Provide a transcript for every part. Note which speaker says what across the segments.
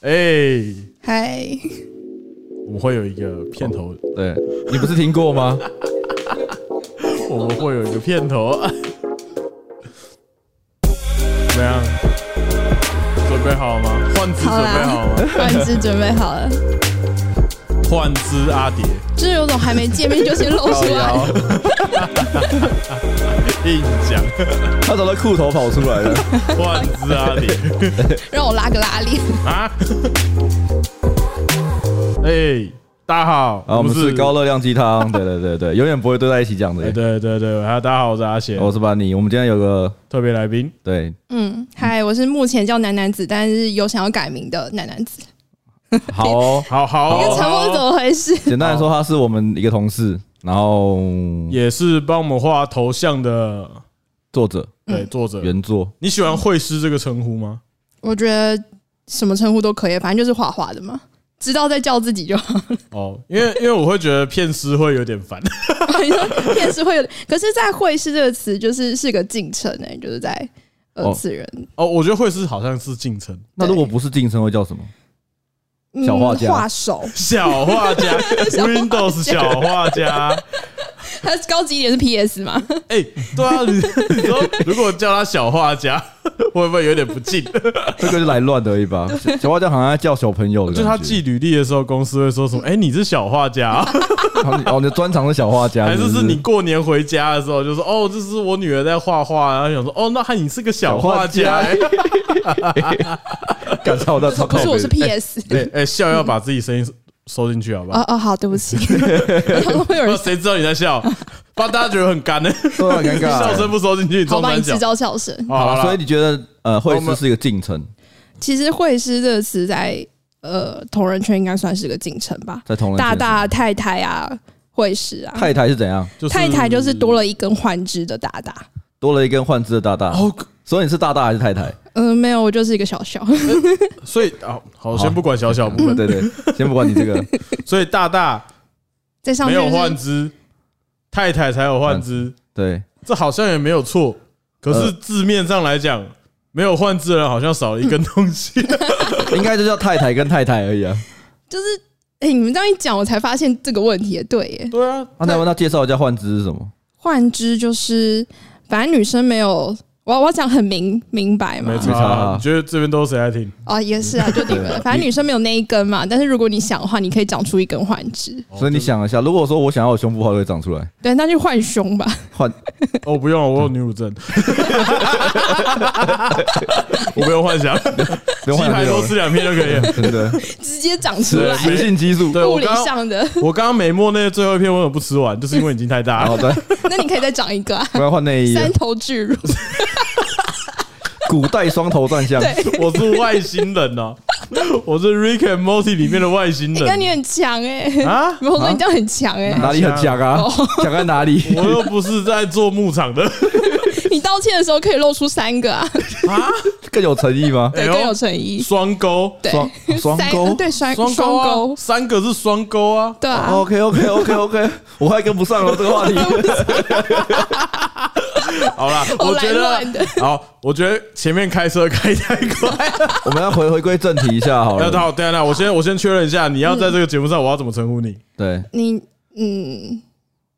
Speaker 1: 哎、
Speaker 2: 嗨，
Speaker 1: 我们会有一个片头，
Speaker 3: 对你不是听过吗？
Speaker 1: 我们会有一个片头， 怎么样？准备好了吗？换词准
Speaker 2: 好
Speaker 1: 备好了
Speaker 2: 啦
Speaker 1: 吗？，
Speaker 2: 换字准备好了，
Speaker 1: 换词阿蝶，
Speaker 2: 就是有种还没见面就先露出来，
Speaker 1: 硬讲
Speaker 3: 他找到裤头跑出来了。
Speaker 1: 换词阿蝶
Speaker 2: 让我拉个拉链。
Speaker 1: 啊！ 哎、大家好，
Speaker 3: 啊，我们是高热量鸡汤，对对对对，永远不会对在一起讲
Speaker 1: 哎、
Speaker 3: 的。
Speaker 1: 对对对，啊，大家好，我是阿贤，
Speaker 3: 我是班尼，我们今天有个
Speaker 1: 特别来宾，
Speaker 3: 对，
Speaker 2: 嗯，嗨，我是目前叫男男子，但是有想要改名的男男子。
Speaker 3: 好哦，
Speaker 1: 好好
Speaker 2: 那个沉默
Speaker 1: 哦、
Speaker 2: 是怎么回事？
Speaker 3: 简单来说，他是我们一个同事，然后
Speaker 1: 也是帮我们画头像的
Speaker 3: 作者
Speaker 1: 对
Speaker 2: 嗯
Speaker 1: 作者。
Speaker 3: 原作，
Speaker 1: 你喜欢会师这个称呼吗？
Speaker 2: 我觉得什么称呼都可以，反正就是画画的嘛，知道在叫自己就好。
Speaker 1: 哦，因为因为我会觉得骗师会有点烦。
Speaker 2: 你说片是会 有，可是，在会师这个词就是是个进程哎、就是在二
Speaker 3: 哦
Speaker 2: 次元。
Speaker 1: 哦，我觉得会师好像是进程
Speaker 3: 那如果不是晋升会叫什么？小画家
Speaker 2: 嗯画手，
Speaker 1: 小画家 Windows 小画家。
Speaker 2: 它 高级一点是 PS 嘛？
Speaker 1: 哎、对啊，你你说如果叫他小画家， 会不会有点不敬？
Speaker 3: 这个就来乱的而已吧。小花椒好像在叫小朋友的感觉，
Speaker 1: 就他寄履历的时候，公司会说什么？哎、你是小画家啊、
Speaker 3: 好你哦，你的专长是小画家，
Speaker 1: 还是
Speaker 3: 不
Speaker 1: 是你过年回家的时候就说哦，这是我女儿在画画，然后想说哦，那你是个小画家。
Speaker 3: 小
Speaker 1: 哎、
Speaker 3: 敢笑到超
Speaker 2: 不是，我是 PS。
Speaker 1: 哎、笑要把自己声音收收进去，好不啊好
Speaker 2: 哦？哎哦，好，对不 起，我想说会有
Speaker 1: 不知 道
Speaker 2: 人
Speaker 1: 谁知道你在笑？不然大家觉得很干呢、
Speaker 3: 都很啊尴尬。
Speaker 1: 笑声不收进去，
Speaker 2: 好
Speaker 1: 中
Speaker 2: 帮
Speaker 1: 三
Speaker 2: 你制
Speaker 1: 角。
Speaker 2: 造笑声。
Speaker 1: 嗯好
Speaker 3: 好
Speaker 1: 啦
Speaker 3: 了，所以你觉得呃，会师是一个进程，
Speaker 2: 其实“会师”这个词在呃同人圈应该算是个进程吧，
Speaker 3: 在同人圈
Speaker 2: 大大太太啊，会师啊，
Speaker 3: 太太是怎样？
Speaker 1: 就是
Speaker 2: 太太就是多了一根换枝的大大。
Speaker 3: 多了一根换枝的大大，
Speaker 1: 哦，
Speaker 3: 所以你是大大还是太太？
Speaker 2: 嗯、没有，我就是一个小 小。
Speaker 1: 所以啊，好，嗯先不管小小部分，
Speaker 3: 对对，先不管你这个，
Speaker 1: 所以大大
Speaker 2: 在上
Speaker 1: 没
Speaker 2: 面
Speaker 1: 有换
Speaker 2: 是
Speaker 1: 资，太太才有换资，
Speaker 3: 对
Speaker 1: 这好像也没有错。可是
Speaker 3: 呃
Speaker 1: 字面上来讲，没有换资的人好像少了一根东西。
Speaker 3: 应该就叫太太跟太太而已啊。
Speaker 2: 就是，哎、你们这样一讲，我才发现这个问题耶。对耶，
Speaker 1: 对啊，
Speaker 3: 啊，那那介绍一下换枝是什么？
Speaker 2: 换枝就是，反正女生没有，我我要讲很明明白嘛
Speaker 1: 没。
Speaker 3: 错
Speaker 1: 差啊。你觉得这边都是谁在听？
Speaker 2: 啊、也是啊，就你
Speaker 3: 对
Speaker 2: 们
Speaker 3: 啊，
Speaker 2: 反正女生没有那一根嘛。但是如果你想的话，你可以长出一根换枝，
Speaker 1: 哦
Speaker 3: 所以你想一下，如果说我想要有胸部，它会长出来，
Speaker 2: 对，那就换胸吧。
Speaker 3: 换
Speaker 1: 哦，不用了，我有女乳 症，我不用幻想，鸡
Speaker 3: 不用换
Speaker 1: 排多吃两片就可以了。
Speaker 3: 真 的
Speaker 2: 直接长出
Speaker 1: 对
Speaker 2: 来，
Speaker 3: 雌性激素。
Speaker 1: 对
Speaker 2: 物
Speaker 1: 我
Speaker 2: 理
Speaker 1: 刚
Speaker 2: 上的。
Speaker 1: 我刚刚美墨那个最后一篇我有不吃完，就是因为已经太大
Speaker 3: 然
Speaker 1: 了
Speaker 3: 后。对，，
Speaker 2: 那你可以再长一个、啊
Speaker 3: 我要换
Speaker 1: 哎
Speaker 3: 内衣了，
Speaker 2: 三头巨乳，
Speaker 3: 古代双头战象，
Speaker 2: 对，
Speaker 1: 我是外星人哦、 我是 Rick and Morty 里面的外星
Speaker 2: 你看
Speaker 1: 人
Speaker 2: 你很强哎、欸，
Speaker 1: 啊！
Speaker 2: 我说你这样很强哎、
Speaker 3: 哪里很假啊？假在哪里？
Speaker 1: 我又不是在做牧场 的
Speaker 2: 你道歉的时候可以露出三个啊，
Speaker 1: 啊！
Speaker 3: 更有诚 意吗？
Speaker 1: 哎
Speaker 2: 对，
Speaker 1: 呦
Speaker 2: 更有诚意，
Speaker 1: 双钩，
Speaker 2: 对，
Speaker 3: 双双
Speaker 2: 三
Speaker 3: 勾
Speaker 2: 对，双
Speaker 1: 双
Speaker 2: 双
Speaker 1: 钩
Speaker 2: 钩
Speaker 1: 啊，，三个是双钩啊！
Speaker 2: 对啊，
Speaker 3: OK OK OK OK，我快跟不上了这个 话题。
Speaker 1: 好啦，
Speaker 2: 我
Speaker 1: 我
Speaker 2: 来
Speaker 1: 觉
Speaker 2: 乱
Speaker 1: 得
Speaker 2: 的，
Speaker 1: 好，我觉得前面开车开太快了。
Speaker 3: 我们要回回归正题一下 好
Speaker 1: 那
Speaker 3: 了。
Speaker 1: 好，等一下等一下，我先我先确认一下，你要在这个节目上，我要怎么称呼你？
Speaker 3: 对，
Speaker 2: 你嗯，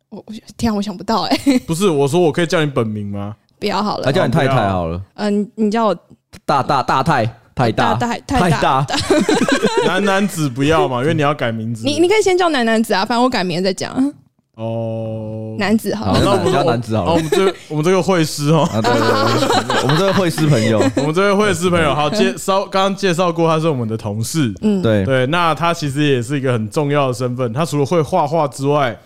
Speaker 2: 我我天啊，我想不到哎、
Speaker 1: 不是我说我可以叫你本名吗？
Speaker 2: 不要好
Speaker 3: 那
Speaker 1: 啊
Speaker 2: 了，
Speaker 3: 叫你太太好了，
Speaker 2: 嗯、你叫我
Speaker 3: 大大大太太大
Speaker 2: 大太太
Speaker 3: 太
Speaker 2: 大
Speaker 3: 大，
Speaker 1: 男男子不要嘛，因为你要改名字。
Speaker 2: 你，你可以先叫男男子啊，反正我改名再讲啊，
Speaker 1: 嗯哦，
Speaker 2: 男子好
Speaker 3: 好
Speaker 2: 了，
Speaker 1: 那我们
Speaker 3: 叫男子好了
Speaker 1: 哦我们这我们这个会师哦，
Speaker 3: 啊，对对对， 我们这个会师朋友，
Speaker 1: 我们这位会师朋友，好 介绍，刚刚介绍过，他是我们的同事。
Speaker 2: 嗯，
Speaker 3: 对，
Speaker 1: 对，那他其实也是一个很重要的身份。他除了会画画之外，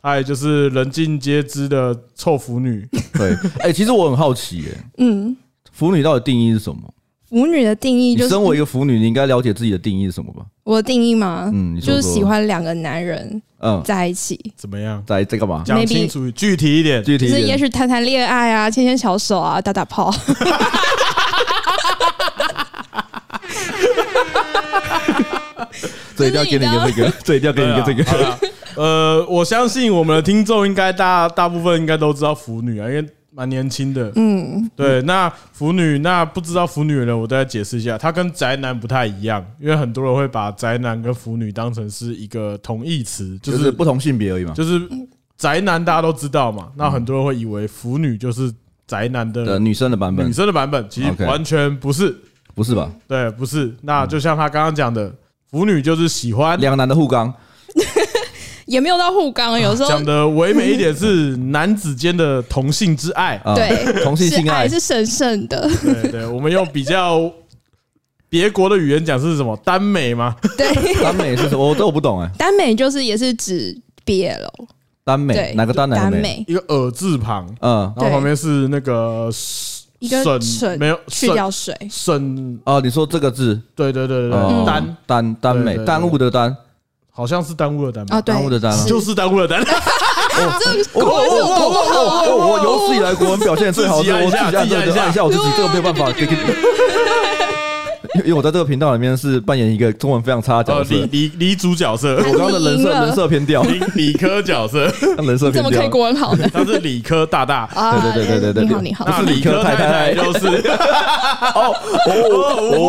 Speaker 1: 他也就是人尽皆知的臭腐 女。
Speaker 3: 对，哎、其实我很好奇、耶，
Speaker 2: 嗯，
Speaker 3: 腐女到底定义是什么？
Speaker 2: 腐女的定义
Speaker 3: 你
Speaker 2: 就是
Speaker 3: 身为一个腐女，你应该了解自己的定义是什么吧？
Speaker 2: 我的定义嘛，
Speaker 3: 嗯你
Speaker 2: 就
Speaker 3: 说
Speaker 2: 是
Speaker 3: 说
Speaker 2: 喜欢两个男人
Speaker 3: 嗯，
Speaker 2: 在一起，
Speaker 1: 怎么样？
Speaker 3: 在在干嘛？
Speaker 1: 讲
Speaker 2: Maybe-
Speaker 1: 清楚，具体一点。
Speaker 3: 具体
Speaker 2: 就
Speaker 3: 一
Speaker 2: 是也
Speaker 3: 点，
Speaker 2: 许谈谈恋爱啊，牵牵小手啊，打打炮。
Speaker 3: 这一定要给你一个这个，这一定要给你一个这
Speaker 1: 啊好
Speaker 3: 个。
Speaker 1: 啦呃，我相信我们的听众应该大大部分应该都知道腐女啊，因为蛮年轻的。
Speaker 2: 嗯，
Speaker 1: 对，那腐女，那不知道腐女的人，我再解释一下，她跟宅男不太一样，因为很多人会把宅男跟腐女当成是一个同义词，就
Speaker 3: 就是是不同性别而已嘛。
Speaker 1: 就是宅男大家都知道
Speaker 2: 嗯
Speaker 1: 嘛，那很多人会以为腐女就是宅男
Speaker 3: 呃，
Speaker 1: 的
Speaker 3: 女生的版
Speaker 1: 女
Speaker 3: 本
Speaker 1: 生的版本，其实
Speaker 3: OK
Speaker 1: 完全不是，
Speaker 3: 不是吧？
Speaker 1: 对，不是。那就像他刚刚讲的，腐女就是喜欢
Speaker 3: 两男的互刚，
Speaker 2: 也没有到互
Speaker 3: 啊
Speaker 2: 刚，有时候
Speaker 1: 讲的唯美一点是男子间的同性之爱，
Speaker 3: 啊，
Speaker 2: 对
Speaker 3: 同性
Speaker 2: 是
Speaker 3: 性爱
Speaker 2: 爱是神圣的，
Speaker 1: 对对，我们用比较别国的语言讲是什么耽美吗？
Speaker 2: 对，
Speaker 3: 耽美是什么？我都我不懂哎，
Speaker 2: 耽美就是也是指 BL，
Speaker 3: 耽
Speaker 2: 对
Speaker 3: 美，哪个耽哪
Speaker 2: 耽
Speaker 3: 个美？
Speaker 2: 美
Speaker 1: 一个耳字旁，
Speaker 3: 嗯，
Speaker 1: 然
Speaker 2: 对
Speaker 1: 后旁边是那个省
Speaker 2: 一个
Speaker 1: 省
Speaker 2: 省
Speaker 1: 没有
Speaker 2: 去
Speaker 1: 省
Speaker 2: 掉水，
Speaker 1: 省，
Speaker 3: 哦，你说这个字，
Speaker 1: 对对对对
Speaker 3: 哦
Speaker 1: 对，耽
Speaker 3: 耽耽
Speaker 1: 对
Speaker 3: 美
Speaker 1: 对，对
Speaker 3: 耽误的耽，
Speaker 1: 好像是耽误了耽
Speaker 2: 哦，
Speaker 1: 吧，
Speaker 2: 对
Speaker 3: 耽误的耽吗，
Speaker 1: 就是耽误了耽，
Speaker 2: 这
Speaker 3: 我
Speaker 2: 国文是有多不好
Speaker 3: 我哦我有史以来国文表现最好的，我自己按这个按一下我自己，这个没有办法。因为我在这个频道里面是扮演一个中文非常差的角
Speaker 1: 呃，
Speaker 3: 色，
Speaker 1: 离离离主角色，
Speaker 3: 我刚刚的人设人设偏掉，
Speaker 1: 理理科角色，
Speaker 3: 人设
Speaker 2: 怎
Speaker 3: 偏
Speaker 2: 么可以
Speaker 3: 掉。
Speaker 2: 国文好呢？
Speaker 1: 他是理科大大，
Speaker 2: 啊
Speaker 3: 对对对对对对
Speaker 2: 你好你好，
Speaker 1: 那
Speaker 3: 不是
Speaker 1: 理
Speaker 3: 理科
Speaker 1: 科太
Speaker 3: 太
Speaker 1: 太
Speaker 3: 太
Speaker 1: 就是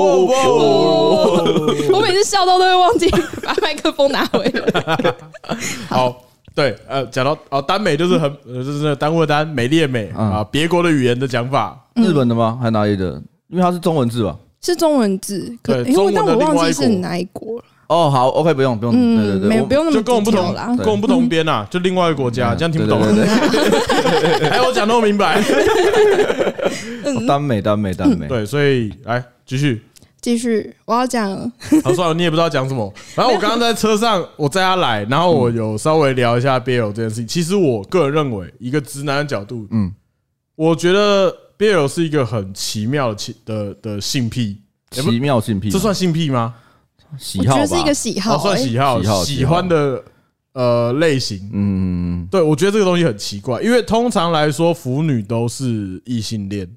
Speaker 3: 哦
Speaker 2: 我每次笑到都会忘记把麦克风拿回来。
Speaker 1: 好。对，呃，讲到哦，耽美就是很，呃就是那个耽误的耽，美丽的美
Speaker 3: 嗯
Speaker 1: 啊，别国的语言的讲法，
Speaker 3: 日本的吗？还哪里的？因为它是中文字吧？
Speaker 2: 是中文字，
Speaker 1: 对
Speaker 2: 可因为
Speaker 1: 中文
Speaker 2: 但
Speaker 1: 的
Speaker 2: 我
Speaker 1: 另
Speaker 2: 忘
Speaker 1: 外一
Speaker 2: 记是
Speaker 1: 国
Speaker 2: 哪一国了。
Speaker 3: 哦，好，OK，不用不用，对
Speaker 2: 嗯，
Speaker 3: 对
Speaker 2: 没
Speaker 3: 对，
Speaker 2: 有不用那
Speaker 1: 就
Speaker 2: 么
Speaker 1: 跟我们不
Speaker 2: 低调
Speaker 1: 同
Speaker 2: 啦。
Speaker 1: 跟我们不同边啊，就另外一个国家，这样听不懂。
Speaker 3: 嗯对对
Speaker 1: 哎，我讲那么明 白，
Speaker 3: 对，耽美耽美耽美，
Speaker 1: 嗯对，所以来继续。
Speaker 2: 继续，我要讲，
Speaker 1: 好，算了，你也不知道讲什么。然后我刚刚在车上，我载他来，然后
Speaker 3: 嗯
Speaker 1: 我有稍微聊一下 BL 这件事情。其实我个人认为，一个直男的角度，嗯
Speaker 3: 嗯，
Speaker 1: 我觉得 BL 是一个很奇妙的奇的的性癖，
Speaker 3: 奇妙性癖，
Speaker 1: 这算性癖吗？
Speaker 2: 我
Speaker 3: 喜
Speaker 2: 觉
Speaker 3: 好
Speaker 2: 得
Speaker 3: 吧？
Speaker 2: 是一个喜好
Speaker 1: 哦，，算
Speaker 2: 哎
Speaker 1: 喜好，
Speaker 3: 喜好
Speaker 1: 喜欢的呃类型。
Speaker 3: 嗯，
Speaker 1: 对，我觉得这个东西很奇怪，因为通常来说，腐女都是异性恋，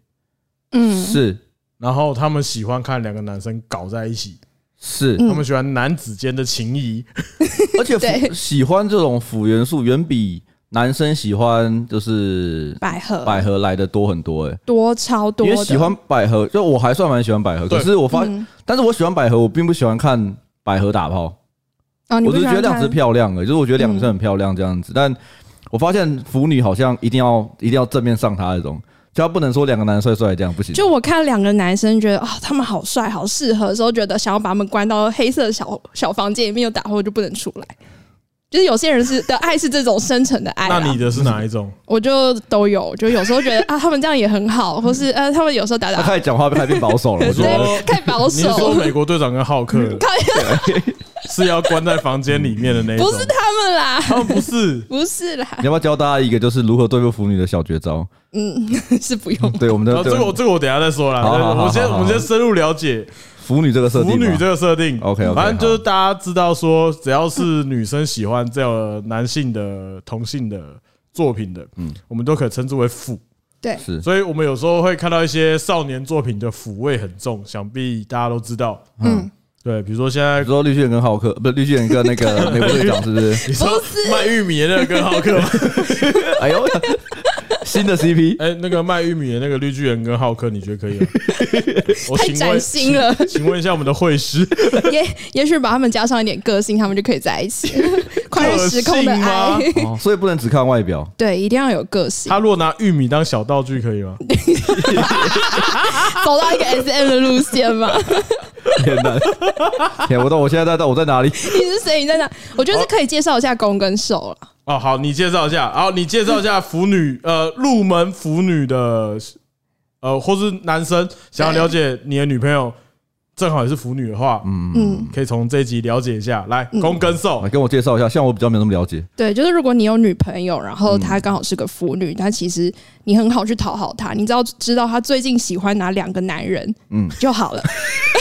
Speaker 2: 嗯，
Speaker 3: 是
Speaker 1: 然后他们喜欢看两个男生搞在一起，
Speaker 3: 是，
Speaker 2: 嗯
Speaker 1: 他们喜欢男子间的情谊。
Speaker 3: 而且
Speaker 2: 对
Speaker 3: 腐喜欢这种辅元素，远比男生喜欢就是
Speaker 2: 百合，
Speaker 3: 百合来的多很多哎、欸。
Speaker 2: 多超多
Speaker 3: 因
Speaker 2: 的，
Speaker 3: 为喜欢百合，就我还算蛮喜欢百合，
Speaker 1: 对
Speaker 3: 可是我发，
Speaker 2: 嗯
Speaker 3: 但是我喜欢百合，我并不喜欢看百合打炮，
Speaker 2: 啊，你
Speaker 3: 我
Speaker 2: 不
Speaker 3: 只
Speaker 2: 喜
Speaker 3: 是觉
Speaker 2: 欢
Speaker 3: 得两只
Speaker 2: 看
Speaker 3: 漂亮而已，就是我觉得两个
Speaker 2: 嗯
Speaker 3: 女生很漂亮这样子。但我发现腐女好像一定要一定要正面上她那种，就她不能说两个男的帅帅这样不行。
Speaker 2: 就啊我看两个男生，觉得啊、他们好帅，好适合的时候，觉得想要把他们关到黑色的小小房间里面，有打呼就不能出来。就是有些人是的爱是这种深沉的爱啦，
Speaker 1: 那你的是哪一种？
Speaker 2: 我就都有，就有时候觉 得啊，他们这样也很好，或
Speaker 3: 嗯
Speaker 2: 是呃，他们有时候打
Speaker 3: 她
Speaker 2: 打
Speaker 3: 开始讲话开始变保守了，我觉得
Speaker 1: 说
Speaker 2: 对太保
Speaker 1: 你是说
Speaker 2: 守，
Speaker 1: 美国队长跟浩 克是要关在房间里面的那一种？
Speaker 2: 不是他们啦，
Speaker 1: 他们不是。
Speaker 2: 不是啦
Speaker 3: 你，要不要教大家一个就是如何对付腐女的小绝招？
Speaker 2: 是不用。
Speaker 3: 对我们的、
Speaker 1: 啊，这
Speaker 3: 对
Speaker 1: 个我这个我等一下再说啦。
Speaker 3: 好好好
Speaker 1: 我先
Speaker 3: 好好
Speaker 1: 我们先深入了解
Speaker 3: 腐女这个设定
Speaker 1: 腐
Speaker 3: 嘛，
Speaker 1: 女这个设定。
Speaker 3: OK，OK，
Speaker 1: 反正就是
Speaker 3: 好
Speaker 1: 大家知道说，只要是女生喜欢这样的男性的同性的作品的，嗯
Speaker 3: 嗯，
Speaker 1: 我们都可称之为腐。
Speaker 2: 对，
Speaker 3: 是
Speaker 1: 所以我们有时候会看到一些少年作品的腐味很重，想必大家都知道。
Speaker 2: 嗯，
Speaker 1: 对，比如说现在
Speaker 3: 你说绿巨人跟浩克，不是绿巨人跟那 个美国队长是不是？
Speaker 1: 你说卖玉米的那个跟浩 克吗，
Speaker 3: 哎呦，新的 CP
Speaker 1: 哎，那个卖玉米的那个绿巨人跟浩克，你觉得可以 吗？我
Speaker 2: 太
Speaker 1: 请
Speaker 2: 崭
Speaker 1: 问，
Speaker 2: 新了，
Speaker 1: 请问一下我们的会 师，
Speaker 2: 也也许把他们加上一点个性，他们就可以在一起， 跨越时空的
Speaker 1: 个性吗
Speaker 2: 爱，
Speaker 3: 哦，所以不能只看外表。
Speaker 2: 对，一定要有个 性
Speaker 1: 他。如果拿玉米当小道具可以吗？
Speaker 2: 走到一个 S M 的路线 嘛？
Speaker 3: 天哪！天，我到我现在在到我在哪里？
Speaker 2: 你是谁？你在哪？我觉得是可以介绍一下攻跟受了。
Speaker 1: 哦，好，你介绍一下，好，你介绍一下腐女，呃，入门腐女的，呃，或是男生想要了解你的女朋友，正好也是腐女的话，
Speaker 2: 嗯，哦
Speaker 1: 可以从这一集了解一下。来，公跟受
Speaker 3: 来，跟我介绍一下，像我比较没有那么了解。
Speaker 2: 对，就是如果你有女朋友，然后她刚好是个腐女，她其实你很好去讨好她，你只要知道她最近喜欢哪两个男人，嗯
Speaker 3: 嗯
Speaker 2: 就好了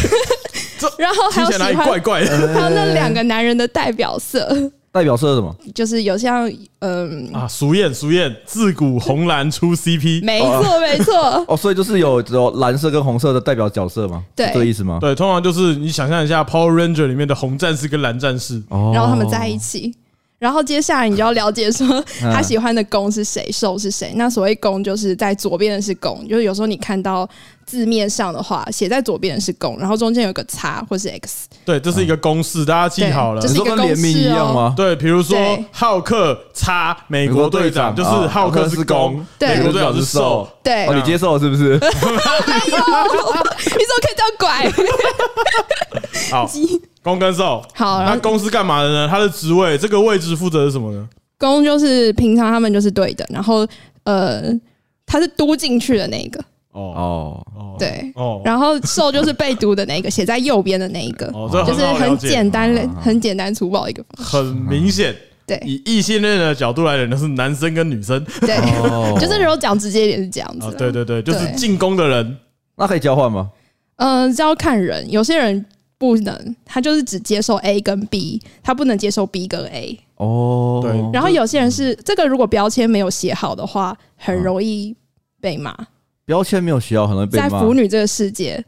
Speaker 1: 这。
Speaker 2: 然后还
Speaker 1: 听
Speaker 2: 有
Speaker 1: 起来哪
Speaker 2: 喜
Speaker 1: 里
Speaker 2: 欢
Speaker 1: 怪怪的
Speaker 2: 还有那两个男人的代表色，
Speaker 3: 代表色是什么？
Speaker 2: 就是有像嗯，
Speaker 1: 啊？俗艳，俗艳，自古红蓝出 CP，
Speaker 2: 没错没错，
Speaker 3: 哦，所以就是有有蓝色跟红色的代表角色吗？
Speaker 2: 对
Speaker 3: 是这个意思吗？
Speaker 1: 对，通常就是你想象一下《Power Ranger》里面的红战士跟蓝战士，
Speaker 3: 哦
Speaker 2: 然后他们在一起。然后接下来你就要了解说
Speaker 3: 嗯
Speaker 2: 他喜欢的宫是谁，受是谁。那所谓宫，就是在左边的是宫，就是有时候你看到字面上的话，写在左边的是宫，然后中间有个叉或是 X，
Speaker 1: 对，这是一个公式，大家记
Speaker 2: 对
Speaker 1: 好了
Speaker 2: 这
Speaker 3: 你
Speaker 2: 是。一
Speaker 3: 说
Speaker 2: 个
Speaker 3: 跟
Speaker 2: 公
Speaker 3: 联名
Speaker 2: 式
Speaker 3: 一样
Speaker 2: 哦
Speaker 3: 吗？
Speaker 1: 对，比如说
Speaker 2: 嗯对
Speaker 1: 浩克叉美国队长，
Speaker 3: 美
Speaker 1: 就
Speaker 3: 国队
Speaker 1: 是
Speaker 3: 长啊
Speaker 1: 浩克是攻，
Speaker 2: 哦对
Speaker 1: 美国队长是受。
Speaker 2: 对，
Speaker 3: 哦，你接受了是不是？
Speaker 2: 你怎么可以这样拐？
Speaker 1: 好，攻跟受。
Speaker 2: 好，然
Speaker 1: 那
Speaker 2: 后
Speaker 1: 公是干嘛的呢？他的职位，这个位置负责是什么呢？
Speaker 2: 公就是平常他们就是对的，然后呃，他是嘟进去的那一个，
Speaker 1: 哦
Speaker 3: 哦，
Speaker 1: 哦，
Speaker 2: 对，
Speaker 1: 哦
Speaker 2: 然后受就是被读的那一个，写在右边的那一个，
Speaker 1: 哦，这
Speaker 2: 就是
Speaker 1: 好了
Speaker 2: 很
Speaker 1: 解
Speaker 2: 简单
Speaker 3: 啊、
Speaker 2: 很简单粗暴的一个方式。
Speaker 1: 很明显。
Speaker 2: 对
Speaker 1: 以异性恋的角度来讲，那是男生跟女生
Speaker 2: 对，
Speaker 3: 哦
Speaker 2: 就是如果讲直接一点是这样
Speaker 1: 啊
Speaker 2: 子。，
Speaker 1: 对，对对，就是
Speaker 2: 对
Speaker 1: 进攻的人
Speaker 3: 那可以交换吗？
Speaker 2: 嗯，这要看人，有些人不能，他就是只接受 A 跟 B，他不能接受 B 跟 A。
Speaker 3: 哦，
Speaker 1: 对
Speaker 2: 然后有些人是这个，如果标签没有写好的话，很容易被骂。
Speaker 3: 标签没有需要，很容哦易被
Speaker 2: 在
Speaker 3: 骂。
Speaker 2: 腐女这个世界。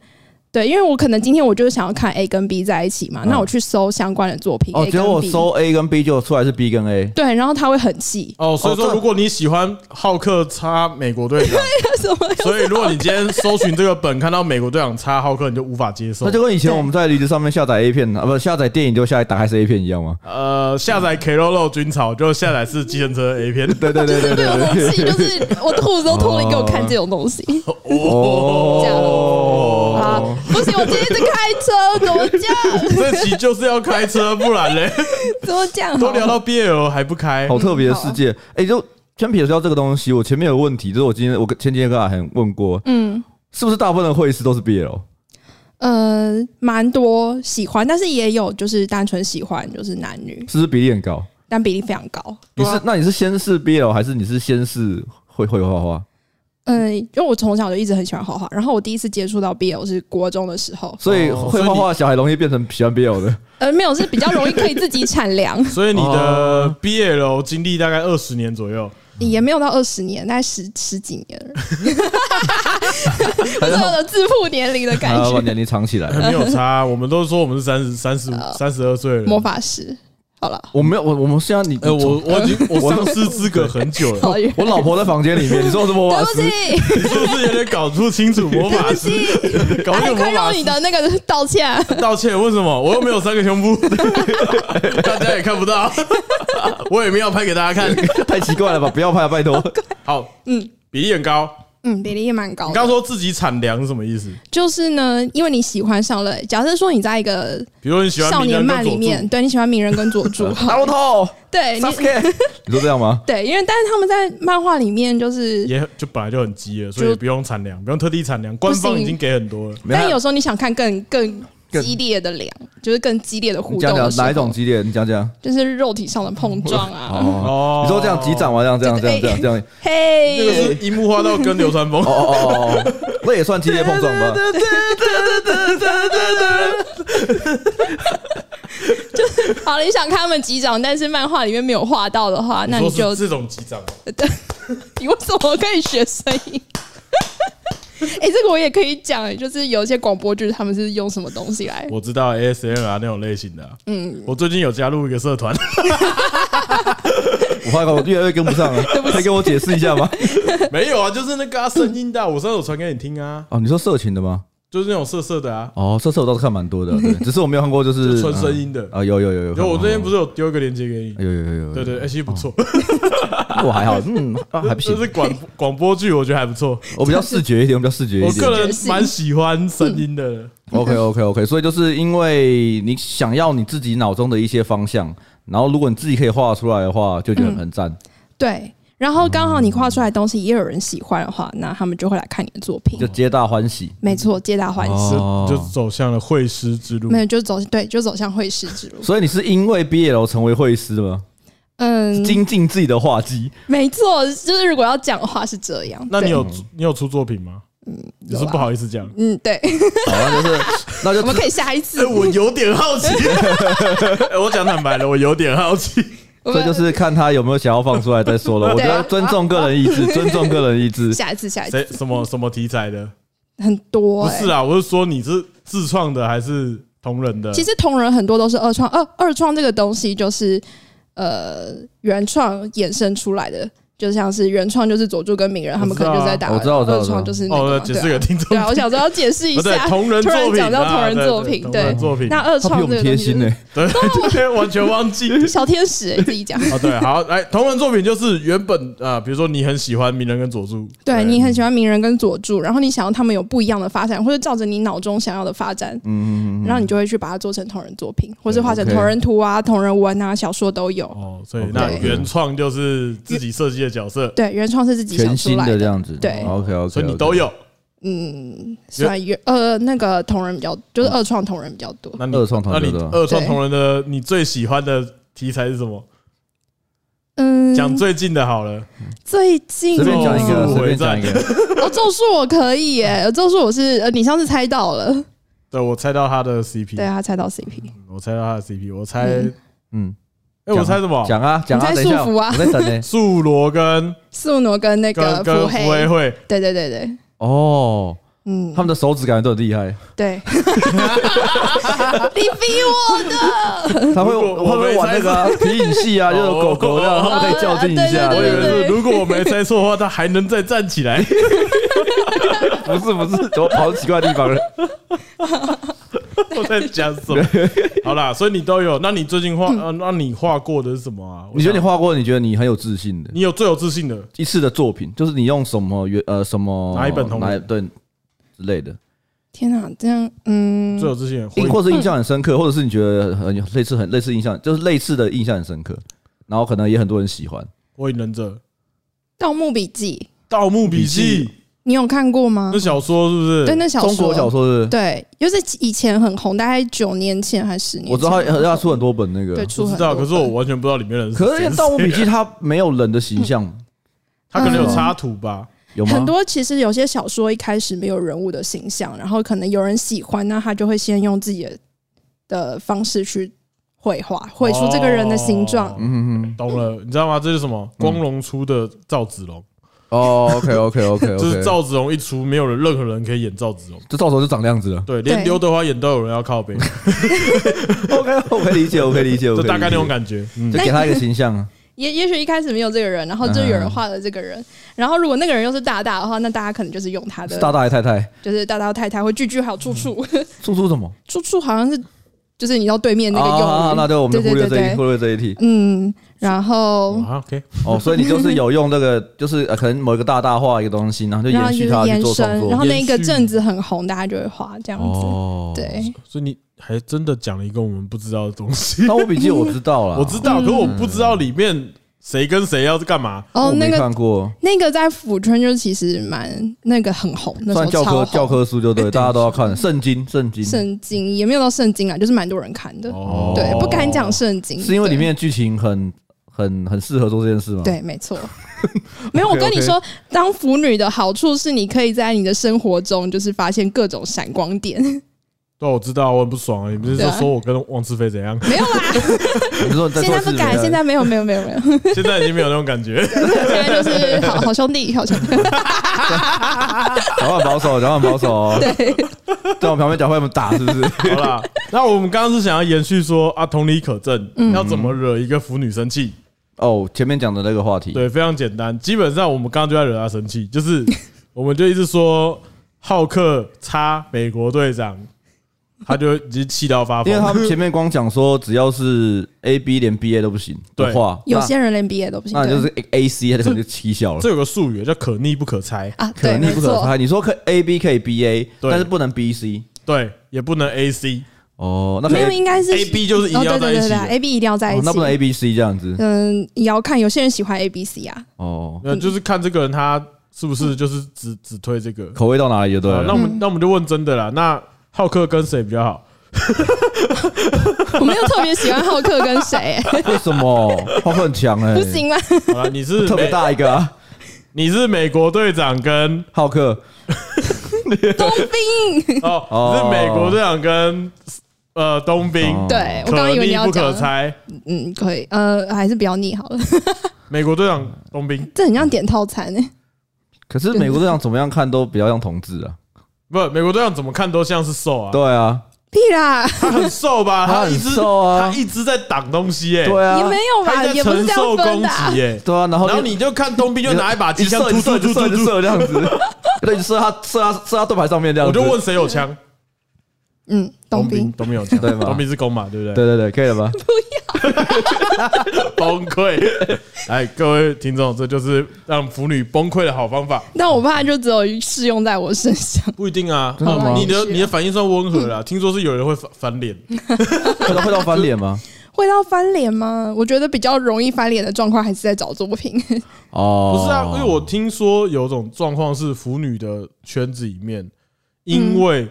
Speaker 2: 对，因为我可能今天我就是想要看 A 跟 B 在一起嘛，
Speaker 3: 嗯
Speaker 2: 那我去搜相关的作品。
Speaker 3: 哦，
Speaker 2: A
Speaker 3: 结果我
Speaker 2: 跟 B
Speaker 3: 搜 A 跟 B 就出来是 B 跟 A，
Speaker 2: 对，然后他会很气，
Speaker 1: 哦。所以
Speaker 3: 哦
Speaker 1: 说，
Speaker 3: 这
Speaker 1: 如果你喜欢浩克叉美国队长，
Speaker 2: 什么 有
Speaker 1: 所以如果你今天搜寻这个本，看到美国队长叉浩克，你就无法接受
Speaker 3: 那。就跟以前
Speaker 2: 对
Speaker 3: 我们在离子上面下载 A 片啊，不下载电影就下载打开是 A 片一样吗？
Speaker 1: 呃，下载 K 肉肉军草就下载是计程车 A 片，
Speaker 3: 对对对对
Speaker 2: 这种
Speaker 3: 对
Speaker 2: 东西，
Speaker 3: 对，
Speaker 2: 就是我吐都吐了，你给我看这种东西。这样啊
Speaker 3: 哦，！
Speaker 2: 不行，我今天在开车，怎么 这样？
Speaker 1: 这期就是要开车，不然嘞，
Speaker 2: 怎么这样？
Speaker 1: 都聊到 BL 还不开，
Speaker 3: 好特别的世界。哎，就先撇除掉这个东西，我前面有个问题，就是我今天我跟前几天跟阿涵问过，
Speaker 2: 嗯
Speaker 3: 是不是大部分的会师都是 BL？
Speaker 2: 呃，蛮多喜欢，但是也有就是单纯喜欢，就是男女，
Speaker 3: 是不是比例很高？
Speaker 2: 但比例非常高。
Speaker 3: 你
Speaker 1: 对
Speaker 3: 是
Speaker 1: 啊
Speaker 3: 那你是先是 BL 还是你是先是会会画画？
Speaker 2: 嗯，因为我从小就一直很喜欢画画，然后我第一次接触到 BL 是国中的时候，
Speaker 3: 所以
Speaker 1: 哦
Speaker 3: 会
Speaker 1: 所以
Speaker 3: 画
Speaker 1: 你，
Speaker 3: 画的小孩容易变成喜欢 BL 的。
Speaker 2: 呃，没有，是比较容易可以自己产粮
Speaker 1: 所以你的
Speaker 3: 啊
Speaker 1: BL 经历大概二十年左右，
Speaker 2: 也没有到二十年，大概十十几年了， 不是我的自负年龄的感
Speaker 3: 啊，把
Speaker 2: 觉。
Speaker 3: 年龄藏起来。
Speaker 1: 没有差。我们都说我们是三十、三十五、
Speaker 3: 呃
Speaker 1: 三十二岁了。
Speaker 2: 魔法师，好了，
Speaker 3: 我没有，我我们现在你，
Speaker 1: 呃，我我 已经我
Speaker 3: 我
Speaker 1: 丧失资格很久 了，
Speaker 2: 好远，
Speaker 3: 我老婆在房间里 面，你说我是魔法师？
Speaker 2: 对不起，
Speaker 1: 你是不是有点搞不清楚魔 法师？ 搞
Speaker 2: 阿
Speaker 1: 清
Speaker 2: 力，
Speaker 1: 楚魔
Speaker 2: 快
Speaker 1: 法
Speaker 2: 用你
Speaker 1: 师
Speaker 2: 的那个道歉。
Speaker 1: 道歉？为什么？我又没有三个胸 部，大家也看不到，我也没有拍给大家看。
Speaker 3: 太奇怪了吧！不要拍，拜托。
Speaker 1: 好，
Speaker 2: 嗯
Speaker 1: 比例很高。
Speaker 2: 嗯，比例也蛮
Speaker 1: 你
Speaker 2: 高
Speaker 1: 刚
Speaker 2: 的。
Speaker 1: 说自己产粮是什么意思？
Speaker 2: 就是呢，因为你喜欢上了，假设说你在一个
Speaker 1: 比如说你喜欢
Speaker 2: 少
Speaker 1: 名
Speaker 2: 年
Speaker 1: 人
Speaker 2: 漫
Speaker 1: 跟佐
Speaker 2: 里面，
Speaker 1: 助，
Speaker 2: 对你喜欢鸣人跟佐 助，
Speaker 3: 大
Speaker 2: 好
Speaker 3: 龙头
Speaker 2: 对哎你
Speaker 3: ，Sasuke，你说这样吗？
Speaker 2: 对，因为但是他们在漫画里面就是，
Speaker 1: 也就本来就很急了，所以
Speaker 2: 就
Speaker 1: 也不用产粮，不用特地产粮，官方
Speaker 2: 不行
Speaker 1: 已经给很多了。
Speaker 2: 但有时候你想看更更
Speaker 3: 更
Speaker 2: 激烈的粮，就是更激烈的互
Speaker 3: 你
Speaker 2: 动
Speaker 3: 讲
Speaker 2: 的
Speaker 3: 讲
Speaker 2: 时候
Speaker 3: 哪一种激烈？你讲讲。
Speaker 2: 就是肉体上的碰撞 啊。
Speaker 1: 哦
Speaker 3: 哦，你说这样击掌吗？这样这样这样这样这样。
Speaker 1: 这个是
Speaker 2: 嘿，
Speaker 1: 樱木花道跟流川枫
Speaker 3: 哦 哦哦 哦哦，那也算激烈碰撞吧？
Speaker 2: 好了，你想看他们击掌，但是漫画里面没有画到的话，那你
Speaker 1: 说
Speaker 2: 就是
Speaker 1: 这种击掌，
Speaker 2: 你为什么可以学声音？ 哎、这个我也可以讲，欸就是有一些广播剧他们是用什么东西来，
Speaker 1: 我知道 ASMR 那种类型的啊。
Speaker 2: 嗯，
Speaker 1: 我最近有加入一个社团，
Speaker 3: 我发现我越来越跟不 上了，可以跟我解释一下吗？
Speaker 1: 没有啊，就是那个啊声音的啊，我上次有传给你听啊，
Speaker 3: 哦，你说色情的吗？
Speaker 1: 就是那种色色的啊，
Speaker 3: 哦，色色我倒是看蛮多的， 对，只是我没有看过，就是
Speaker 1: 就纯声音的
Speaker 3: 啊，啊有有有有，
Speaker 1: 就我
Speaker 3: 看
Speaker 1: 之
Speaker 3: 过
Speaker 1: 前不是有丢一个链接给你。
Speaker 3: 有有有有，有
Speaker 1: 对对，哎，，其实不错，
Speaker 3: 我还好，嗯，啊呃哦还 不
Speaker 1: 就
Speaker 3: 行
Speaker 1: 是，广广播剧，我觉得还不错。
Speaker 3: 我比较视觉一点，我比较视觉
Speaker 1: 我
Speaker 3: 一
Speaker 1: 个
Speaker 3: 点。
Speaker 1: 人蛮喜欢声音的，
Speaker 3: OK OK OK，所以就是因为你想要你自己脑中的一些方向，然后如果你自己可以画出来的话，就觉得很很赞，
Speaker 2: 对。然后刚好你画出来的东西也有人喜欢的话，那他们就会来看你的作品
Speaker 3: 就。皆大欢喜。
Speaker 2: 没错，皆大欢喜。
Speaker 3: 哦
Speaker 1: 就走向了会师之路
Speaker 2: 没。有，就走对，就走向会师之路。
Speaker 3: 所以你是因为 BL 成为绘师吗？
Speaker 2: 嗯，
Speaker 3: 精进自己的画技，
Speaker 2: 没错，就是如果要讲的话是这样。
Speaker 1: 那你
Speaker 2: 对
Speaker 1: 有你有出作品吗？只是
Speaker 2: 有啊
Speaker 1: 不好意思讲。
Speaker 2: 嗯，对，
Speaker 3: 好，啊那就是那
Speaker 2: 我们
Speaker 3: 就
Speaker 2: 可以下一次
Speaker 1: 哎，。我有点好 奇。哎我讲坦白了，我有点好奇。
Speaker 2: 我
Speaker 3: 所
Speaker 2: 们
Speaker 3: 以就是看他有没有想要放出来再说了。我觉
Speaker 2: 对啊
Speaker 3: 得尊重个人意 志，尊重个人意志。
Speaker 2: 下一次，下一次
Speaker 1: 谁什么什么题材的？
Speaker 2: 很多
Speaker 1: 不
Speaker 2: 哎
Speaker 1: 是。啊，我是说你是自创的还是同人的？
Speaker 2: 欸其实同人很多都是二创，二二创这个东西就是，呃原创衍生出来的，就像是原创就是佐助跟鸣人他们可能就是在打，
Speaker 3: 我知道我知道
Speaker 2: 二创
Speaker 3: 我知道
Speaker 2: 就是那个
Speaker 1: 哦，
Speaker 2: 嘛
Speaker 1: 解
Speaker 2: 对啊
Speaker 1: 释给听众
Speaker 2: 对啊，我想说要解 释一
Speaker 3: 哦
Speaker 1: 不对，
Speaker 2: 下。
Speaker 1: 同人
Speaker 2: 突然
Speaker 1: 作品
Speaker 2: 讲到
Speaker 1: 啊
Speaker 2: 同人
Speaker 1: 对
Speaker 2: 作
Speaker 1: 对
Speaker 2: 品
Speaker 1: 同人
Speaker 2: 对
Speaker 1: 作品，
Speaker 2: 那二
Speaker 3: 他比我
Speaker 2: 创这
Speaker 3: 们
Speaker 2: 个
Speaker 3: 贴
Speaker 2: 东西
Speaker 3: 心欸呢、
Speaker 2: 就是，
Speaker 1: 对，这些完全忘记。
Speaker 2: 小天使欸自己讲。
Speaker 1: 哦，对，好，来，同人作品就是原本啊、呃比如说你很喜欢鸣人跟佐助，
Speaker 2: 对你很喜欢鸣人跟佐助，然后你想要他们有不一样的发展，或者照着你脑中想要的发展，
Speaker 3: 嗯嗯嗯
Speaker 2: 然后你就会去把它做成同人作品，或是画成
Speaker 3: OK
Speaker 2: 同人图啊、同人文啊、小说都有。
Speaker 1: 哦，所以
Speaker 3: OK
Speaker 1: 那原创就是自己设计的角色，
Speaker 2: 对，原创是自己
Speaker 3: 嗯，
Speaker 2: 想
Speaker 3: 全
Speaker 2: 出
Speaker 3: 新
Speaker 2: 来
Speaker 3: 的这样子。
Speaker 2: 对
Speaker 3: ，OK OK，
Speaker 1: 所以你都。有。
Speaker 2: 嗯，算原呃那个同人比较，就是二创同人比较多。
Speaker 1: 那你
Speaker 3: 二创同
Speaker 1: 那
Speaker 3: 人
Speaker 1: 你
Speaker 3: 对吧
Speaker 1: 二创同人的你最喜欢的题材是什么？
Speaker 2: 嗯，
Speaker 1: 讲最近的好了，
Speaker 2: 最近
Speaker 3: 随便讲一
Speaker 1: 哦
Speaker 3: 个，随便讲一个。
Speaker 2: 哦，咒术我可以 耶，咒术我是呃，你上次猜到了，
Speaker 3: 嗯
Speaker 1: 对我猜到他的 CP，
Speaker 2: 对啊他猜到 CP，
Speaker 1: 我猜到他的 CP，我猜，哎
Speaker 2: 嗯、
Speaker 3: 嗯，
Speaker 1: 我猜什么？
Speaker 3: 讲啊讲啊，
Speaker 2: 你在
Speaker 3: 等一下，
Speaker 2: 束缚啊
Speaker 3: 我在等呢。
Speaker 1: 素罗跟
Speaker 2: 素挪跟那
Speaker 1: 跟
Speaker 2: 个
Speaker 1: 跟
Speaker 2: 伏
Speaker 1: 福黑
Speaker 2: 黑，
Speaker 1: 会，
Speaker 2: 对对对对，
Speaker 3: 哦，
Speaker 2: 嗯
Speaker 3: 他，们的手指感觉都很 厉害，
Speaker 2: 对，你逼我的，
Speaker 3: 他会
Speaker 1: 如果
Speaker 3: 会不会玩那个啊皮影戏啊，
Speaker 1: 哦
Speaker 3: 就是狗狗这 样，他们可以较劲一下。
Speaker 1: 我以
Speaker 2: 哦对对
Speaker 1: 为
Speaker 2: 对
Speaker 1: 是如果我没猜错的话，他还能再站起来。
Speaker 3: 不是不是，怎么跑到奇怪的地方了？
Speaker 1: 我 在讲什么？好啦，所以你都有。那你最近
Speaker 2: 嗯
Speaker 1: 画，呃，那你画过的是什么啊？我
Speaker 3: 你觉得你
Speaker 1: 想，
Speaker 3: 画过，你觉得你很有自信的
Speaker 1: 你有最有自信的
Speaker 3: 一次的作品，就是你用什么原呃什么
Speaker 1: 哪一本同
Speaker 3: 哪
Speaker 1: 人
Speaker 3: 一对之类的，
Speaker 2: 天哪，这样，嗯，
Speaker 1: 最有自信的
Speaker 3: 印
Speaker 1: 会
Speaker 3: 或是印象很深刻，或者是你觉得很有类似很类似印象，就是类似的印象很深刻，然后可能也很多人喜欢。
Speaker 1: 火影忍者》《
Speaker 2: 盗墓笔记
Speaker 1: 盗墓笔记》
Speaker 2: 你有看过吗
Speaker 1: 那？小说是不是？
Speaker 2: 对，那小说，
Speaker 3: 中国小说是不
Speaker 2: 对，就是以前很红，大概九年前还是十年
Speaker 3: 是，
Speaker 2: 前，
Speaker 3: 我知道他他出很多本那个
Speaker 2: 对，
Speaker 1: 我
Speaker 2: 出
Speaker 1: 知
Speaker 2: 很
Speaker 1: 道，
Speaker 2: 多
Speaker 1: 可
Speaker 2: 本，
Speaker 1: 是我完全不知道里面的人是谁。
Speaker 3: 可是啊《盗墓笔记》它没有人的形象，
Speaker 1: 他可能有插图吧？
Speaker 3: 有吗？
Speaker 2: 嗯很多其实有些小说一开始没有人物的形象，然后可能有人喜欢，那他就会先用自己的的方式去绘画，绘出这个人的形状。
Speaker 1: 哦。
Speaker 3: 哦嗯嗯嗯，
Speaker 1: 懂了，你知道吗？这是什么？光荣出的赵子龙，
Speaker 3: 哦，OK OK OK
Speaker 1: 就是
Speaker 3: OK，
Speaker 1: 赵子龙一出，没有人任何人可以演赵子龙。
Speaker 3: 这到时候就长那样子了。
Speaker 1: 对，连
Speaker 2: 对
Speaker 1: 刘德华演都有人要靠背，
Speaker 3: OK，我可以理解，我可以理解，
Speaker 1: 就
Speaker 3: 我
Speaker 1: 大概那种
Speaker 3: 觉，
Speaker 1: 感觉。嗯
Speaker 3: 就，给他一个形象
Speaker 2: 嗯
Speaker 3: 啊。
Speaker 2: 也也许一开始没有这个人，然后就有
Speaker 3: 嗯
Speaker 2: 人画了这个人，然后如果那个人又是大大的话，那大家可能就是用他的，
Speaker 3: 是大大还嗯太太，
Speaker 2: 就是大大太太或句句还有处处，
Speaker 3: 出出什么？
Speaker 2: 处处好像是就是你到对面那个用语，
Speaker 3: 啊，那就我们就忽略
Speaker 2: 对对
Speaker 3: 这一
Speaker 2: 对对
Speaker 3: 忽略这一题。
Speaker 2: 嗯，然后
Speaker 1: 啊，OK，
Speaker 3: 哦，所以你就是有用那个，就是呃可能某一个大大画一个东西，然后就
Speaker 2: 然后
Speaker 3: 延
Speaker 2: 就
Speaker 3: 续
Speaker 2: 是
Speaker 3: 它去
Speaker 2: 延
Speaker 3: 做创
Speaker 2: 伸，然
Speaker 3: 作。
Speaker 2: 后那一个
Speaker 1: 延续
Speaker 2: 阵子很红，大家就会画这样子。
Speaker 3: 哦，
Speaker 2: 对，
Speaker 1: 所以你还真的讲了一个我们不知道的东 西。
Speaker 3: 盗墓笔记我知道了，
Speaker 1: 我知
Speaker 2: 嗯
Speaker 1: 道，可我不知道里面谁跟谁要是干嘛。
Speaker 2: 哦
Speaker 3: 我，
Speaker 2: 那
Speaker 3: 没
Speaker 2: 个
Speaker 3: 看过，
Speaker 2: 那个在府圈就其实蛮那个很红，那时
Speaker 3: 算
Speaker 2: 候
Speaker 3: 教科
Speaker 2: 超
Speaker 3: 教
Speaker 2: 红。
Speaker 3: 科书就对，大家都要看圣经，圣经是
Speaker 2: 圣经也没有到圣经啊，就是蛮多人看的。
Speaker 1: 哦
Speaker 2: 对，不敢讲圣经，
Speaker 3: 因为里面的剧情很很很适合做这件事吗？
Speaker 2: 对，对没 错。没有，我跟你说，当腐女的好处是，你可以在你的生活中，就是发现各种闪光点。
Speaker 1: 对，我知道，我很不爽啊！你不是
Speaker 2: 对
Speaker 1: 说
Speaker 2: 啊
Speaker 1: 说我跟王志飞怎 样？
Speaker 2: 没有 啦，
Speaker 3: 你说你在
Speaker 2: 现在
Speaker 3: 做事
Speaker 2: 不
Speaker 3: 没
Speaker 2: 敢，
Speaker 3: 有
Speaker 2: 现在没有，没有，没有，没有。
Speaker 1: 现在已经没有那种感 觉。
Speaker 2: 现在就是好 好兄弟，好兄弟。
Speaker 3: 讲话很保守，讲话很保守 哦，
Speaker 2: 对，
Speaker 3: 在我旁边讲话那么打，是不是？
Speaker 1: 好啦，那我们刚刚是想要延续说啊，同理可证，
Speaker 2: 嗯
Speaker 1: 要怎么惹一个腐女生气？
Speaker 3: 哦，前面讲的那个话题，
Speaker 1: 对，非常简单，基本上我们刚刚就在惹她生气，就是 我们就一直说浩克插美国队长，他就已经气到发
Speaker 3: 因为他们
Speaker 1: 疯。
Speaker 3: 前面光讲说，只要是 A B 连 B A 都不行的
Speaker 1: 对
Speaker 3: 话，
Speaker 2: 有
Speaker 3: 那
Speaker 2: 些人连毕业都不行。
Speaker 1: 啊
Speaker 3: 那
Speaker 2: 对
Speaker 3: 就是 A C，他就可能就起小了
Speaker 1: 这。有个术语叫可逆不可拆，
Speaker 2: 啊，
Speaker 3: 可
Speaker 2: 对，
Speaker 3: 逆
Speaker 2: 没
Speaker 3: 不可
Speaker 2: 错。
Speaker 3: 拆。你说可 A B 可以 B A，
Speaker 1: 对
Speaker 3: 但是不能 B C。
Speaker 1: 对，也不能 A C
Speaker 3: 哦，那可
Speaker 2: 没有，
Speaker 3: 以，
Speaker 2: 应该是
Speaker 1: A B 就是一定
Speaker 2: 哦，
Speaker 1: 要
Speaker 2: 对
Speaker 1: 在一
Speaker 2: 对对
Speaker 1: 起
Speaker 2: 对
Speaker 1: 的。
Speaker 2: ，A B 一定要在一
Speaker 3: 哦
Speaker 2: 起。
Speaker 3: 那不能 A B C 这样子。
Speaker 2: 嗯，也要看，有些人喜欢 A B C 啊。
Speaker 3: 哦，
Speaker 1: 那就是看这个人他是不
Speaker 2: 嗯
Speaker 1: 是就是只只推这个。
Speaker 3: 口味到哪里就对
Speaker 1: 好
Speaker 3: 了。
Speaker 1: 那我们那我们就问真的啦。那浩克跟谁比较好？
Speaker 2: 我没有特别喜欢浩克跟 谁、欸
Speaker 3: 为什么浩克很强哎？
Speaker 2: 不，行吗？
Speaker 1: 好啦，你是
Speaker 3: 特别
Speaker 1: 美，
Speaker 3: 大一个啊，
Speaker 1: 你是美国队长 跟
Speaker 3: 浩克。
Speaker 2: 冬兵，
Speaker 1: 哦，
Speaker 3: 哦
Speaker 1: 你是美国队长跟呃冬兵，
Speaker 3: 哦
Speaker 2: 对我刚
Speaker 1: 可
Speaker 2: 刚以为你
Speaker 1: 逆
Speaker 2: 要
Speaker 1: 不可
Speaker 2: 讲，
Speaker 1: 拆。
Speaker 2: 嗯，可以，呃，还是不要腻好了，
Speaker 1: 美国队长冬兵
Speaker 2: 这很像点套餐欸诶、
Speaker 3: 可是美国队长怎么样看都比较像同志啊。
Speaker 1: 不，美国队长怎么看都像是瘦啊。
Speaker 3: 对啊，
Speaker 2: 屁啦，
Speaker 1: 他很瘦吧？
Speaker 3: 他很
Speaker 1: 一直
Speaker 3: 瘦啊
Speaker 1: 他一直在挡东西耶，
Speaker 3: 对
Speaker 2: 也
Speaker 3: 啊
Speaker 2: 没，有
Speaker 1: 他
Speaker 2: 吧，
Speaker 1: 一直在
Speaker 2: 也不是
Speaker 1: 承
Speaker 2: 这
Speaker 1: 受
Speaker 2: 样分
Speaker 1: 攻
Speaker 2: 的
Speaker 1: 击欸
Speaker 2: 啊。
Speaker 1: 耶。
Speaker 3: 对啊，然后
Speaker 1: 然后你就看东兵就拿一把机枪
Speaker 3: 射
Speaker 1: 突突
Speaker 3: 射
Speaker 1: 突
Speaker 3: 射
Speaker 1: 突
Speaker 3: 射
Speaker 1: 突，
Speaker 3: 射这样子， 对，你射他射他射他盾牌上面这样
Speaker 1: 我
Speaker 3: 子。
Speaker 1: 就问，谁有枪？
Speaker 2: 嗯，冬兵，
Speaker 1: 东兵有枪，
Speaker 3: 对吧
Speaker 1: 东兵是公嘛，对不对？
Speaker 3: 对对对，可以了吧？
Speaker 1: 崩 溃！哎，各位听众，这就是让腐女崩溃的好方法。
Speaker 2: 但我怕就只有适用在我身上。
Speaker 1: 不一定啊，
Speaker 3: 真的吗
Speaker 1: 你的你的反应算温和啦。听说是有人会翻翻脸，
Speaker 3: 会到会到翻脸 吗？
Speaker 2: 会到翻脸吗？我觉得比较容易翻脸的状况还是在找作品。
Speaker 3: 哦，
Speaker 1: 不是啊，因为我听说有种状况是腐女的圈子里面，
Speaker 3: 嗯
Speaker 1: 因为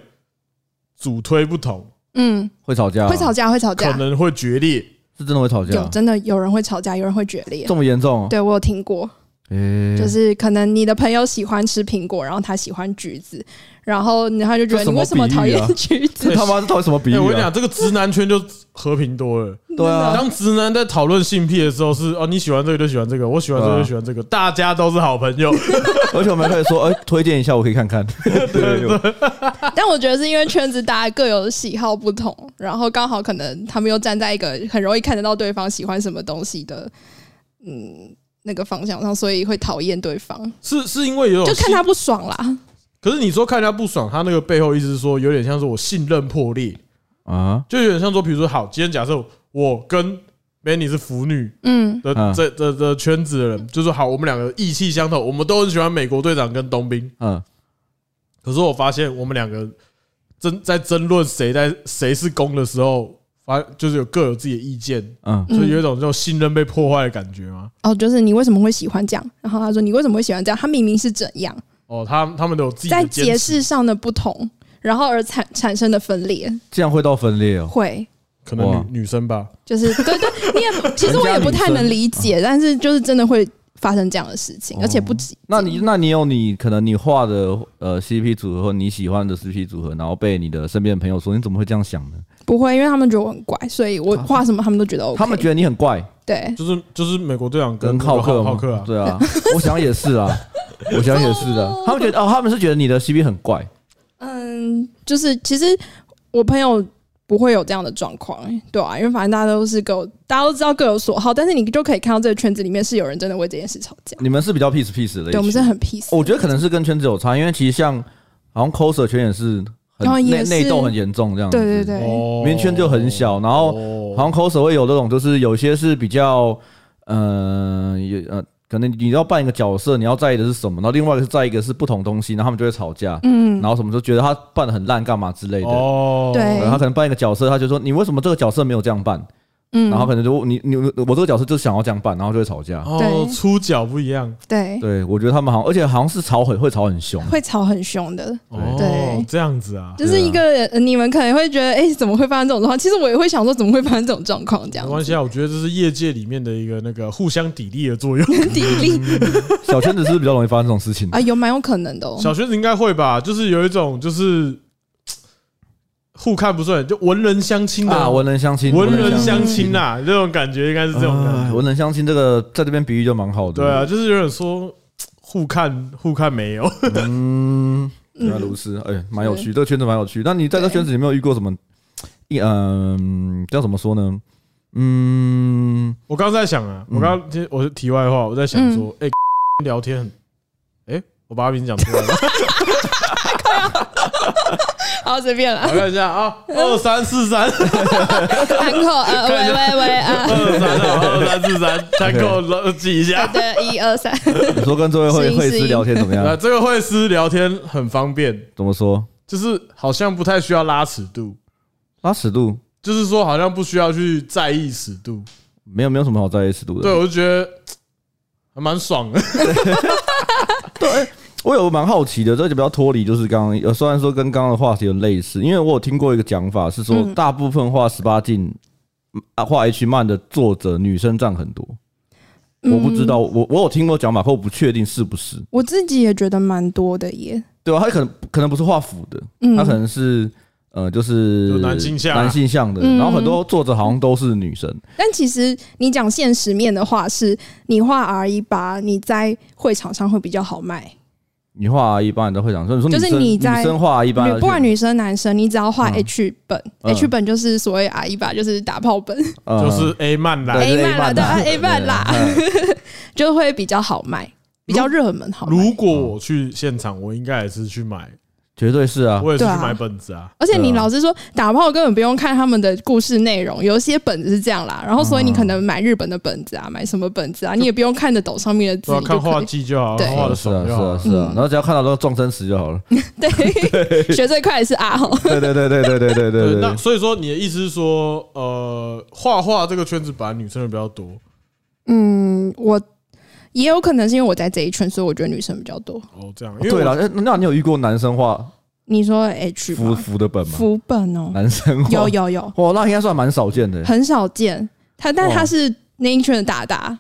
Speaker 1: 主推不同，
Speaker 2: 嗯，
Speaker 3: 会吵
Speaker 1: 啊
Speaker 3: 架，啊
Speaker 2: 会吵，架，会吵
Speaker 1: 可
Speaker 2: 架，
Speaker 1: 能会决裂。
Speaker 3: 是真的会吵架啊
Speaker 2: 有，真的有人会吵架，有人会决裂。
Speaker 3: 这么严重？啊
Speaker 2: 对我有听过，
Speaker 3: 诶，
Speaker 2: 就是可能你的朋友喜欢吃苹果，然后他喜欢橘子，然后他就觉得
Speaker 3: 这什
Speaker 2: 你
Speaker 3: 么
Speaker 2: 为什么讨
Speaker 3: 比喻啊
Speaker 2: 厌橘子
Speaker 3: 这？他妈是到底什么比
Speaker 1: 哎，我跟
Speaker 3: 喻
Speaker 1: 你
Speaker 3: 啊
Speaker 1: 讲，？这个直男圈就和平多了。
Speaker 3: 对啊，
Speaker 1: 当直男在讨论性癖的时候，是哦，你喜欢这个就喜欢这个，我喜欢这个
Speaker 3: 对
Speaker 1: 就
Speaker 3: 啊
Speaker 1: 喜欢这个，大家都是好朋 友。
Speaker 3: 而且我们还可以说，哎，推荐一下，我可以 看看。对，
Speaker 2: 但我觉得是因为圈子大家各有喜好不同，然后刚好可能他们又站在一个很容易看得到对方喜欢什么东西的，嗯，那个方向上，所以会讨厌对方，
Speaker 1: 是是因
Speaker 3: 哦
Speaker 1: 为有种
Speaker 2: 就看
Speaker 1: 信
Speaker 2: 他不爽啦。
Speaker 1: 可是你说看人家不爽，他那个背后意思是说，有点像是我信任破裂，
Speaker 3: 啊，
Speaker 1: 就有点像说，比如说，好，今天假设我跟 Manny 是腐女
Speaker 2: 嗯
Speaker 1: 的
Speaker 3: 嗯
Speaker 1: 这这这圈子的人，就说好，我们两个意气相投，我们都很喜欢美国队长跟冬兵。
Speaker 3: 嗯，
Speaker 1: 可是我发现我们两个争在争论谁在谁是攻的时候，发就是有各有自己的意见，
Speaker 3: 嗯，
Speaker 1: 所以有一
Speaker 2: 嗯，
Speaker 1: 种这种信任被破坏的感觉嘛。
Speaker 2: 哦，就是你为什么会喜欢这样？然后他说你为什么会喜欢这样？他明明是怎样，
Speaker 1: 哦，他他们都有自己的
Speaker 2: 在
Speaker 1: 坚
Speaker 2: 解
Speaker 1: 持
Speaker 2: 释上的不同，然后而产产生的分裂，
Speaker 3: 这样会到分裂哦。
Speaker 2: 会
Speaker 1: 可能
Speaker 3: 哇
Speaker 1: 女女生吧，
Speaker 2: 就是对对，你 也其实我也不太能理解，但是就是真的会发生这样的事情，而且不止。
Speaker 3: 哦那你那你有你可能你画的呃 CP 组合或你喜欢的 CP 组合，然后被你的身边的朋友说你怎么会这样想呢？
Speaker 2: 不会，因为他们觉得我很乖，所以我画什么他们都觉得 OK。
Speaker 3: 啊他们觉得你很怪，
Speaker 2: 对，
Speaker 1: 就是就是美国队长跟
Speaker 3: 跟
Speaker 1: 那个
Speaker 3: 浩克
Speaker 1: 浩
Speaker 3: 吗？
Speaker 1: 克啊，
Speaker 3: 对啊，我想也是啊， 我想也是的。他们觉得哦，他们是觉得你的 CP 很怪，
Speaker 2: 嗯，就是其实我朋友不会有这样的状况、欸对啊，因为反正大家都是各有，大家都知道各有所好，但是你就可以看到这个圈子里面是有人真的为这件事吵架。
Speaker 3: 你们是比较 peace peace 的一群。
Speaker 2: 对，我们是很 peace。
Speaker 3: 我觉得可能是跟圈子有差，因为其实像好像 coser 圈也是
Speaker 2: 然后
Speaker 3: 很
Speaker 2: 哦也
Speaker 3: 内
Speaker 2: 是
Speaker 3: 内斗很严重这样子。
Speaker 2: 对对对，
Speaker 1: 哦
Speaker 3: 明圈就很小然后
Speaker 1: 哦
Speaker 3: 好像 coser 会有那种，就是有些是比较，呃，也呃，可能你要扮一个角色，你要在意的是什么，然后另外一个是在意的是不同东西，然后他们就会吵架，
Speaker 2: 嗯
Speaker 3: 然，后什么就觉得他扮的很烂，干嘛之类的。
Speaker 1: 哦
Speaker 2: 对
Speaker 3: 然后他可能扮一个角色，他就说你为什么这个角色没有这样扮？
Speaker 2: 嗯，
Speaker 3: 然后可能就你你我这个角色就想要这样扮，然后就会吵架。
Speaker 1: 哦，
Speaker 2: 对
Speaker 1: 出脚不一样，
Speaker 2: 对，
Speaker 3: 对，我觉得他们好像，而且好像是吵很会吵很凶。啊
Speaker 2: 会吵很凶的，
Speaker 1: 哦
Speaker 2: 对，
Speaker 1: 这样子啊，
Speaker 2: 就是一个、呃你们可能会觉得，哎、怎么会发生这种状况？其实我也会想说，怎么会发生这种状况？这
Speaker 1: 没
Speaker 2: 样
Speaker 1: 关系
Speaker 2: 子，
Speaker 1: 啊，我觉得这是业界里面的一个那个互相砥砺的作用。
Speaker 2: 地利
Speaker 3: 小圈子是不是比较容易发生这种 事情？
Speaker 2: 啊，有蛮有可能的、哦。
Speaker 1: 小学子应该会吧，就是有一种就是嘖互看不顺眼，就文人相亲
Speaker 3: 啊，
Speaker 1: 的哦
Speaker 3: 文人相亲，
Speaker 1: 文人相
Speaker 2: 相
Speaker 1: 亲呐，这种感觉应该是这种感
Speaker 3: 哎
Speaker 1: 觉。
Speaker 3: 文人相亲这个在这边比喻就蛮好的。
Speaker 1: 对啊，，就是有点说嘖互看互看没有，
Speaker 3: 嗯，原来
Speaker 2: 嗯
Speaker 3: 如此，哎，蛮有趣，这个圈子蛮有趣。那你在这个圈子里面有遇过什么？一嗯，要怎么说呢？嗯，
Speaker 1: 我刚刚在想啊，
Speaker 3: 嗯
Speaker 1: 我刚刚其实我是题外话，我在想说，哎、 聊天很，哎、我把他名字讲出来了，
Speaker 2: 好，随便了
Speaker 1: 我。看一下啊， 二三四三，
Speaker 2: 喊口 呃，喂喂喂
Speaker 1: 二
Speaker 2: 啊，
Speaker 1: 三啊，二三四 三，他给我记一下。
Speaker 2: 对，一二三，
Speaker 3: 你说跟这位会
Speaker 2: 行
Speaker 3: 会师
Speaker 2: 行
Speaker 3: 聊天怎么
Speaker 1: 呃，
Speaker 3: 样？
Speaker 1: 这个会师聊天很方便，
Speaker 3: 怎么说？
Speaker 1: 就是好像不太需要拉尺度，
Speaker 3: 拉尺度
Speaker 1: 就是说好像不需要去在意尺度。
Speaker 3: 没有没有什么好在意尺度的。
Speaker 1: 对，我就觉得嘖还蛮爽的。
Speaker 3: 我有蛮好奇的，这就比较脱离，就是刚刚呃，虽然说跟刚刚的话题有类似，因为我有听过一个讲法是说，
Speaker 2: 嗯
Speaker 3: 大部分画十八禁嗯啊画 H 漫的作者女生占很多。
Speaker 2: 嗯
Speaker 3: 我不知道，我我有听过讲法，可我不确定是不是
Speaker 2: 我自己也觉得蛮多的耶。
Speaker 3: 对吧、他可能可能不是画腐的，
Speaker 2: 嗯
Speaker 3: 他可能是呃，就是
Speaker 1: 就男性向啊
Speaker 3: 男性向的。
Speaker 2: 嗯
Speaker 3: 然后很多作者好像都是女生，
Speaker 2: 但其实你讲现实面的话，是你画 R 一八，你在会场上会比较好卖。
Speaker 3: 你画阿一般人都会讲，所以你说
Speaker 2: 就是
Speaker 3: 女生
Speaker 2: 你在
Speaker 3: 女生画阿一般
Speaker 2: 女
Speaker 3: 人，
Speaker 2: 不管女生男生，你只要画
Speaker 3: 嗯
Speaker 2: H 本、
Speaker 3: 嗯
Speaker 2: h 本就是所谓阿姨吧，就是打炮本、
Speaker 3: 呃
Speaker 1: 就是 A 漫啦
Speaker 3: 对。
Speaker 2: A
Speaker 3: 就是
Speaker 2: 漫啦，对啊
Speaker 3: 对
Speaker 2: ，A 漫啦，就会比较好卖，比较热门好卖。
Speaker 1: 如果我去现场，我应该也是去买，
Speaker 3: 绝对是啊，
Speaker 1: 我也是
Speaker 2: 对
Speaker 1: 去
Speaker 2: 啊
Speaker 1: 买本子啊。
Speaker 2: 而且你
Speaker 3: 对啊
Speaker 2: 老实说，打炮根本不用看他们的故事内容，有一些本子是这样啦。然后，所以你可能买日本的本子啊，买什么本子啊，你也不用看得懂上面的字，
Speaker 1: 对啊，
Speaker 2: 你就
Speaker 1: 看画
Speaker 2: 可以
Speaker 1: 技就好，
Speaker 2: 对
Speaker 1: 画的
Speaker 3: 是
Speaker 1: 爽
Speaker 3: 啊是
Speaker 1: 就
Speaker 3: 啊
Speaker 1: 好。
Speaker 3: 是啊，然后只要看到那个撞真实就好了。
Speaker 2: 对学最快的是啊阿豪。
Speaker 3: 对对对对对对对
Speaker 1: 对
Speaker 3: 对，
Speaker 1: 那所以说你的意思是说，呃，画画这个圈子本来女生的比较多
Speaker 2: 嗯，我也有可能是因为我在这一圈，所以我觉得女生比较多。
Speaker 1: 哦，这样，因为
Speaker 3: 对
Speaker 1: 我
Speaker 3: 了，哎那你有遇过男生画
Speaker 2: 你说 H
Speaker 3: 服
Speaker 2: 吗？
Speaker 3: 服的本吗？
Speaker 2: 福本哦，
Speaker 3: 男生画
Speaker 2: 有，有有，
Speaker 3: 哇，那应该算蛮少见的。
Speaker 2: 很少见。他但
Speaker 3: 哇
Speaker 2: 他是那一圈的大大，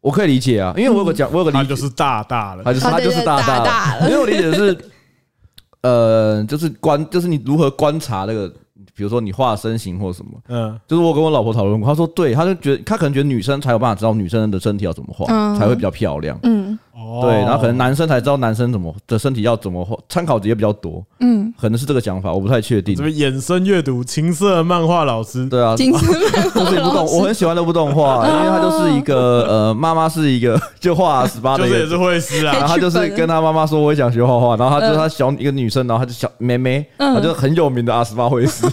Speaker 3: 我可以理解啊，因为我有个讲，我有个
Speaker 1: 他
Speaker 3: 理
Speaker 1: 就
Speaker 3: 解，
Speaker 1: 是大大了，
Speaker 3: 他就是
Speaker 2: 啊
Speaker 3: 他
Speaker 2: 对
Speaker 3: 就是
Speaker 2: 对
Speaker 3: 大
Speaker 2: 大
Speaker 3: 大，
Speaker 2: 大了
Speaker 3: 因为我理解是，呃，就是观，就是你如何观察那个，比如说你画身形或什么。
Speaker 1: 嗯，
Speaker 3: 就是我跟我老婆讨论过，她说对，她就觉得她可能觉得女生才有办法知道女生的身体要怎么画，
Speaker 2: 嗯
Speaker 3: 才会比较漂亮。
Speaker 2: 嗯
Speaker 1: 哦，
Speaker 3: 对，然后可能男生才知道男生怎么的身体要怎么画，参考的也比较多，
Speaker 2: 嗯，
Speaker 3: 可能是这个讲法，我不太确定
Speaker 1: 哦这。边衍生阅读情色漫画老师，
Speaker 3: 对啊，
Speaker 2: 金丝漫
Speaker 3: 这是一部动， 我很喜欢那部动 画，因为它就是一个呃，妈妈是一个 就画十八的
Speaker 1: 就
Speaker 3: 一
Speaker 1: 是
Speaker 3: 个
Speaker 1: 也是会师啊
Speaker 2: 哎，
Speaker 3: 然后他就是跟他妈妈说我也想学画画，然后他就是他小一个女生，然后她就小妹妹，
Speaker 2: 嗯
Speaker 3: 她就很有名的阿斯巴 惠斯，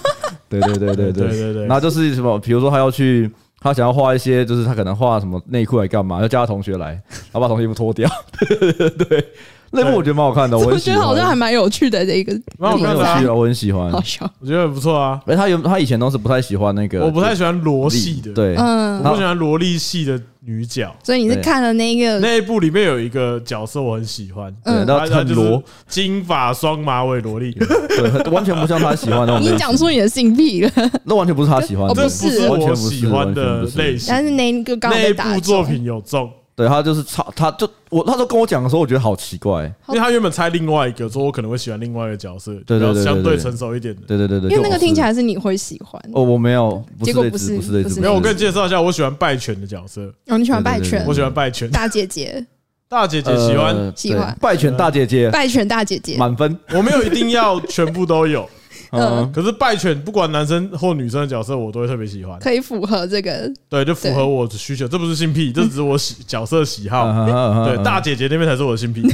Speaker 3: 对对对对
Speaker 1: 对
Speaker 3: 对，
Speaker 1: 对对，
Speaker 3: 然后就是什么，比如说他要去，他想要画一些，就是他可能画什么内裤来干嘛，要叫他同学来，然后把同学衣服脱掉， 对对对，那部我觉得蛮好看的，我
Speaker 2: 我
Speaker 3: 很喜
Speaker 2: 觉
Speaker 3: 欢
Speaker 2: 得好像还蛮有趣的这一个，
Speaker 1: 蛮好
Speaker 3: 很
Speaker 1: 看
Speaker 3: 有
Speaker 1: 的啊
Speaker 3: 趣，啊，我很喜欢
Speaker 2: 好。笑。
Speaker 1: 我觉得不错啊。
Speaker 3: 哎，他有他以前都是不太喜欢那个，
Speaker 1: 我不太喜欢萝系的，
Speaker 3: 对，
Speaker 2: 嗯
Speaker 1: 我，不喜欢萝莉系的女角。
Speaker 2: 所以你是
Speaker 3: 对
Speaker 2: 看了那个
Speaker 1: 那一部里面有一个角色我很喜欢，
Speaker 3: 对，
Speaker 2: 嗯
Speaker 3: 然后
Speaker 1: 她她
Speaker 3: 很
Speaker 1: 就
Speaker 3: 罗
Speaker 1: 是，金发双马尾萝莉，
Speaker 3: 对，完全不像他喜欢那种
Speaker 2: 你
Speaker 3: 类
Speaker 2: 讲
Speaker 3: 型，
Speaker 2: 出你的性癖了，
Speaker 3: 那完全不是他喜欢
Speaker 2: 哦
Speaker 1: 这
Speaker 3: 的
Speaker 2: 不
Speaker 1: 不，
Speaker 2: 是
Speaker 1: 是
Speaker 3: 完全
Speaker 1: 我
Speaker 3: 不是
Speaker 1: 喜欢的类型。
Speaker 2: 但是那一个刚好
Speaker 1: 那
Speaker 2: 被
Speaker 1: 一
Speaker 2: 打
Speaker 1: 部
Speaker 2: 中
Speaker 1: 作，品有中，
Speaker 3: 对他就是超，他就我他都跟我讲的时候，我觉得好奇怪，
Speaker 1: 因为他原本猜另外一个，说我可能会喜欢另外一个角色，
Speaker 3: 对对对
Speaker 1: 比较相
Speaker 3: 对对
Speaker 1: 对
Speaker 3: 对
Speaker 1: 成熟一点的。
Speaker 3: 对对对对，
Speaker 2: 因为那个
Speaker 3: 就
Speaker 2: 听起来是你会喜欢。
Speaker 3: 哦，我没有，不是
Speaker 2: 结果
Speaker 3: 这
Speaker 2: 不
Speaker 3: 只，
Speaker 2: 是
Speaker 3: 不是这
Speaker 2: 不
Speaker 3: 只，
Speaker 2: 是
Speaker 1: 没有，我
Speaker 3: 不是
Speaker 1: 跟你介绍一下，我喜欢败犬的角色，
Speaker 2: 哦，你喜欢拜
Speaker 3: 对对
Speaker 2: 犬
Speaker 3: 对
Speaker 1: 我喜欢败犬
Speaker 2: 大姐姐，
Speaker 1: 大姐姐，喜欢，
Speaker 3: 呃
Speaker 2: 喜欢
Speaker 3: 对拜犬大姐姐
Speaker 2: 拜呃犬大姐姐，
Speaker 3: 满分，
Speaker 1: 我没有一定要全部都有，
Speaker 3: 嗯，
Speaker 1: 可是败犬不管男生或女生的角色，我都会特别喜欢，
Speaker 2: 可以符合这个
Speaker 1: 对，就符合我的需求，这不是性癖，这只是我喜角色喜
Speaker 3: 啊嗯
Speaker 1: 好。对，
Speaker 3: 对
Speaker 1: 大姐姐那边才是我的性癖，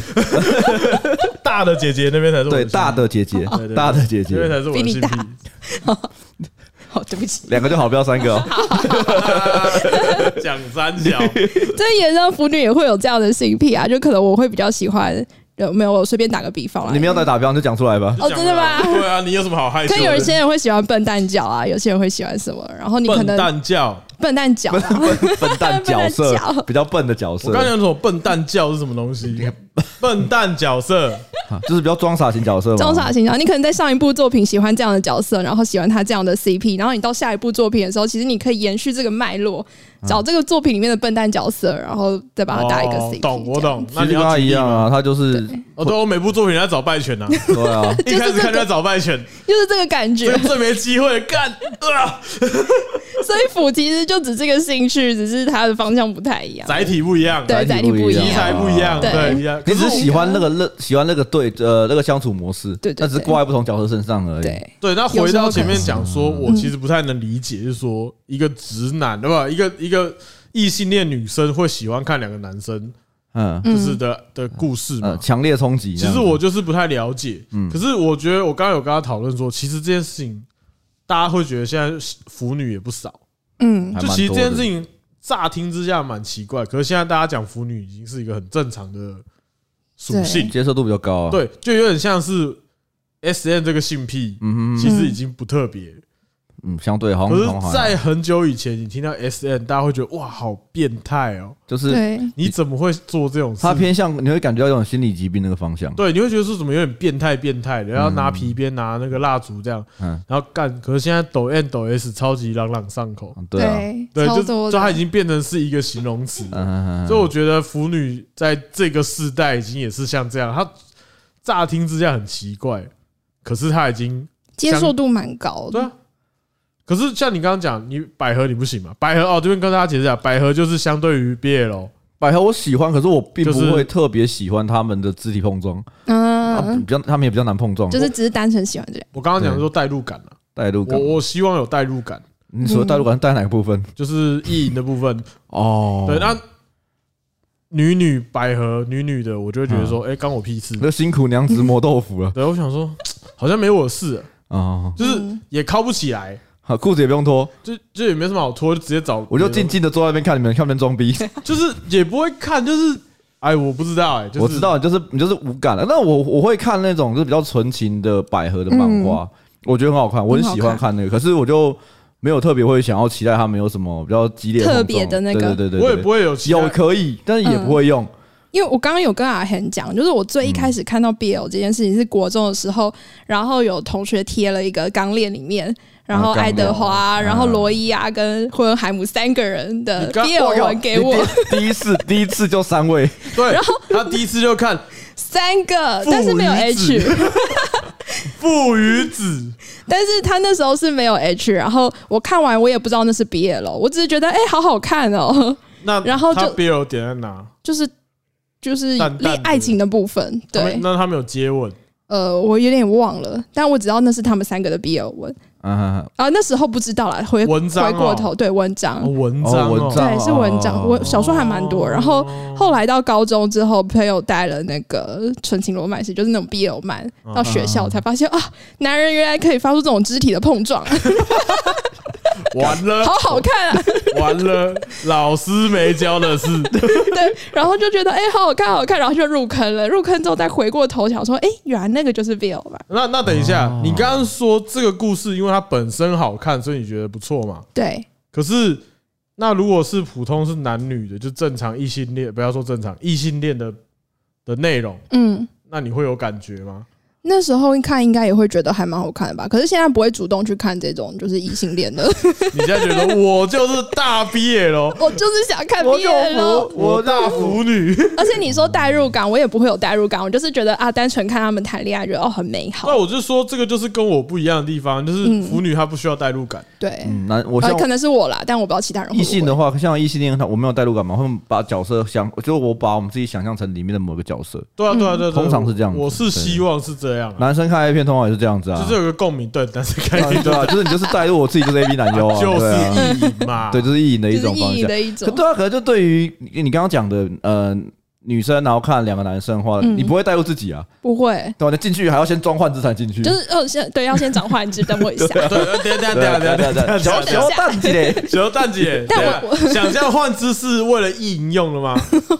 Speaker 1: 大的姐姐那边才是我的
Speaker 3: 对
Speaker 1: 性癖
Speaker 3: 大的姐姐
Speaker 1: 对对，对
Speaker 3: 大的姐
Speaker 1: 那边
Speaker 3: 姐，
Speaker 1: 才是我的
Speaker 2: 比
Speaker 1: 性
Speaker 2: 你
Speaker 1: 癖
Speaker 2: 大。哦，对不起，
Speaker 3: 两个就好，不要三个哦。
Speaker 1: 讲三角，
Speaker 2: 这也让腐女也会有这样的性癖啊，就可能我会比较喜欢，呃没有，我随便打个比方啦。
Speaker 3: 你们要再打标就讲出 来吧。
Speaker 2: 哦真的吗
Speaker 1: 对啊，你有什么好害羞
Speaker 2: 可
Speaker 1: 的？
Speaker 2: 以有一些人会喜欢笨蛋角啊，有些人会喜欢什么，然后你可
Speaker 1: 笨
Speaker 2: 能
Speaker 1: 蛋教，
Speaker 2: 笨蛋角啊，
Speaker 3: 笨蛋角色
Speaker 2: 笨蛋角，
Speaker 3: 比较笨的角色
Speaker 1: 我，刚才讲什么笨蛋教是什么东西？笨蛋角色，
Speaker 3: 啊就是比较装傻型角色嘛。
Speaker 2: 装傻形象。你可能在上一部作品喜欢这样的角色，然后喜欢他这样的 CP，然后你到下一部作品的时候，其实你可以延续这个脉络，找这个作品里面的笨蛋角色，然后再把它打一个
Speaker 1: 哦
Speaker 2: CP、
Speaker 1: 懂我。懂，
Speaker 3: 其
Speaker 1: 那
Speaker 3: 实
Speaker 1: 你
Speaker 3: 跟
Speaker 1: 要
Speaker 3: 他
Speaker 1: 举
Speaker 3: 一
Speaker 1: 例
Speaker 3: 样
Speaker 1: 吗。
Speaker 3: 啊，他就是
Speaker 1: 哦，对，我每部作品在找败犬 呐，
Speaker 3: 对啊，
Speaker 1: 一开始看就在找败犬，
Speaker 2: 就是这个感觉
Speaker 1: 这，个最没机会干啊！
Speaker 2: 所以腐其实就只是个兴趣，只是它的方向不太一样，
Speaker 1: 载体不一样，啊
Speaker 2: 对，载体不一
Speaker 1: 题
Speaker 2: 样
Speaker 1: 材
Speaker 3: 啊
Speaker 1: 不一样，
Speaker 2: 对
Speaker 1: 对，一样。
Speaker 3: 你只
Speaker 1: 可
Speaker 3: 是
Speaker 1: 我
Speaker 3: 喜欢那个乐，喜欢那个对呃那个相处模式，
Speaker 2: 对对
Speaker 3: 但只是
Speaker 2: 对
Speaker 3: 挂在不同角色身上而已。
Speaker 2: 对，
Speaker 1: 对，那
Speaker 2: 有
Speaker 1: 回
Speaker 2: 时候
Speaker 1: 到前
Speaker 2: 可
Speaker 1: 面
Speaker 2: 能
Speaker 1: 讲说，我其实不太能理解，就是说一个直男，对吧？一个一个异性恋女生会喜欢看两个男生，
Speaker 3: 嗯
Speaker 1: 就是的的故事嘛
Speaker 3: 呃，。强烈冲击这
Speaker 1: 其
Speaker 3: 样子。嗯
Speaker 1: 实我就是不太了解，可是我觉得我刚刚有跟他讨论说，其实这件事情大家会觉得现在腐女也不少，
Speaker 2: 嗯
Speaker 3: 还蛮
Speaker 1: 就其实这
Speaker 3: 多的
Speaker 1: 件事情乍听之下蛮奇怪，可是现在大家讲腐女已经是一个很正常的属性，
Speaker 3: 接受度比较高啊。，
Speaker 1: 对，就有点像是 S N 这个性癖，
Speaker 3: 嗯哼，
Speaker 1: 其实已经不特别，
Speaker 3: 嗯，相对好
Speaker 1: 可
Speaker 3: 像好像
Speaker 1: 是，
Speaker 3: 还
Speaker 1: 在很久以前，你听到 S N，大家会觉得哇，好变态哦，
Speaker 3: 就是
Speaker 2: 对，
Speaker 1: 你怎么会做这种事？
Speaker 3: 它偏向你会感觉到有种心理疾病那个方向。
Speaker 1: 对，你会觉得说怎么有点变态变态的，然后拿皮鞭拿那个蜡烛这样，
Speaker 3: 嗯
Speaker 1: 然后干。可是现在抖 N 抖 S 超级朗朗上口，
Speaker 3: 嗯，对啊，
Speaker 1: 对，
Speaker 2: 超
Speaker 1: 就
Speaker 2: 多
Speaker 1: 就
Speaker 2: 的
Speaker 1: 它已经变成是一个形容词，
Speaker 3: 嗯嗯，嗯
Speaker 1: 所以我觉得腐女在这个世代已经也是像这样，她乍听之下很奇怪，可是她已经
Speaker 2: 接受度蛮高
Speaker 1: 对
Speaker 2: 的
Speaker 1: 啊。可是像你刚刚讲，你百合你不行嘛？百合哦，这边跟大家解释一下，百合就是相对于 BL，
Speaker 3: 百合我喜欢，可是我并
Speaker 1: 就是
Speaker 3: 不会特别喜欢他们的肢体碰撞，啊
Speaker 2: 嗯，
Speaker 3: 比较他们也比较难碰撞，
Speaker 2: 就是只是单纯喜欢这样。
Speaker 1: 我刚刚讲的说代入感了、
Speaker 3: 代入
Speaker 1: 我
Speaker 3: 感。
Speaker 1: 我希望有代入感，
Speaker 3: 你说代入感带哪个部分？
Speaker 1: 就是意淫的部分。
Speaker 3: 哦，
Speaker 1: 对，那女女百合女女的，我就会觉得说，
Speaker 3: 嗯
Speaker 1: 哎，关我屁事。
Speaker 3: 那辛苦娘子磨豆腐了
Speaker 1: 对，我想说，好像没我的事，
Speaker 3: 啊！
Speaker 1: 就是
Speaker 2: 嗯
Speaker 1: 也靠不起来，
Speaker 3: 好，裤子也不用脱，
Speaker 1: 就就也没什么好拖，就直接找。
Speaker 3: 我就静，静的坐在那边看你们看你们装逼。
Speaker 1: 就是也不会看，就是哎，我不知道，哎，就是
Speaker 3: 我知道，就是你就是无感了。那我我会看那种就是比较纯情的百合的漫画，我觉得很好看，我很喜欢看那个。可是我就没有特别会想要期待他们有什么比较激烈的
Speaker 2: 特
Speaker 3: 碰撞
Speaker 2: 别的那个
Speaker 3: 对对对对对，
Speaker 1: 我也不会有其他
Speaker 3: 有可以，但是也不会用。
Speaker 2: 因为我刚刚有跟阿恒讲，就是我最一开始看到 BL 这件事情是国中的时候，然后有同学贴了一个《钢炼》里面，然后
Speaker 3: 啊钢
Speaker 2: 爱
Speaker 3: 炼
Speaker 2: 德华、
Speaker 3: 啊
Speaker 2: 然后罗伊亚跟霍恩海姆三个人的
Speaker 1: 你刚哦
Speaker 3: 我靠
Speaker 2: BL 文给我
Speaker 3: 你第第一次第一次就三位，
Speaker 1: 对。然后他第一次就 看
Speaker 2: 三个，但是没有
Speaker 1: 父与
Speaker 2: H
Speaker 1: 子。父与子，
Speaker 2: 但是他那时候是没有 H，然后我看完我也不知道那是 BL，我只是觉得哎、好好看哦，
Speaker 1: 那
Speaker 2: 然后就
Speaker 1: 他 BL 点在哪？
Speaker 2: 就是就是
Speaker 1: 淡淡的
Speaker 2: 恋爱情的部分，
Speaker 1: 他们
Speaker 2: 对，
Speaker 1: 那他们有接吻，
Speaker 2: 呃，我有点忘了，但我只知道那是他们三个的 BL 文
Speaker 3: 啊，
Speaker 2: 啊，那时候不知道啦，回
Speaker 1: 文章哦
Speaker 2: 回过头对文章。
Speaker 1: 哦文
Speaker 3: 哦
Speaker 1: 章哦
Speaker 3: 文章
Speaker 2: 对，是文
Speaker 3: 哦
Speaker 2: 章，我小说还蛮多。然后后来到高中之后，朋友带了那个纯情罗曼史，就是那种 BL 漫，
Speaker 1: 啊
Speaker 2: 到学校才发现啊，男人原来可以发出这种肢体的碰撞，
Speaker 1: 完了
Speaker 2: 好好看啊！
Speaker 1: 完了，老师没教的是，
Speaker 2: 对，然后就觉得哎、好好看，好好看，然后就入坑了。入坑之后再回过头想说，哎、原来那个就是 BL 吧？
Speaker 1: 那那等一下
Speaker 3: 哦，
Speaker 1: 你刚刚说这个故事，因为它本身好看，所以你觉得不错嘛？
Speaker 2: 对，
Speaker 1: 可是，那如果是普通是男女的，就正常异性恋，不要说正常异性恋的的内容，
Speaker 2: 嗯，
Speaker 1: 那你会有感觉吗？
Speaker 2: 那时候看应该也会觉得还蛮好看的吧。可是现在不会主动去看这种就是异性 恋的，
Speaker 1: 你现在觉得我就是大 BL 咯，
Speaker 2: 我就是想看
Speaker 3: 我就
Speaker 2: BL。
Speaker 3: 服，
Speaker 1: 我
Speaker 3: 我
Speaker 1: 大
Speaker 3: 大服。
Speaker 1: 腐女，
Speaker 2: 而且你说代入感，我也不会有代入感，我就是觉得啊，单纯看他们谈恋爱，觉得哦很美
Speaker 1: 那
Speaker 2: 好。
Speaker 1: 我就说这个就是跟我不一样的地方，就是
Speaker 2: 嗯
Speaker 1: 腐女她不需要代入感，
Speaker 2: 对，
Speaker 3: 嗯，那我
Speaker 2: 呃，
Speaker 3: 像
Speaker 2: 可能是我啦，哦但我不知道其他人会不
Speaker 3: 异
Speaker 2: 会
Speaker 3: 性的话，像异性恋，我没有代入感嘛，会把角色想，就我把我们自己想象成里面的某个角色。
Speaker 1: 对啊，对啊，对啊，对啊
Speaker 3: 通常是这样子
Speaker 1: 我是希望是这
Speaker 2: 嗯
Speaker 1: 样啊，
Speaker 3: 男生看 A 片通常也是这样子啊，
Speaker 1: 就是有个共鸣，对，但是开
Speaker 3: 啊
Speaker 1: 心
Speaker 3: 对啊，就是你就是带入我自 己就是 A B 男优啊，
Speaker 1: 就
Speaker 3: 对啊
Speaker 1: 是意淫嘛，
Speaker 3: 对，就是意淫的一
Speaker 2: 就是
Speaker 3: 种方
Speaker 2: 意义
Speaker 3: 向。
Speaker 2: 的一
Speaker 3: 可
Speaker 2: 种，
Speaker 3: 对啊，可能就对于你你刚刚讲的，呃，女生然后看两个男生的话，
Speaker 2: 嗯
Speaker 3: 你不会带入自己啊，
Speaker 2: 不会，
Speaker 3: 对吧？那进去还要先装换姿才进去，
Speaker 2: 就是哦，先对，要先转换只等我一下。
Speaker 1: 对，等一下等一
Speaker 3: 对
Speaker 1: 下
Speaker 3: 啊对啊
Speaker 1: 等一下等一
Speaker 3: 对啊对
Speaker 1: 下等
Speaker 3: 啊，小
Speaker 1: 一下，
Speaker 3: 小蛋姐，
Speaker 1: 小蛋姐，
Speaker 2: 但
Speaker 1: 等一下想象换姿势为了意淫用了 吗？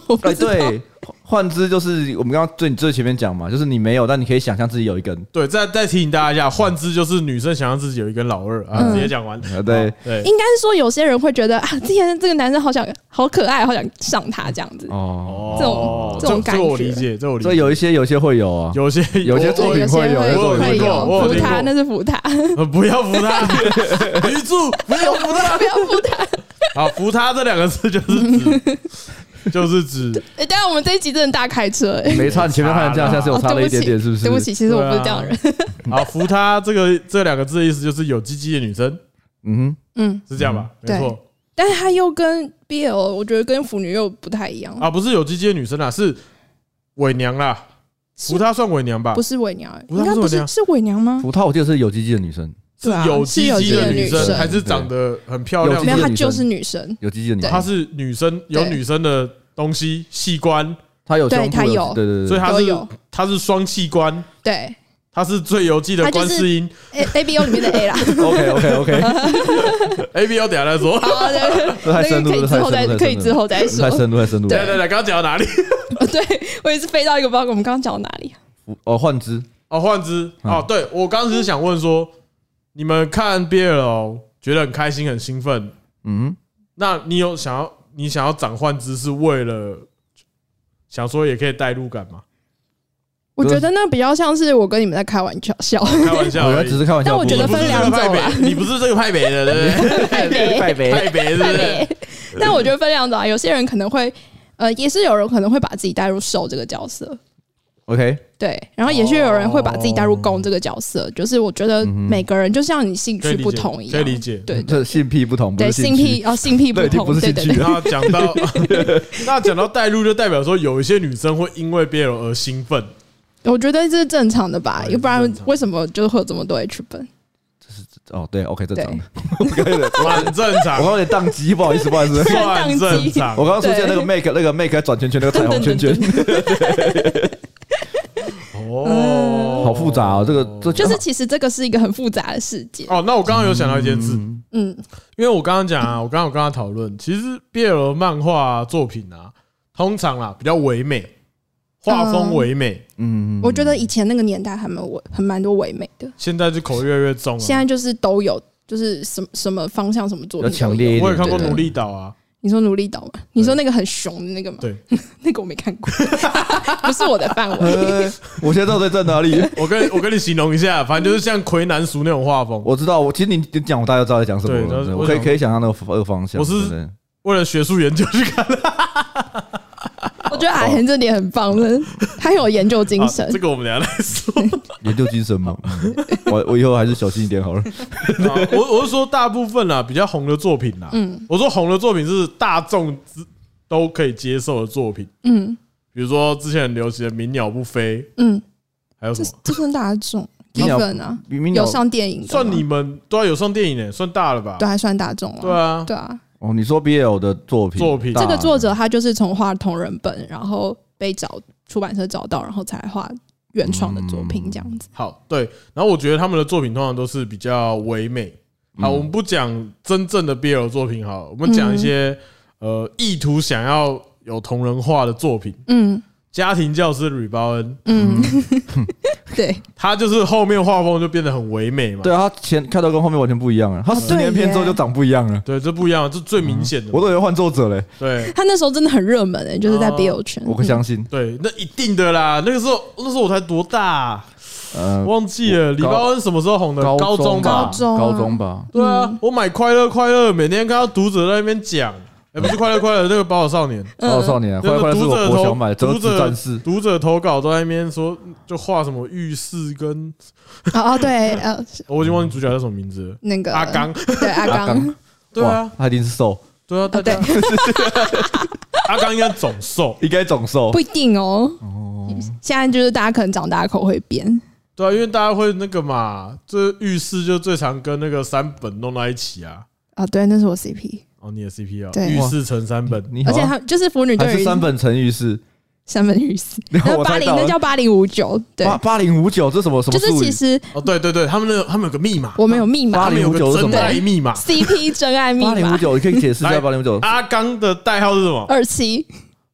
Speaker 2: 我不
Speaker 3: 哎
Speaker 2: 知道
Speaker 3: 对，换姿就是我们刚刚最最前面讲嘛，就是你没有，但你可以想象自己有一根，
Speaker 1: 对，再再提醒大家一下，换姿就是女生想让自己有一根老二啊，
Speaker 2: 嗯
Speaker 1: 直接讲完。
Speaker 3: 啊对
Speaker 1: 对，
Speaker 2: 应该是说有些人会觉得啊，之前这个男生好想好可爱，好想上他这样子。
Speaker 3: 哦，
Speaker 2: 这种
Speaker 1: 哦
Speaker 2: 这种感
Speaker 1: 这我
Speaker 2: 觉
Speaker 1: 理解，这我理
Speaker 3: 所以
Speaker 1: 解。
Speaker 3: 有一些有些会有啊，
Speaker 1: 有些
Speaker 3: 有些
Speaker 1: 我
Speaker 3: 作
Speaker 2: 对，
Speaker 3: 品
Speaker 2: 有些
Speaker 3: 会有
Speaker 2: 会
Speaker 3: 有作品会有
Speaker 1: 我有
Speaker 2: 扶
Speaker 1: 听过
Speaker 2: 他那是扶他，
Speaker 1: 呃不要扶他， 鱼柱不
Speaker 3: 哦
Speaker 1: 要扶他
Speaker 2: 不，要扶他。
Speaker 1: 好扶他这两个字就是指， 就是指
Speaker 2: 哎，当然我们这一集真的大开车，哎，
Speaker 3: 没差，你前面看成这样，下次 有
Speaker 2: 哦
Speaker 3: 差了一点点，是不是？
Speaker 2: 对不起，其实我不是这样的人。
Speaker 1: 啊扶他这个这两个字的意思就是有鸡鸡的女生
Speaker 3: 嗯
Speaker 2: 嗯，
Speaker 1: 是这样吧？
Speaker 2: 对
Speaker 1: 没错
Speaker 2: 但是他又跟 BL，我觉得跟腐女又不太一样，
Speaker 1: 啊，不是有鸡鸡的女生啦，是伪娘啦，扶他算伪娘吧
Speaker 2: 不？是伪娘，
Speaker 1: 啊不是
Speaker 2: 应该不
Speaker 1: 她是伪
Speaker 2: 是
Speaker 1: 娘
Speaker 2: 是伪娘
Speaker 3: 哼，
Speaker 2: 吗？
Speaker 3: 葡萄我记得是有鸡鸡的女生，
Speaker 2: 对啊
Speaker 1: 有
Speaker 2: 是
Speaker 1: 鸡
Speaker 2: 有
Speaker 1: 鸡
Speaker 2: 鸡
Speaker 1: 的
Speaker 2: 的
Speaker 1: 女
Speaker 2: 女
Speaker 1: 生
Speaker 2: 生
Speaker 1: 还是长得很漂亮
Speaker 3: 有鸡
Speaker 2: 没
Speaker 1: 的
Speaker 2: 有，她
Speaker 3: 鸡的女生
Speaker 2: 就是女生。
Speaker 3: 有鸡鸡的女
Speaker 2: 对
Speaker 3: 生，
Speaker 1: 她是女生，有
Speaker 2: 对
Speaker 1: 女生的东西器官，
Speaker 3: 他有
Speaker 2: 对
Speaker 3: 胸部，
Speaker 2: 他有
Speaker 3: 对对对，
Speaker 1: 所以她
Speaker 2: 都
Speaker 1: 是
Speaker 2: 有
Speaker 1: 她是双器官，
Speaker 2: 对
Speaker 1: 她是最游记的
Speaker 2: 她就
Speaker 1: 观
Speaker 2: 是
Speaker 1: 世音。
Speaker 2: ，A A B O 里面的 A 啦。
Speaker 3: OK OK OK，
Speaker 1: A B O 等一下再说。
Speaker 2: 好的，
Speaker 3: 这太深入
Speaker 2: 那
Speaker 3: 了，
Speaker 2: 个可以之后再可以之后再说
Speaker 3: 太深入，太深入
Speaker 1: 对
Speaker 3: 了。
Speaker 1: 对对，刚刚讲到哪里？
Speaker 2: 对我也是飞到一个，不知道我们刚刚讲到哪里。
Speaker 3: 哦，换之，
Speaker 1: 哦，幻之哦，对我刚刚只是想问说，你们看 BL 觉得很开心、很兴奋，
Speaker 3: 嗯，
Speaker 1: 那你有想要你想要长幻之是为了想说也可以代入感吗？
Speaker 2: 我觉得那比较像是我跟你们在开玩笑，笑
Speaker 1: 开玩笑
Speaker 3: 我
Speaker 1: 而
Speaker 3: 原来
Speaker 1: 已，
Speaker 3: 只是开玩笑，
Speaker 2: 但我觉
Speaker 1: 你
Speaker 2: 得
Speaker 1: 不是
Speaker 2: 分
Speaker 1: 这个
Speaker 2: 两种
Speaker 1: 派
Speaker 2: 啊
Speaker 1: 别，你不是这个派别的，对不对？
Speaker 2: 太美，
Speaker 3: 拜拜。
Speaker 1: 派别是不
Speaker 2: 太
Speaker 1: 是？
Speaker 2: 美。但我觉得分两种啊，有些人可能会，呃，也是有人可能会把自己带入受这个角色，
Speaker 3: OK，
Speaker 2: 对，然后也是有人会把自己带入攻这个角色，就是我觉得每个人就像你兴
Speaker 1: 可以
Speaker 2: 趣
Speaker 1: 理
Speaker 2: 不
Speaker 1: 解
Speaker 2: 同一样，
Speaker 1: 可以理解
Speaker 2: 对对
Speaker 3: 这性癖不同，不
Speaker 2: 对，
Speaker 3: 是
Speaker 2: 性
Speaker 3: 趣
Speaker 2: 癖哦，性癖不
Speaker 3: 对已经
Speaker 2: 同，
Speaker 3: 不是
Speaker 2: 对对
Speaker 3: 兴趣
Speaker 2: 对，
Speaker 1: 那讲 到那讲到带入，就代表说有一些女生会因为 BL 而兴奋，
Speaker 2: 我觉得这是正常的吧，
Speaker 1: 对
Speaker 2: 要不
Speaker 1: 这是
Speaker 2: 然
Speaker 1: 正常
Speaker 2: 为什么就会有这么多 H 本？
Speaker 3: 哦，对，OK，正
Speaker 2: 对
Speaker 3: 常的。OK 的，
Speaker 1: 蛮正
Speaker 3: 我刚
Speaker 1: 常，
Speaker 3: 刚有点宕机，不好意思，不好 意思。
Speaker 1: 算正常
Speaker 3: 我。刚刚出现那
Speaker 2: 对
Speaker 3: 个 make 那个 make 转圈圈那个彩虹 圈圈，
Speaker 1: 哦，
Speaker 3: 好复杂哦，这个 这
Speaker 2: 就是其实这个是一个很复杂的世界，
Speaker 1: 哦。那我刚刚有想到一件事，
Speaker 3: 嗯
Speaker 2: 嗯，
Speaker 1: 因为我刚刚讲啊，我刚刚有跟他讨论，其实 BL 漫画作品啊，通常啦比较唯美，画风唯美，
Speaker 3: 嗯
Speaker 2: 我觉得以前那个年代还蛮唯很蛮多唯美的，
Speaker 1: 现在就口味越来越重
Speaker 2: 现
Speaker 1: 了。
Speaker 2: 在就是都有，就是什么什么方向什么作
Speaker 3: 要
Speaker 2: 品
Speaker 3: 强
Speaker 2: 都
Speaker 3: 烈
Speaker 2: 有。
Speaker 3: 一点。
Speaker 1: 我也看过《
Speaker 3: 对
Speaker 1: 努力岛》啊，
Speaker 2: 你说努力岛吗？你说那个很熊的那个吗？
Speaker 1: 对，
Speaker 2: 那个我没看过， 不是我的范围。
Speaker 3: 呃我现在到底在哪里？
Speaker 1: 我跟我跟你形容一下，反正就是像魁南熟那种画风。
Speaker 3: 我知道，我其实你你讲，我大概知道在讲什么
Speaker 1: 对但
Speaker 3: 了。
Speaker 1: 是
Speaker 3: 对
Speaker 1: 我
Speaker 3: 我可以
Speaker 1: 想
Speaker 3: 可以想象那个那个方向。
Speaker 1: 我是
Speaker 3: 对
Speaker 1: 为了学术研究去看
Speaker 2: 我觉得阿贤这点很棒
Speaker 3: 哦
Speaker 2: 的，他很有研究精
Speaker 1: 啊
Speaker 2: 神
Speaker 1: 这。个我们等一下来说。
Speaker 3: 研究精神嘛，嗯我 我以后还是小心一点好了。
Speaker 1: 啊我我是说大部分啦，啊比较红的作品啦，
Speaker 2: 嗯
Speaker 1: 我说红的作品是大众之都可以接受的作品，
Speaker 2: 嗯
Speaker 1: 比如说之前很流行的《鸣鸟不飞》，
Speaker 2: 嗯，
Speaker 1: 还有什
Speaker 2: 这
Speaker 1: 么？
Speaker 2: 这算大众
Speaker 3: 你
Speaker 2: 基
Speaker 3: 有
Speaker 2: 本啊，
Speaker 3: 明明
Speaker 2: 有上电影的
Speaker 1: 算
Speaker 2: 吗
Speaker 1: 你们对、啊、有上电影诶、算大了吧？
Speaker 2: 对还算大众啊。
Speaker 1: 对啊，
Speaker 2: 对啊，
Speaker 3: 哦，你说 BL 的作品，
Speaker 1: 作品
Speaker 3: 大
Speaker 2: 这个作者他就是从画同人本，然后被找出版社找到，然后才画原创的作
Speaker 3: 嗯
Speaker 2: 品这样子。
Speaker 1: 好对。然后我觉得他们的作品通常都是比较唯美。好，我们不讲真正的 BL 作品好了，我们讲一些呃意图想要有同人化的作品。
Speaker 2: 嗯
Speaker 1: 家庭教师吕包恩，
Speaker 2: 嗯， 对，
Speaker 1: 他就是后面画风就变得很唯美嘛。
Speaker 3: 对啊，他前开头跟后面完全不一样了，他十
Speaker 2: 对
Speaker 3: 年片之后
Speaker 2: 耶
Speaker 3: 就长不一样了。
Speaker 1: 对，这不一样，这最明显的。
Speaker 3: 嗯我都以为换作者嘞，
Speaker 1: 对
Speaker 2: 他那时候真的很热门诶、欸就是在
Speaker 1: 哦
Speaker 2: BL 圈。
Speaker 3: 我可
Speaker 2: 嗯
Speaker 3: 相信。
Speaker 1: 对，那一定的啦。那个时候，那时候我才多大啊、
Speaker 3: 呃，
Speaker 1: 忘记了。
Speaker 3: 我
Speaker 1: 李包恩什么时候红的？高中吧
Speaker 3: 吧，。嗯
Speaker 2: 中啊
Speaker 3: 高中吧。
Speaker 1: 对啊，我买快乐快乐，每天看到读者在那边讲，哎，不是快乐快乐，那个宝岛少年，
Speaker 2: 嗯
Speaker 3: 哦，少年啊，
Speaker 1: 那
Speaker 3: 快快
Speaker 1: 个
Speaker 3: 乐是
Speaker 1: 读
Speaker 3: 我
Speaker 1: 者
Speaker 3: 我
Speaker 1: 投
Speaker 3: 想买的折
Speaker 1: 读
Speaker 3: 纸
Speaker 1: 者
Speaker 3: 战士，
Speaker 1: 读者投稿都在那边说，就画什么浴室跟
Speaker 2: 哦哦对，呃，是
Speaker 1: 我已经忘记主角叫什么名字了，
Speaker 2: 那个
Speaker 1: 阿，刚。
Speaker 2: 对阿
Speaker 3: 阿
Speaker 2: 刚，
Speaker 3: 刚，
Speaker 1: 对啊
Speaker 3: 哇，，他一定是瘦，
Speaker 1: 对啊，大
Speaker 2: 哦对
Speaker 1: 家，阿刚应该总瘦，
Speaker 3: 应该总瘦
Speaker 2: 不。一定哦。现在就是大家可能长大口会变，
Speaker 1: 对啊，因为大家会那个嘛，这浴室就最常跟那个三本弄在一起啊。
Speaker 2: 啊，对，那是我 CP，
Speaker 1: 哦，你的 CP 啊，
Speaker 2: 对
Speaker 1: 浴室乘三本，
Speaker 3: 你好
Speaker 2: 而
Speaker 3: 啊
Speaker 2: 且他就是腐女
Speaker 3: 还
Speaker 2: 对
Speaker 3: 是
Speaker 2: 于
Speaker 3: 三本成语是
Speaker 2: 三本玉丝，
Speaker 3: 我
Speaker 2: 那八
Speaker 3: 猜
Speaker 2: 零
Speaker 3: 到了
Speaker 2: 那叫八零五九，对
Speaker 3: 八，八零五九，这什么什么
Speaker 2: 就是
Speaker 3: 术
Speaker 2: 其
Speaker 3: 语？
Speaker 2: 实
Speaker 1: 哦，对对对，他们那个他们有个密码，
Speaker 2: 我们有密码
Speaker 1: 他们有个
Speaker 3: 8059是什
Speaker 1: 真
Speaker 3: 么
Speaker 1: 爱密码。
Speaker 2: CP 真爱密
Speaker 3: 八零
Speaker 2: 码
Speaker 3: 五九，你可以解释一
Speaker 1: 来
Speaker 3: 下八零五九
Speaker 1: 阿刚的代号是什么？
Speaker 2: 二期。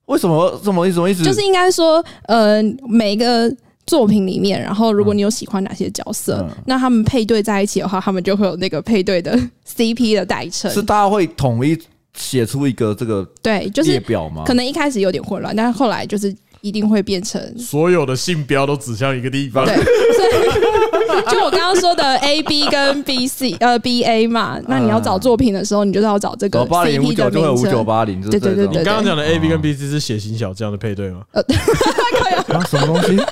Speaker 3: 为什么什么意思？什么意思？
Speaker 2: 就是应该说，呃，每个作品里面，然后如果你有喜欢哪些角色，
Speaker 3: 嗯
Speaker 2: 那他们配对在一起的话，他们就会有那个配对的 CP 的代称。
Speaker 3: 是大家会统一写出一个这个
Speaker 2: 对，就
Speaker 3: 列
Speaker 2: 是
Speaker 3: 表吗？
Speaker 2: 可能一开始有点混
Speaker 3: 啊
Speaker 2: 乱，但是后来就是一定会变成。
Speaker 1: 所有的信标都指向一个地方
Speaker 2: 对，。所以就我刚刚说的 A B 跟 B C 呃 B A 嘛，那你要找作品的时候，你就是要找这个
Speaker 3: 然后呃八零五
Speaker 2: CP
Speaker 3: 九
Speaker 2: 的
Speaker 3: 就会有
Speaker 2: 名
Speaker 3: 五九
Speaker 2: 称。
Speaker 3: 八零，就
Speaker 2: 对
Speaker 3: 是
Speaker 2: 对对
Speaker 3: 这种
Speaker 1: 你
Speaker 2: 对
Speaker 1: 刚刚讲的 A B
Speaker 3: 哦
Speaker 1: 跟 B C 是血型小将的配对吗？
Speaker 3: 啊，什么东 西？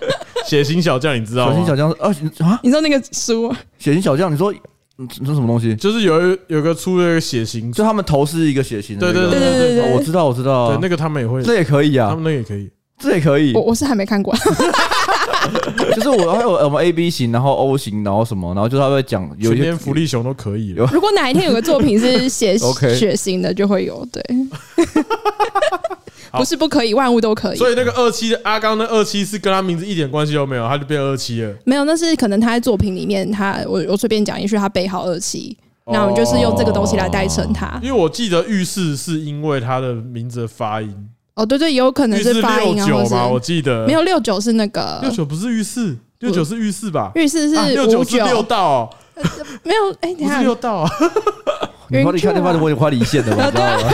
Speaker 1: 血型小将你知道
Speaker 3: 小心小
Speaker 1: 吗？
Speaker 3: 将是二十啊，
Speaker 2: 你说那个书，
Speaker 3: 血型小将，你说你说什么东西？
Speaker 1: 就是有一有个出了一个血型，
Speaker 3: 就他们头是一个血型的那个，
Speaker 1: 对
Speaker 2: 对对对对
Speaker 3: 哦我知道我知道
Speaker 1: 对
Speaker 3: 啊，
Speaker 1: 那个他们也会，
Speaker 3: 这也可以
Speaker 1: 他
Speaker 3: 啊
Speaker 1: 们，那个也可以。
Speaker 3: 这也可以
Speaker 2: 我，我是还没看过，
Speaker 3: 就是我还有我们 A B 型，然后 O 型，然后什么，然后就是他会讲有
Speaker 1: 全
Speaker 3: 一些
Speaker 1: 天福利熊都可以了
Speaker 3: 有。
Speaker 2: 如果哪一天有个作品 是写
Speaker 3: OK
Speaker 2: 血型的，就会有对，
Speaker 1: 好
Speaker 2: 不是不可以，万物都可以。
Speaker 1: 所以那个二七的阿刚，那二七是跟他名字一点关系都没有，他就变二七了。
Speaker 2: 没有，那是可能他在作品里面，他我我随便讲，也许他背好二七，
Speaker 1: 哦
Speaker 2: 那我们就是用这个东西来代称他
Speaker 1: 因。为我记得浴室是因为他的名字的发音，
Speaker 2: 哦，对对，有可能
Speaker 1: 浴
Speaker 2: 是
Speaker 1: 室
Speaker 2: 发
Speaker 1: 六
Speaker 2: 音啊，或
Speaker 1: 九嘛，我
Speaker 2: 是
Speaker 1: 记得
Speaker 2: 没有六九是那个
Speaker 1: 六九不是浴室，六九是浴室吧？
Speaker 2: 浴室
Speaker 1: 啊
Speaker 2: 是
Speaker 1: 六
Speaker 2: 五
Speaker 1: 是六道哦，
Speaker 2: 没有哎，等
Speaker 1: 不是
Speaker 2: 一
Speaker 1: 哦
Speaker 2: 下
Speaker 1: 六道啊，
Speaker 3: 你快离开，你快点，我也快离线 了，你知道吗？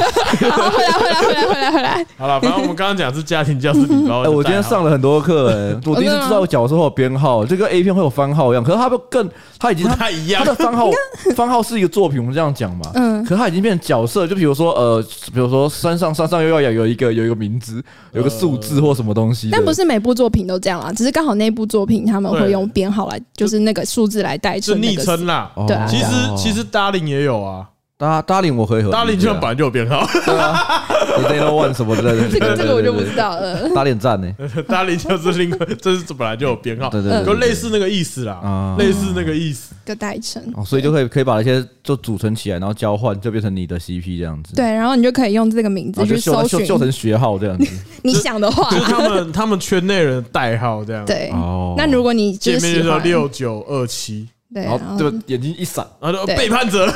Speaker 2: 好，回来，回来，回来，回来，回来。
Speaker 1: 好了，反正我们刚刚讲是家庭教师礼包。
Speaker 3: 哎，我今天上了很多课，哎， 我第一次知道小说会有编号，就跟 A 片会有番号一样。可是它更，它已 经
Speaker 1: 不太一样
Speaker 3: 它的番号，番号是一个作品，我们这样讲嘛。
Speaker 2: 嗯
Speaker 3: 嗯。可是它已经变成角色，就比如说呃，比如说山上山上又要有一个有一个名字，有个数字或什么东西
Speaker 2: 呃
Speaker 3: 的。
Speaker 2: 但不是每部作品都这样啊啦，只是刚好那部作品他们会用编号来，就是那个数字来代
Speaker 1: 是
Speaker 2: 称那
Speaker 1: 昵
Speaker 2: 个
Speaker 1: 称啦。
Speaker 3: 哦，
Speaker 2: 对啊
Speaker 1: 其实其实 Darling 也有啊
Speaker 3: 搭搭领我可以合
Speaker 1: ，Darling 就本来就有编号
Speaker 3: 对啊 ，They know one 什么之类的。
Speaker 2: 这个这个我就不知
Speaker 3: 道。
Speaker 2: 道了。
Speaker 3: 搭脸赞呢？ 欸
Speaker 1: ，Darling 就是另外，这是本来就有编号，
Speaker 3: 对对对，
Speaker 1: 就
Speaker 3: 对
Speaker 1: 类似那个意思啦
Speaker 3: 啊，
Speaker 1: 类似那个意思。
Speaker 2: 个代称。
Speaker 3: 哦，所以就可以可以把那些就组成起来，然后交换，就变成你的 CP 这样子。
Speaker 2: 对，然后你就可以用这个名
Speaker 3: 然
Speaker 2: 字
Speaker 3: 后
Speaker 2: 去
Speaker 3: 哦就
Speaker 2: 搜寻
Speaker 3: 秀秀秀成学号这样子。
Speaker 2: 你想的话
Speaker 1: 就。是他们 他们圈内人的代号这样。，
Speaker 2: 对，
Speaker 3: 哦
Speaker 2: 那如果你就
Speaker 1: 见
Speaker 2: 是
Speaker 1: 面就
Speaker 2: 喜
Speaker 1: 说
Speaker 2: 欢，
Speaker 1: 六九二七，
Speaker 2: 对，
Speaker 3: 然
Speaker 2: 然
Speaker 3: 后就
Speaker 2: 后
Speaker 3: 眼睛一闪，
Speaker 1: 然后就呃
Speaker 2: 对
Speaker 1: 背叛者，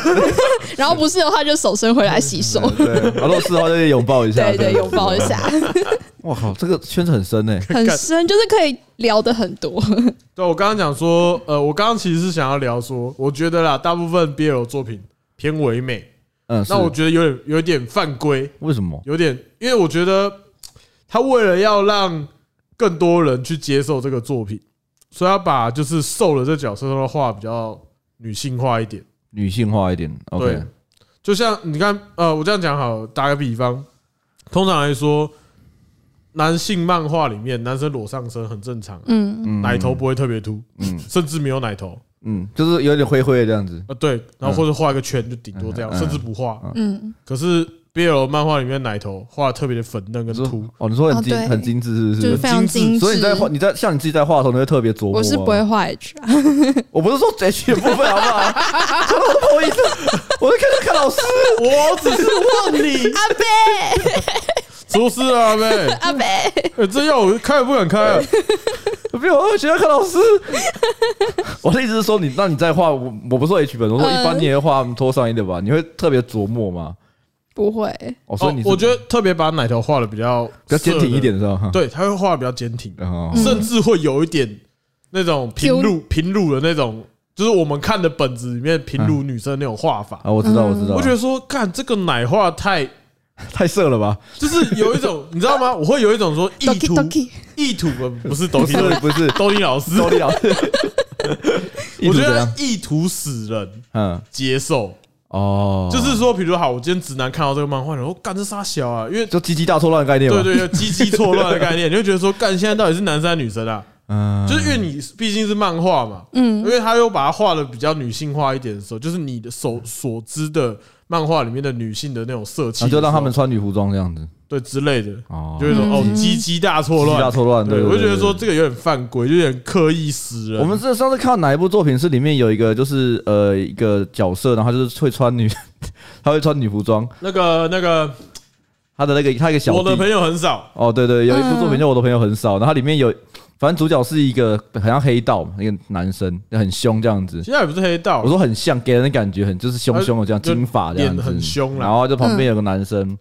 Speaker 2: 然后不是的话就手伸回来洗手，
Speaker 3: 对，然后如果是的话就拥抱一下，
Speaker 2: 对对，拥抱一。下，
Speaker 3: 哇靠，这个圈子很深呢。
Speaker 2: 很深，就是可以聊的很多。
Speaker 1: 对我刚刚讲说，呃，我刚刚其实是想要聊说，我觉得啦，大部分 BL 作品偏唯美，
Speaker 3: 嗯，
Speaker 1: 那
Speaker 3: 是
Speaker 1: 我觉得有点有点犯规，
Speaker 3: 为什么？
Speaker 1: 有点，因为我觉得他为了要让更多人去接受这个作品，所以要把就是瘦了这角色的话比较女性化一点。
Speaker 3: 女性化一点
Speaker 1: 对
Speaker 3: ，OK，，
Speaker 1: 就像你看，呃，我这样讲好了，打个比方，通常来说，男性漫画里面男生裸上身很正常，啊
Speaker 2: 嗯，
Speaker 3: 嗯
Speaker 1: 奶头，不会特别凸，
Speaker 3: 嗯
Speaker 1: 甚至没有奶头
Speaker 3: 嗯，就是有点灰灰的这样子。
Speaker 1: 啊，对，然后或者画一个圈就顶多这样，
Speaker 3: 嗯嗯嗯
Speaker 1: 甚至不画。
Speaker 2: 嗯，
Speaker 1: 可是 BL 漫画里面奶头画的特别的粉嫩跟
Speaker 3: 你说
Speaker 1: 凸，
Speaker 3: 哦，你说很
Speaker 2: 哦对
Speaker 3: 精很精致
Speaker 2: 就是
Speaker 3: 是不
Speaker 2: 非常
Speaker 1: 精
Speaker 2: 精致。
Speaker 3: 是？所以你在画，你在像你自己在画的时候，你会特别琢磨。啊
Speaker 2: 我是不会，画 H 啊，
Speaker 3: 我不是说 H 的部分好不 好？不好意思，我在看看老师。
Speaker 1: 我只是问 你，
Speaker 2: 阿贝
Speaker 1: 出事了啊阿妹，
Speaker 2: 阿贝，
Speaker 1: 欸这要我开也不敢开啊，
Speaker 3: 没有，我学校看老师。我的意思是说，你那你在画，我我不是说 H 本，我说
Speaker 2: 呃
Speaker 3: 一般你也会画拖上一点吧，你会特别琢磨吗？
Speaker 2: 不会，
Speaker 3: 哦，所以你
Speaker 1: 哦
Speaker 3: 是
Speaker 1: 我觉得特别把奶头画的比较
Speaker 3: 比较坚挺一点哦是吧
Speaker 1: 涩的，？对，他会画的比较坚挺，
Speaker 3: 然后
Speaker 1: 甚至会有一点那种平乳平乳的那种，就是我们看的本子里面平乳女生那种画法。
Speaker 3: 啊，我知道，嗯我知道，
Speaker 1: 我觉得说，看这个奶画太，
Speaker 3: 太色了吧？
Speaker 1: 就是有一种你知道吗？我会有一种说意
Speaker 2: Doki
Speaker 1: 图
Speaker 2: Doki
Speaker 1: 意图呃不是抖音
Speaker 3: 不 是不是
Speaker 1: 抖音老师，
Speaker 3: 周立老师，
Speaker 1: 我觉
Speaker 3: 意图怎
Speaker 1: 得
Speaker 3: 样
Speaker 1: 意图使人
Speaker 3: 嗯，
Speaker 1: 接受，
Speaker 3: 哦，
Speaker 1: 就是说，比如好，我今天直男看到这个漫画，然后干这傻小啊，因为
Speaker 3: 就鸡鸡大错乱的概念嘛，
Speaker 1: 对对对，鸡鸡错乱的概念，你就觉得说，干现在到底是男生还是女生啊？
Speaker 3: 嗯，
Speaker 1: 就是因为你毕竟是漫画嘛，嗯，因为他又把它画的比较女性化一点的时候，就是你的所所知的漫画里面的女性的那种色气的时候，
Speaker 3: 然后啊就让他们穿女服装这样子，
Speaker 1: 对之类的，
Speaker 3: 哦，
Speaker 1: 就会说哦，
Speaker 2: 嗯
Speaker 1: 鸡鸡大错
Speaker 3: 鸡鸡
Speaker 1: 乱，
Speaker 3: 大错乱，对，
Speaker 1: 对，
Speaker 3: 对
Speaker 1: 我就觉得
Speaker 3: 对
Speaker 1: 说这个有点犯规，就有点刻意使人。
Speaker 3: 我们这上次看到哪一部作品是里面有一个就是呃一个角色，然后他就是会穿女， 他会穿女服装，
Speaker 1: 那个那个，
Speaker 3: 他的那个他一个小
Speaker 1: 我的
Speaker 3: 弟
Speaker 1: 朋友很少，
Speaker 3: 哦，对对，有一部
Speaker 2: 嗯
Speaker 3: 作品叫《我的朋友很少》，然后它里面有，反正主角是一个很像黑道嘛，一个男生，很凶这样子。
Speaker 1: 现在也不是黑道
Speaker 3: 我，说很像，给人的感觉很就是凶凶的这样，
Speaker 1: 呃就
Speaker 3: 金发这样子，
Speaker 1: 脸很凶啦
Speaker 3: 然后就旁边有个男生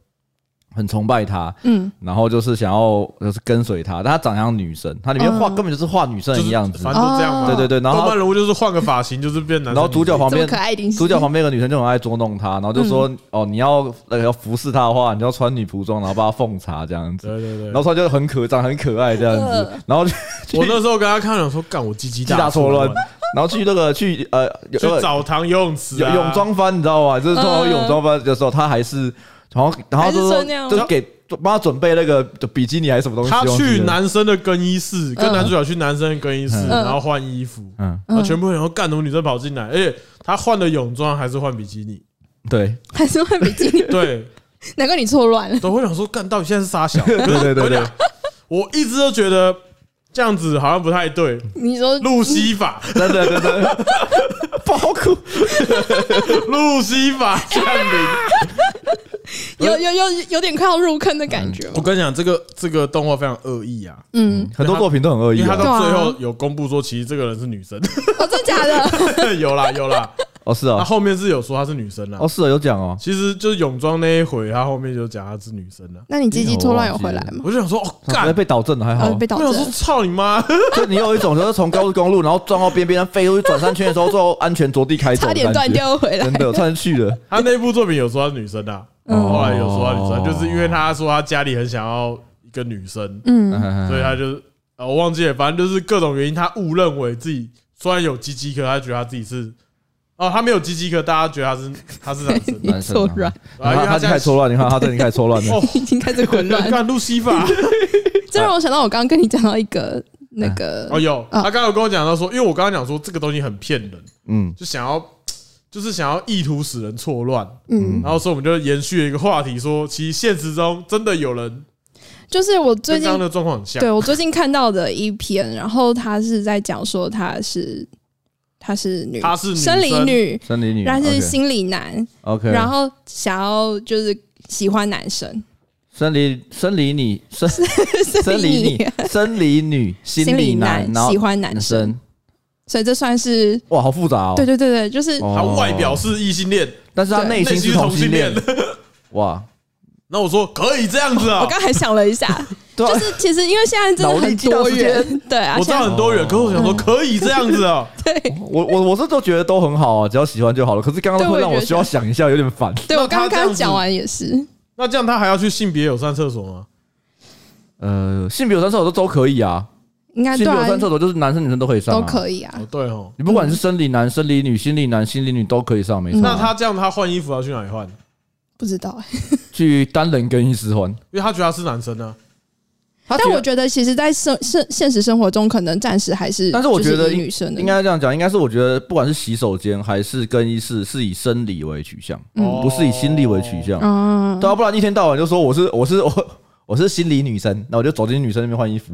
Speaker 3: 很崇拜他，
Speaker 2: 嗯，
Speaker 3: 然后就是想要就是跟随他，但他长得像女生，他里面画
Speaker 2: 嗯
Speaker 3: 根本就是画女生
Speaker 1: 就
Speaker 3: 的
Speaker 1: 是
Speaker 3: 样子。
Speaker 1: 反正就这样嘛。
Speaker 3: 对对对，然
Speaker 1: 动
Speaker 3: 后
Speaker 1: 漫人物就是换个发型，就是变男生。
Speaker 3: 然后主角旁
Speaker 2: 这么
Speaker 3: 边
Speaker 2: 可爱一定是
Speaker 3: 主角旁边有个女生就很爱捉弄他，然后就
Speaker 2: 嗯
Speaker 3: 说哦你要呃要服侍他的话，你就要穿女服装，然后帮他奉茶这样子。
Speaker 1: 对对对
Speaker 3: 然，后他就很可长很可爱这样子
Speaker 2: 嗯，
Speaker 3: 然后就
Speaker 1: 我那时候跟他看了说，干我鸡鸡
Speaker 3: 鸡大
Speaker 1: 错
Speaker 3: 错乱，然后去那个去呃有
Speaker 1: 去澡堂游泳池、
Speaker 3: 有
Speaker 1: 啊、
Speaker 3: 泳装翻，你知道吗？就是通常泳装翻的时候，他还是然后然
Speaker 2: 嗯
Speaker 3: 后
Speaker 2: 还是
Speaker 3: 就
Speaker 2: 说
Speaker 3: 说
Speaker 2: 那样
Speaker 3: 就是给帮他准备那个比基尼还是什么东西，
Speaker 1: 他
Speaker 3: 忘记
Speaker 1: 去
Speaker 3: 了
Speaker 1: 男生的更衣室，跟男主角去男生的更衣室，
Speaker 3: 嗯
Speaker 1: 然后换衣服，
Speaker 3: 嗯
Speaker 1: 然后全部人都干什么女生跑进来，而且他换的泳装还是换比基尼，
Speaker 3: 对
Speaker 2: 还是会比基尼，
Speaker 1: 对，
Speaker 2: 难怪你错乱了。
Speaker 1: 都会想说干到底现在是傻 小，对
Speaker 3: 对对对对，
Speaker 1: 我一直都觉得这样子好像不太对，
Speaker 2: 你说
Speaker 1: 路西 法，
Speaker 3: 真的真的不好哭，
Speaker 1: 路西法降临。
Speaker 2: 有有有有点快要入坑的感觉
Speaker 1: 我
Speaker 2: 吗？
Speaker 1: 跟你讲，这个这个动画非常恶意啊，
Speaker 2: 嗯，
Speaker 3: 很多作品都很恶
Speaker 1: 因
Speaker 3: 意
Speaker 1: 为
Speaker 3: 啊
Speaker 1: 他
Speaker 2: 对
Speaker 1: 到
Speaker 2: 啊
Speaker 1: 最后有公布说，其实这个人是女生，
Speaker 2: 哦，真假的？
Speaker 1: 有啦有啦，
Speaker 3: 哦，是
Speaker 1: 她
Speaker 3: 啊，
Speaker 1: 后面是有说她是女生啦
Speaker 3: 哦，，是啊，有讲哦，
Speaker 1: 其实就是泳装那一回，她后面就讲她是女生啦。
Speaker 2: 那你鸡鸡搓乱有回来吗？
Speaker 1: 我就想说，哦，
Speaker 3: 啊
Speaker 1: 干，
Speaker 3: 被导正了还
Speaker 2: 哦，
Speaker 3: 好
Speaker 2: 被，导
Speaker 1: 我
Speaker 2: 致
Speaker 1: 想说，操你 妈！
Speaker 3: 就你有一种就是从高速公路然后撞到边边，飞出去转三圈的时候，最后安全着地开走，
Speaker 2: 差点断，掉回来
Speaker 3: 真。的差点去 了。
Speaker 1: 她那部作品有说她是女生的，
Speaker 2: 嗯
Speaker 1: 后来有说她女生，
Speaker 3: 哦
Speaker 1: 就是因为她说她家里很想要一个女生，
Speaker 2: 嗯，
Speaker 1: 所以
Speaker 3: 对
Speaker 1: 她就是呃，我忘记了，反正就是各种原因，她误认为自己虽然有鸡鸡，可她觉得她自己是。哦，她没有鸡鸡，可大家觉得她是她是 男生，
Speaker 2: 你错乱，
Speaker 1: 啊，因为 她
Speaker 3: 他他
Speaker 1: 现
Speaker 3: 开
Speaker 1: 在
Speaker 3: 始错乱，你看他这里开始错乱了。
Speaker 1: 哦，
Speaker 2: 已经开始混 乱。
Speaker 1: 干啊路西 法
Speaker 2: 这让我想到我刚刚跟你讲到一个
Speaker 3: 哎
Speaker 2: 那个
Speaker 1: 哦，有，他刚刚有跟我讲到说，因为我刚刚讲说这个东西很骗人，
Speaker 3: 嗯，
Speaker 1: 就想要就是想要意图使人错乱，
Speaker 2: 嗯，
Speaker 1: 然后所以我们就延续了一个话题，说其实现实中真的有人
Speaker 2: 就是我最
Speaker 1: 跟
Speaker 2: 近
Speaker 1: 刚刚的状况很像
Speaker 2: 对，我最近看到的一篇，然后他是在讲说他是他是女，
Speaker 1: 她是女
Speaker 2: 生理
Speaker 1: 生
Speaker 2: 女，
Speaker 3: 生理女，
Speaker 2: 但是心理男，
Speaker 3: OK，
Speaker 2: 然后想要就是喜欢男生，
Speaker 3: 生理生理女生
Speaker 2: 生
Speaker 3: 生理 女生理女心
Speaker 2: 心
Speaker 3: 理
Speaker 2: 理
Speaker 3: 男，然后
Speaker 2: 喜欢男
Speaker 3: 男
Speaker 2: 生，
Speaker 3: 生，
Speaker 2: 所以这算是
Speaker 3: 哇，好复杂哦。
Speaker 2: 对对对对，就是
Speaker 3: 哦，
Speaker 1: 她外表是异性恋，
Speaker 3: 但是他内
Speaker 1: 内
Speaker 3: 心
Speaker 1: 心
Speaker 3: 是
Speaker 1: 是同
Speaker 3: 同
Speaker 1: 性
Speaker 3: 性
Speaker 1: 恋
Speaker 3: 恋。。哇，
Speaker 1: 那我说可以这样子啊
Speaker 2: 我，刚还想了一下，
Speaker 3: 对啊
Speaker 2: 就是其实因为现在真的
Speaker 3: 脑力
Speaker 2: 很
Speaker 3: 激荡
Speaker 2: 多
Speaker 3: 时间
Speaker 2: 元，对啊，
Speaker 1: 我
Speaker 2: 现
Speaker 1: 知道
Speaker 2: 在
Speaker 1: 很多人，可是我想说可以这样子
Speaker 2: 哦
Speaker 1: 啊，
Speaker 2: 对
Speaker 3: 哎我我我是都觉得都很好啊，只要喜欢就好了。可是刚
Speaker 2: 对
Speaker 3: 刚
Speaker 2: 我也
Speaker 3: 会让我
Speaker 2: 觉得
Speaker 3: 需要想一下，有点烦。
Speaker 2: 对，
Speaker 1: 那
Speaker 2: 我刚
Speaker 1: 他
Speaker 2: 刚
Speaker 1: 这样
Speaker 2: 刚
Speaker 1: 子
Speaker 2: 讲完也是，
Speaker 1: 那这样他还要去性别友善厕所吗？
Speaker 3: 呃，性别有上厕所都都可以啊，
Speaker 2: 应该
Speaker 3: 性
Speaker 2: 对
Speaker 3: 别有
Speaker 2: 啊，
Speaker 3: 上厕所就是男生女生都可以嗯上，
Speaker 2: 都
Speaker 3: 以。
Speaker 2: 可以啊
Speaker 1: 哦，，对哦。
Speaker 3: 你不管是生理男、生理女、心理男、心理女都可以上，没错。
Speaker 2: 嗯
Speaker 1: 那他这样，他换衣服要去哪里换？
Speaker 2: 不知道欸。
Speaker 3: 去单人更衣室换，
Speaker 1: 因为他觉得他是男生啊呢、
Speaker 3: 但
Speaker 2: 但我觉得，其实，在生生现实生活中，可能暂时还是，
Speaker 3: 但是我觉得
Speaker 2: 就是以女生的
Speaker 3: 应该这样讲，应该是我觉得不管是洗手间还是更衣室，是以生理为取向，
Speaker 2: 嗯
Speaker 1: 哦
Speaker 3: 不是以心理为取向。
Speaker 2: 啊，
Speaker 3: 对啊，不然一天到晚就说我是我 是我我是心理女生，那我就走进女生那边换衣服。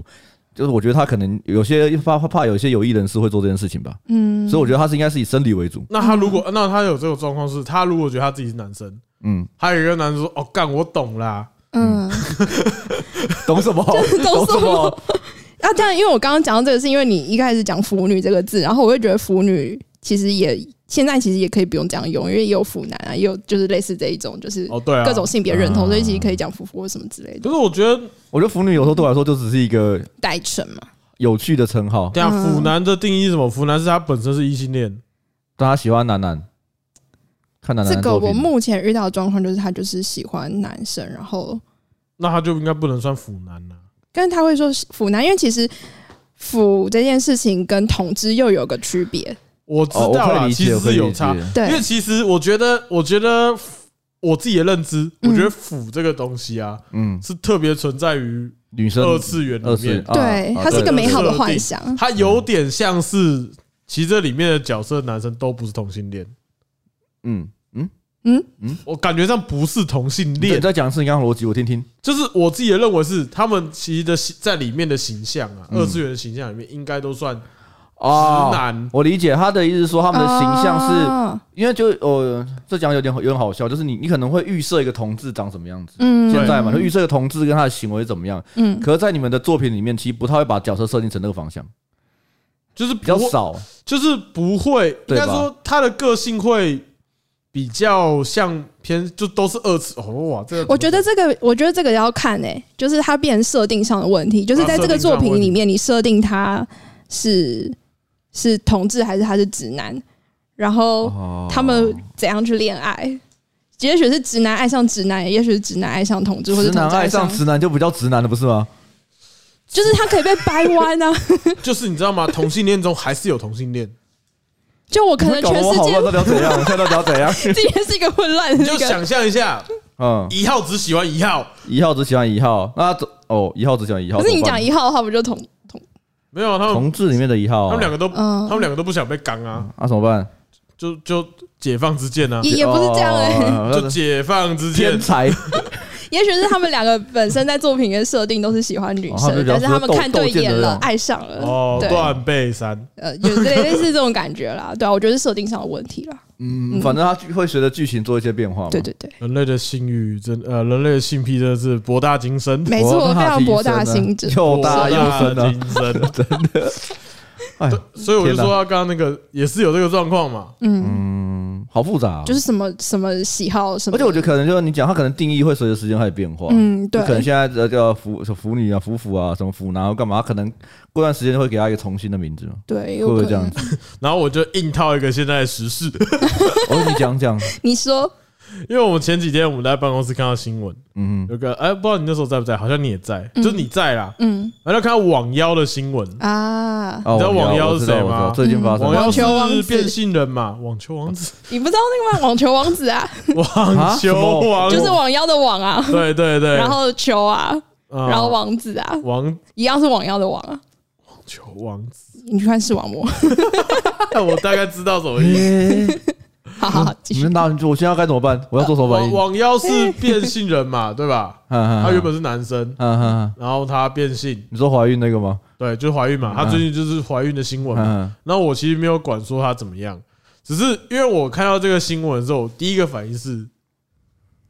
Speaker 3: 就是我觉得他可能有些怕怕怕有些有意人士会做这件事情吧，
Speaker 2: 嗯
Speaker 3: 所以我觉得他是应该是以生理为主。
Speaker 1: 那他如果那他有这个状况是，他如果觉得他自己是男生，
Speaker 3: 嗯，
Speaker 1: 还有一个男生说：“哦，干，我懂啦。
Speaker 2: 嗯，
Speaker 3: 懂什么？
Speaker 2: 懂什
Speaker 3: 什
Speaker 2: 么？啊，这样，因为我刚刚讲到这个，是因为你一开始讲腐女这个字，然后我就觉得腐女其实也现在其实也可以不用这样用，因为也有腐男啊，也有就是类似这一种，就是”
Speaker 1: 哦，对啊，
Speaker 2: 嗯各种。性别认
Speaker 3: 啊
Speaker 2: 同，所以其实可以讲腐腐或什么之类的
Speaker 1: 可是我觉得，
Speaker 3: 我觉得腐女有时候对我来说就只是一个
Speaker 2: 代称嘛。
Speaker 3: 有趣的称号，
Speaker 1: 等一下
Speaker 2: 嗯
Speaker 1: 腐男的定义是什么？腐男是他本身是异性恋，
Speaker 3: 但他喜欢男男，看男男
Speaker 2: 这
Speaker 3: 的
Speaker 2: 个
Speaker 3: 作
Speaker 2: 我
Speaker 3: 品。
Speaker 2: 目前遇到的状况就是，他就是喜欢男生，然后
Speaker 1: 那他就应该不能算腐男啊了。
Speaker 2: 但是他会说是腐男，因为其实腐这件事情跟统治又有个区别，
Speaker 1: 我知
Speaker 3: 哦，我
Speaker 1: 道
Speaker 3: 可以
Speaker 1: 啦，
Speaker 3: 理
Speaker 1: 其
Speaker 3: 解，
Speaker 1: 实
Speaker 3: 我可
Speaker 1: 是
Speaker 3: 以
Speaker 1: 有
Speaker 3: 理
Speaker 1: 差，
Speaker 3: 解。
Speaker 2: 对
Speaker 1: 因为其实我觉得，我觉得我自己的认知，我
Speaker 2: 嗯
Speaker 1: 觉得腐这个东西啊，
Speaker 3: 嗯，
Speaker 1: 是特别存在于
Speaker 3: 女生
Speaker 1: 二次元
Speaker 3: 二
Speaker 1: 里
Speaker 3: 次元
Speaker 1: 面，，
Speaker 2: 对，
Speaker 3: 啊
Speaker 2: 它是一个美好的
Speaker 1: 对
Speaker 2: 幻想。
Speaker 1: 它有点像是，其实这里面的角色男生都不是同性恋，
Speaker 3: 嗯嗯，
Speaker 1: 我感觉上不是同性
Speaker 3: 你
Speaker 1: 恋，
Speaker 3: 再讲一次你刚刚的逻辑，我听听。
Speaker 1: 就是我自己的认为是，他们其实的形在里面的形象啊，
Speaker 3: 嗯
Speaker 1: 二次元的形象里面应该都算直
Speaker 3: 哦
Speaker 1: 男。
Speaker 3: 我理解他的意思，说他们的形象是，
Speaker 2: 哦
Speaker 3: 因为就呃，这讲有点有点好笑，就是你你可能会预设一个同志长什么样子，
Speaker 2: 嗯
Speaker 3: 现在嘛，就预设一个同志跟他的行为怎么样，
Speaker 2: 嗯，
Speaker 3: 可是，在你们的作品里面，其实不太会把角色设定成那个方向，
Speaker 1: 就是
Speaker 3: 比较
Speaker 1: 不会，
Speaker 3: 少。
Speaker 1: 就是不会，应
Speaker 3: 对吧
Speaker 1: 该说他的个性会比较像偏，就都是二次。哦哇，这 个
Speaker 2: 我觉得这个，我觉得这个要看诶、就是它变设定上的问题，就是在这个作品里面，你设定他是是同志还是他是直男，然后
Speaker 3: 哦
Speaker 2: 他们怎样去恋爱。也许是直男爱上直男，也许是直男爱上同志，或者
Speaker 3: 直
Speaker 2: 同
Speaker 3: 男
Speaker 2: 志
Speaker 3: 爱
Speaker 2: 上
Speaker 3: 上，直男就不叫直男了，不是吗？
Speaker 2: 就是他可以被掰弯啊！
Speaker 1: 就是你知道 吗？同性恋中还是有同性恋，
Speaker 2: 就我可
Speaker 3: 你
Speaker 2: 能
Speaker 3: 们搞
Speaker 2: 全
Speaker 3: 得我
Speaker 2: 世
Speaker 3: 好
Speaker 2: 界
Speaker 3: 乱，到底要怎样？我现在到底要怎样？
Speaker 2: 今天是一个混乱
Speaker 1: 你
Speaker 2: 的
Speaker 1: 就
Speaker 2: 那个，
Speaker 1: 想象一下，
Speaker 3: 嗯，
Speaker 1: 一号只喜欢一号，
Speaker 3: 一号只喜欢一号，那他哦，一号只喜欢一号。
Speaker 2: 可是你
Speaker 3: 怎么办
Speaker 2: 讲一号的话，不就同同
Speaker 1: 没有他们，
Speaker 3: 同哦志里面的一号，
Speaker 1: 嗯他们两个都，
Speaker 2: 嗯
Speaker 1: 他们两个都不想被刚啊，
Speaker 3: 那怎么办？
Speaker 1: 就就解放之剑啊，
Speaker 2: 也也不是这样哎、
Speaker 3: 哦
Speaker 1: 就解放之剑
Speaker 3: 天。才，
Speaker 2: 也许是他们两个本身在作品的设定都是喜欢女
Speaker 3: 哦
Speaker 2: 生，
Speaker 3: 他们比较
Speaker 2: 但
Speaker 3: 适
Speaker 2: 是
Speaker 3: 合
Speaker 2: 他们看对眼
Speaker 3: 斗斗剑的那
Speaker 2: 了
Speaker 3: 种，
Speaker 2: 爱上了。
Speaker 1: 哦，
Speaker 2: 对，
Speaker 1: 断背山，
Speaker 2: 呃，就是类类似这种感觉啦。 对啊，我觉得是设定上的问题 啦。
Speaker 3: 嗯，反正他会随着剧情做一些变化嘛。
Speaker 2: 对对对，
Speaker 1: 人类的性欲真呃，人类的性癖真的是博大精深。
Speaker 2: 没错，非常博大精深。
Speaker 3: 啊又大又深啊！
Speaker 1: 精 深。
Speaker 3: 哎，
Speaker 1: 所以我就啊
Speaker 3: 天哪
Speaker 1: 说他刚刚那个也是有这个状况嘛，
Speaker 2: 嗯，
Speaker 3: 嗯，好复杂、啊，
Speaker 2: 就是什么什么喜好什么，
Speaker 3: 而且我觉得可能就是你讲，它可能定义会随着时间开始变化。
Speaker 2: 嗯，
Speaker 3: 就
Speaker 2: 对，
Speaker 3: 可能现在呃叫腐腐女啊、腐腐啊、什么腐男啊干嘛，它可能过段时间会给他一个重新的 名字嘛，
Speaker 2: 对，
Speaker 3: 会
Speaker 2: 有
Speaker 3: 不
Speaker 2: 可
Speaker 3: 会
Speaker 2: 能
Speaker 3: 这样子？
Speaker 1: 然后我就硬套一个现在的时事，
Speaker 3: 我跟你讲讲，
Speaker 2: 你说
Speaker 1: 因为我们前几天我们在办公室看到新闻，
Speaker 3: 嗯，
Speaker 1: 有个哎、不知道你那时候在不在，好像你也在，就是你在啦，
Speaker 2: 嗯
Speaker 1: 然后就看到网妖的新闻，
Speaker 2: 啊，
Speaker 3: 哦
Speaker 1: 你知道网妖
Speaker 3: 我知
Speaker 1: 是谁
Speaker 3: 道我知道
Speaker 1: 吗
Speaker 3: 最近发生
Speaker 1: 网
Speaker 3: 的
Speaker 1: 妖
Speaker 2: 网球王
Speaker 1: 是
Speaker 2: 子
Speaker 1: 变性人嘛，网球王 子，
Speaker 2: 你不知道那个吗？网球王子 啊，
Speaker 1: 网球
Speaker 3: 哎
Speaker 1: 王
Speaker 2: 就是网妖的网啊，
Speaker 1: 对对对，
Speaker 2: 然后球啊，
Speaker 1: 嗯
Speaker 2: 然后王子啊，
Speaker 1: 网
Speaker 2: 一样是网妖的网啊。
Speaker 1: 球王子，
Speaker 2: 你去看视网膜，
Speaker 1: 我大概知道什么 意思。
Speaker 3: 欸
Speaker 2: 好好好，继
Speaker 3: 嗯你
Speaker 2: 续
Speaker 3: 们。那我现在该怎么办？我要做什么反
Speaker 1: 网
Speaker 3: 应？
Speaker 1: 网妖是变性人嘛， 对吧？
Speaker 3: 他
Speaker 1: 他原本是男生，
Speaker 3: 嗯嗯，
Speaker 1: 然后他变性，
Speaker 3: 你说怀孕那个吗？
Speaker 1: 对，就是怀孕嘛。他最近就是怀孕的新闻嘛。
Speaker 3: 嗯，
Speaker 1: 那我其实没有管说他怎么样，只是因为我看到这个新闻的时候，我第一个反应是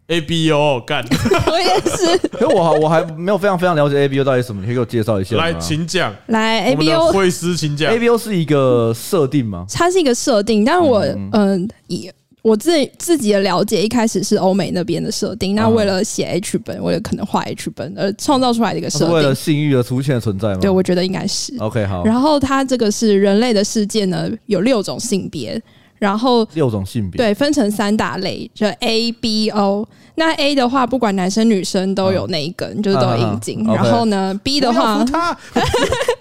Speaker 1: A B O 干，
Speaker 2: 我也是。
Speaker 3: 因为我还我还没有非常非常了解 A B O 到底是什么，你可以给我介绍一下吗
Speaker 1: 来，请讲。
Speaker 2: 来
Speaker 1: 我
Speaker 2: ，A
Speaker 1: 们
Speaker 2: B
Speaker 1: 的
Speaker 2: O，
Speaker 1: 会师，请讲
Speaker 3: A。B O 是一个设定吗？
Speaker 2: 它是一个设定，但我
Speaker 3: 嗯
Speaker 2: 嗯，以我自己自己的了解，一开始是欧美那边的设定。那
Speaker 3: 嗯
Speaker 2: 为了写 H 本，为了可能画 H 本而创造出来的一个
Speaker 3: 它
Speaker 2: 设
Speaker 3: 啊是为了啊
Speaker 2: 定，
Speaker 3: 性欲而出现的存在吗？
Speaker 2: 对我觉得应该是。
Speaker 3: OK 好，
Speaker 2: 然后它这个是人类的世界呢，有六种性别，然后
Speaker 3: 六种性别，
Speaker 2: 对分成三大类，就 A、B、O。那 A 的话，不管男生女生都
Speaker 3: 啊
Speaker 2: 有那一根，就是都有阴茎。
Speaker 3: 嗯嗯嗯
Speaker 2: 然后呢，B 的话，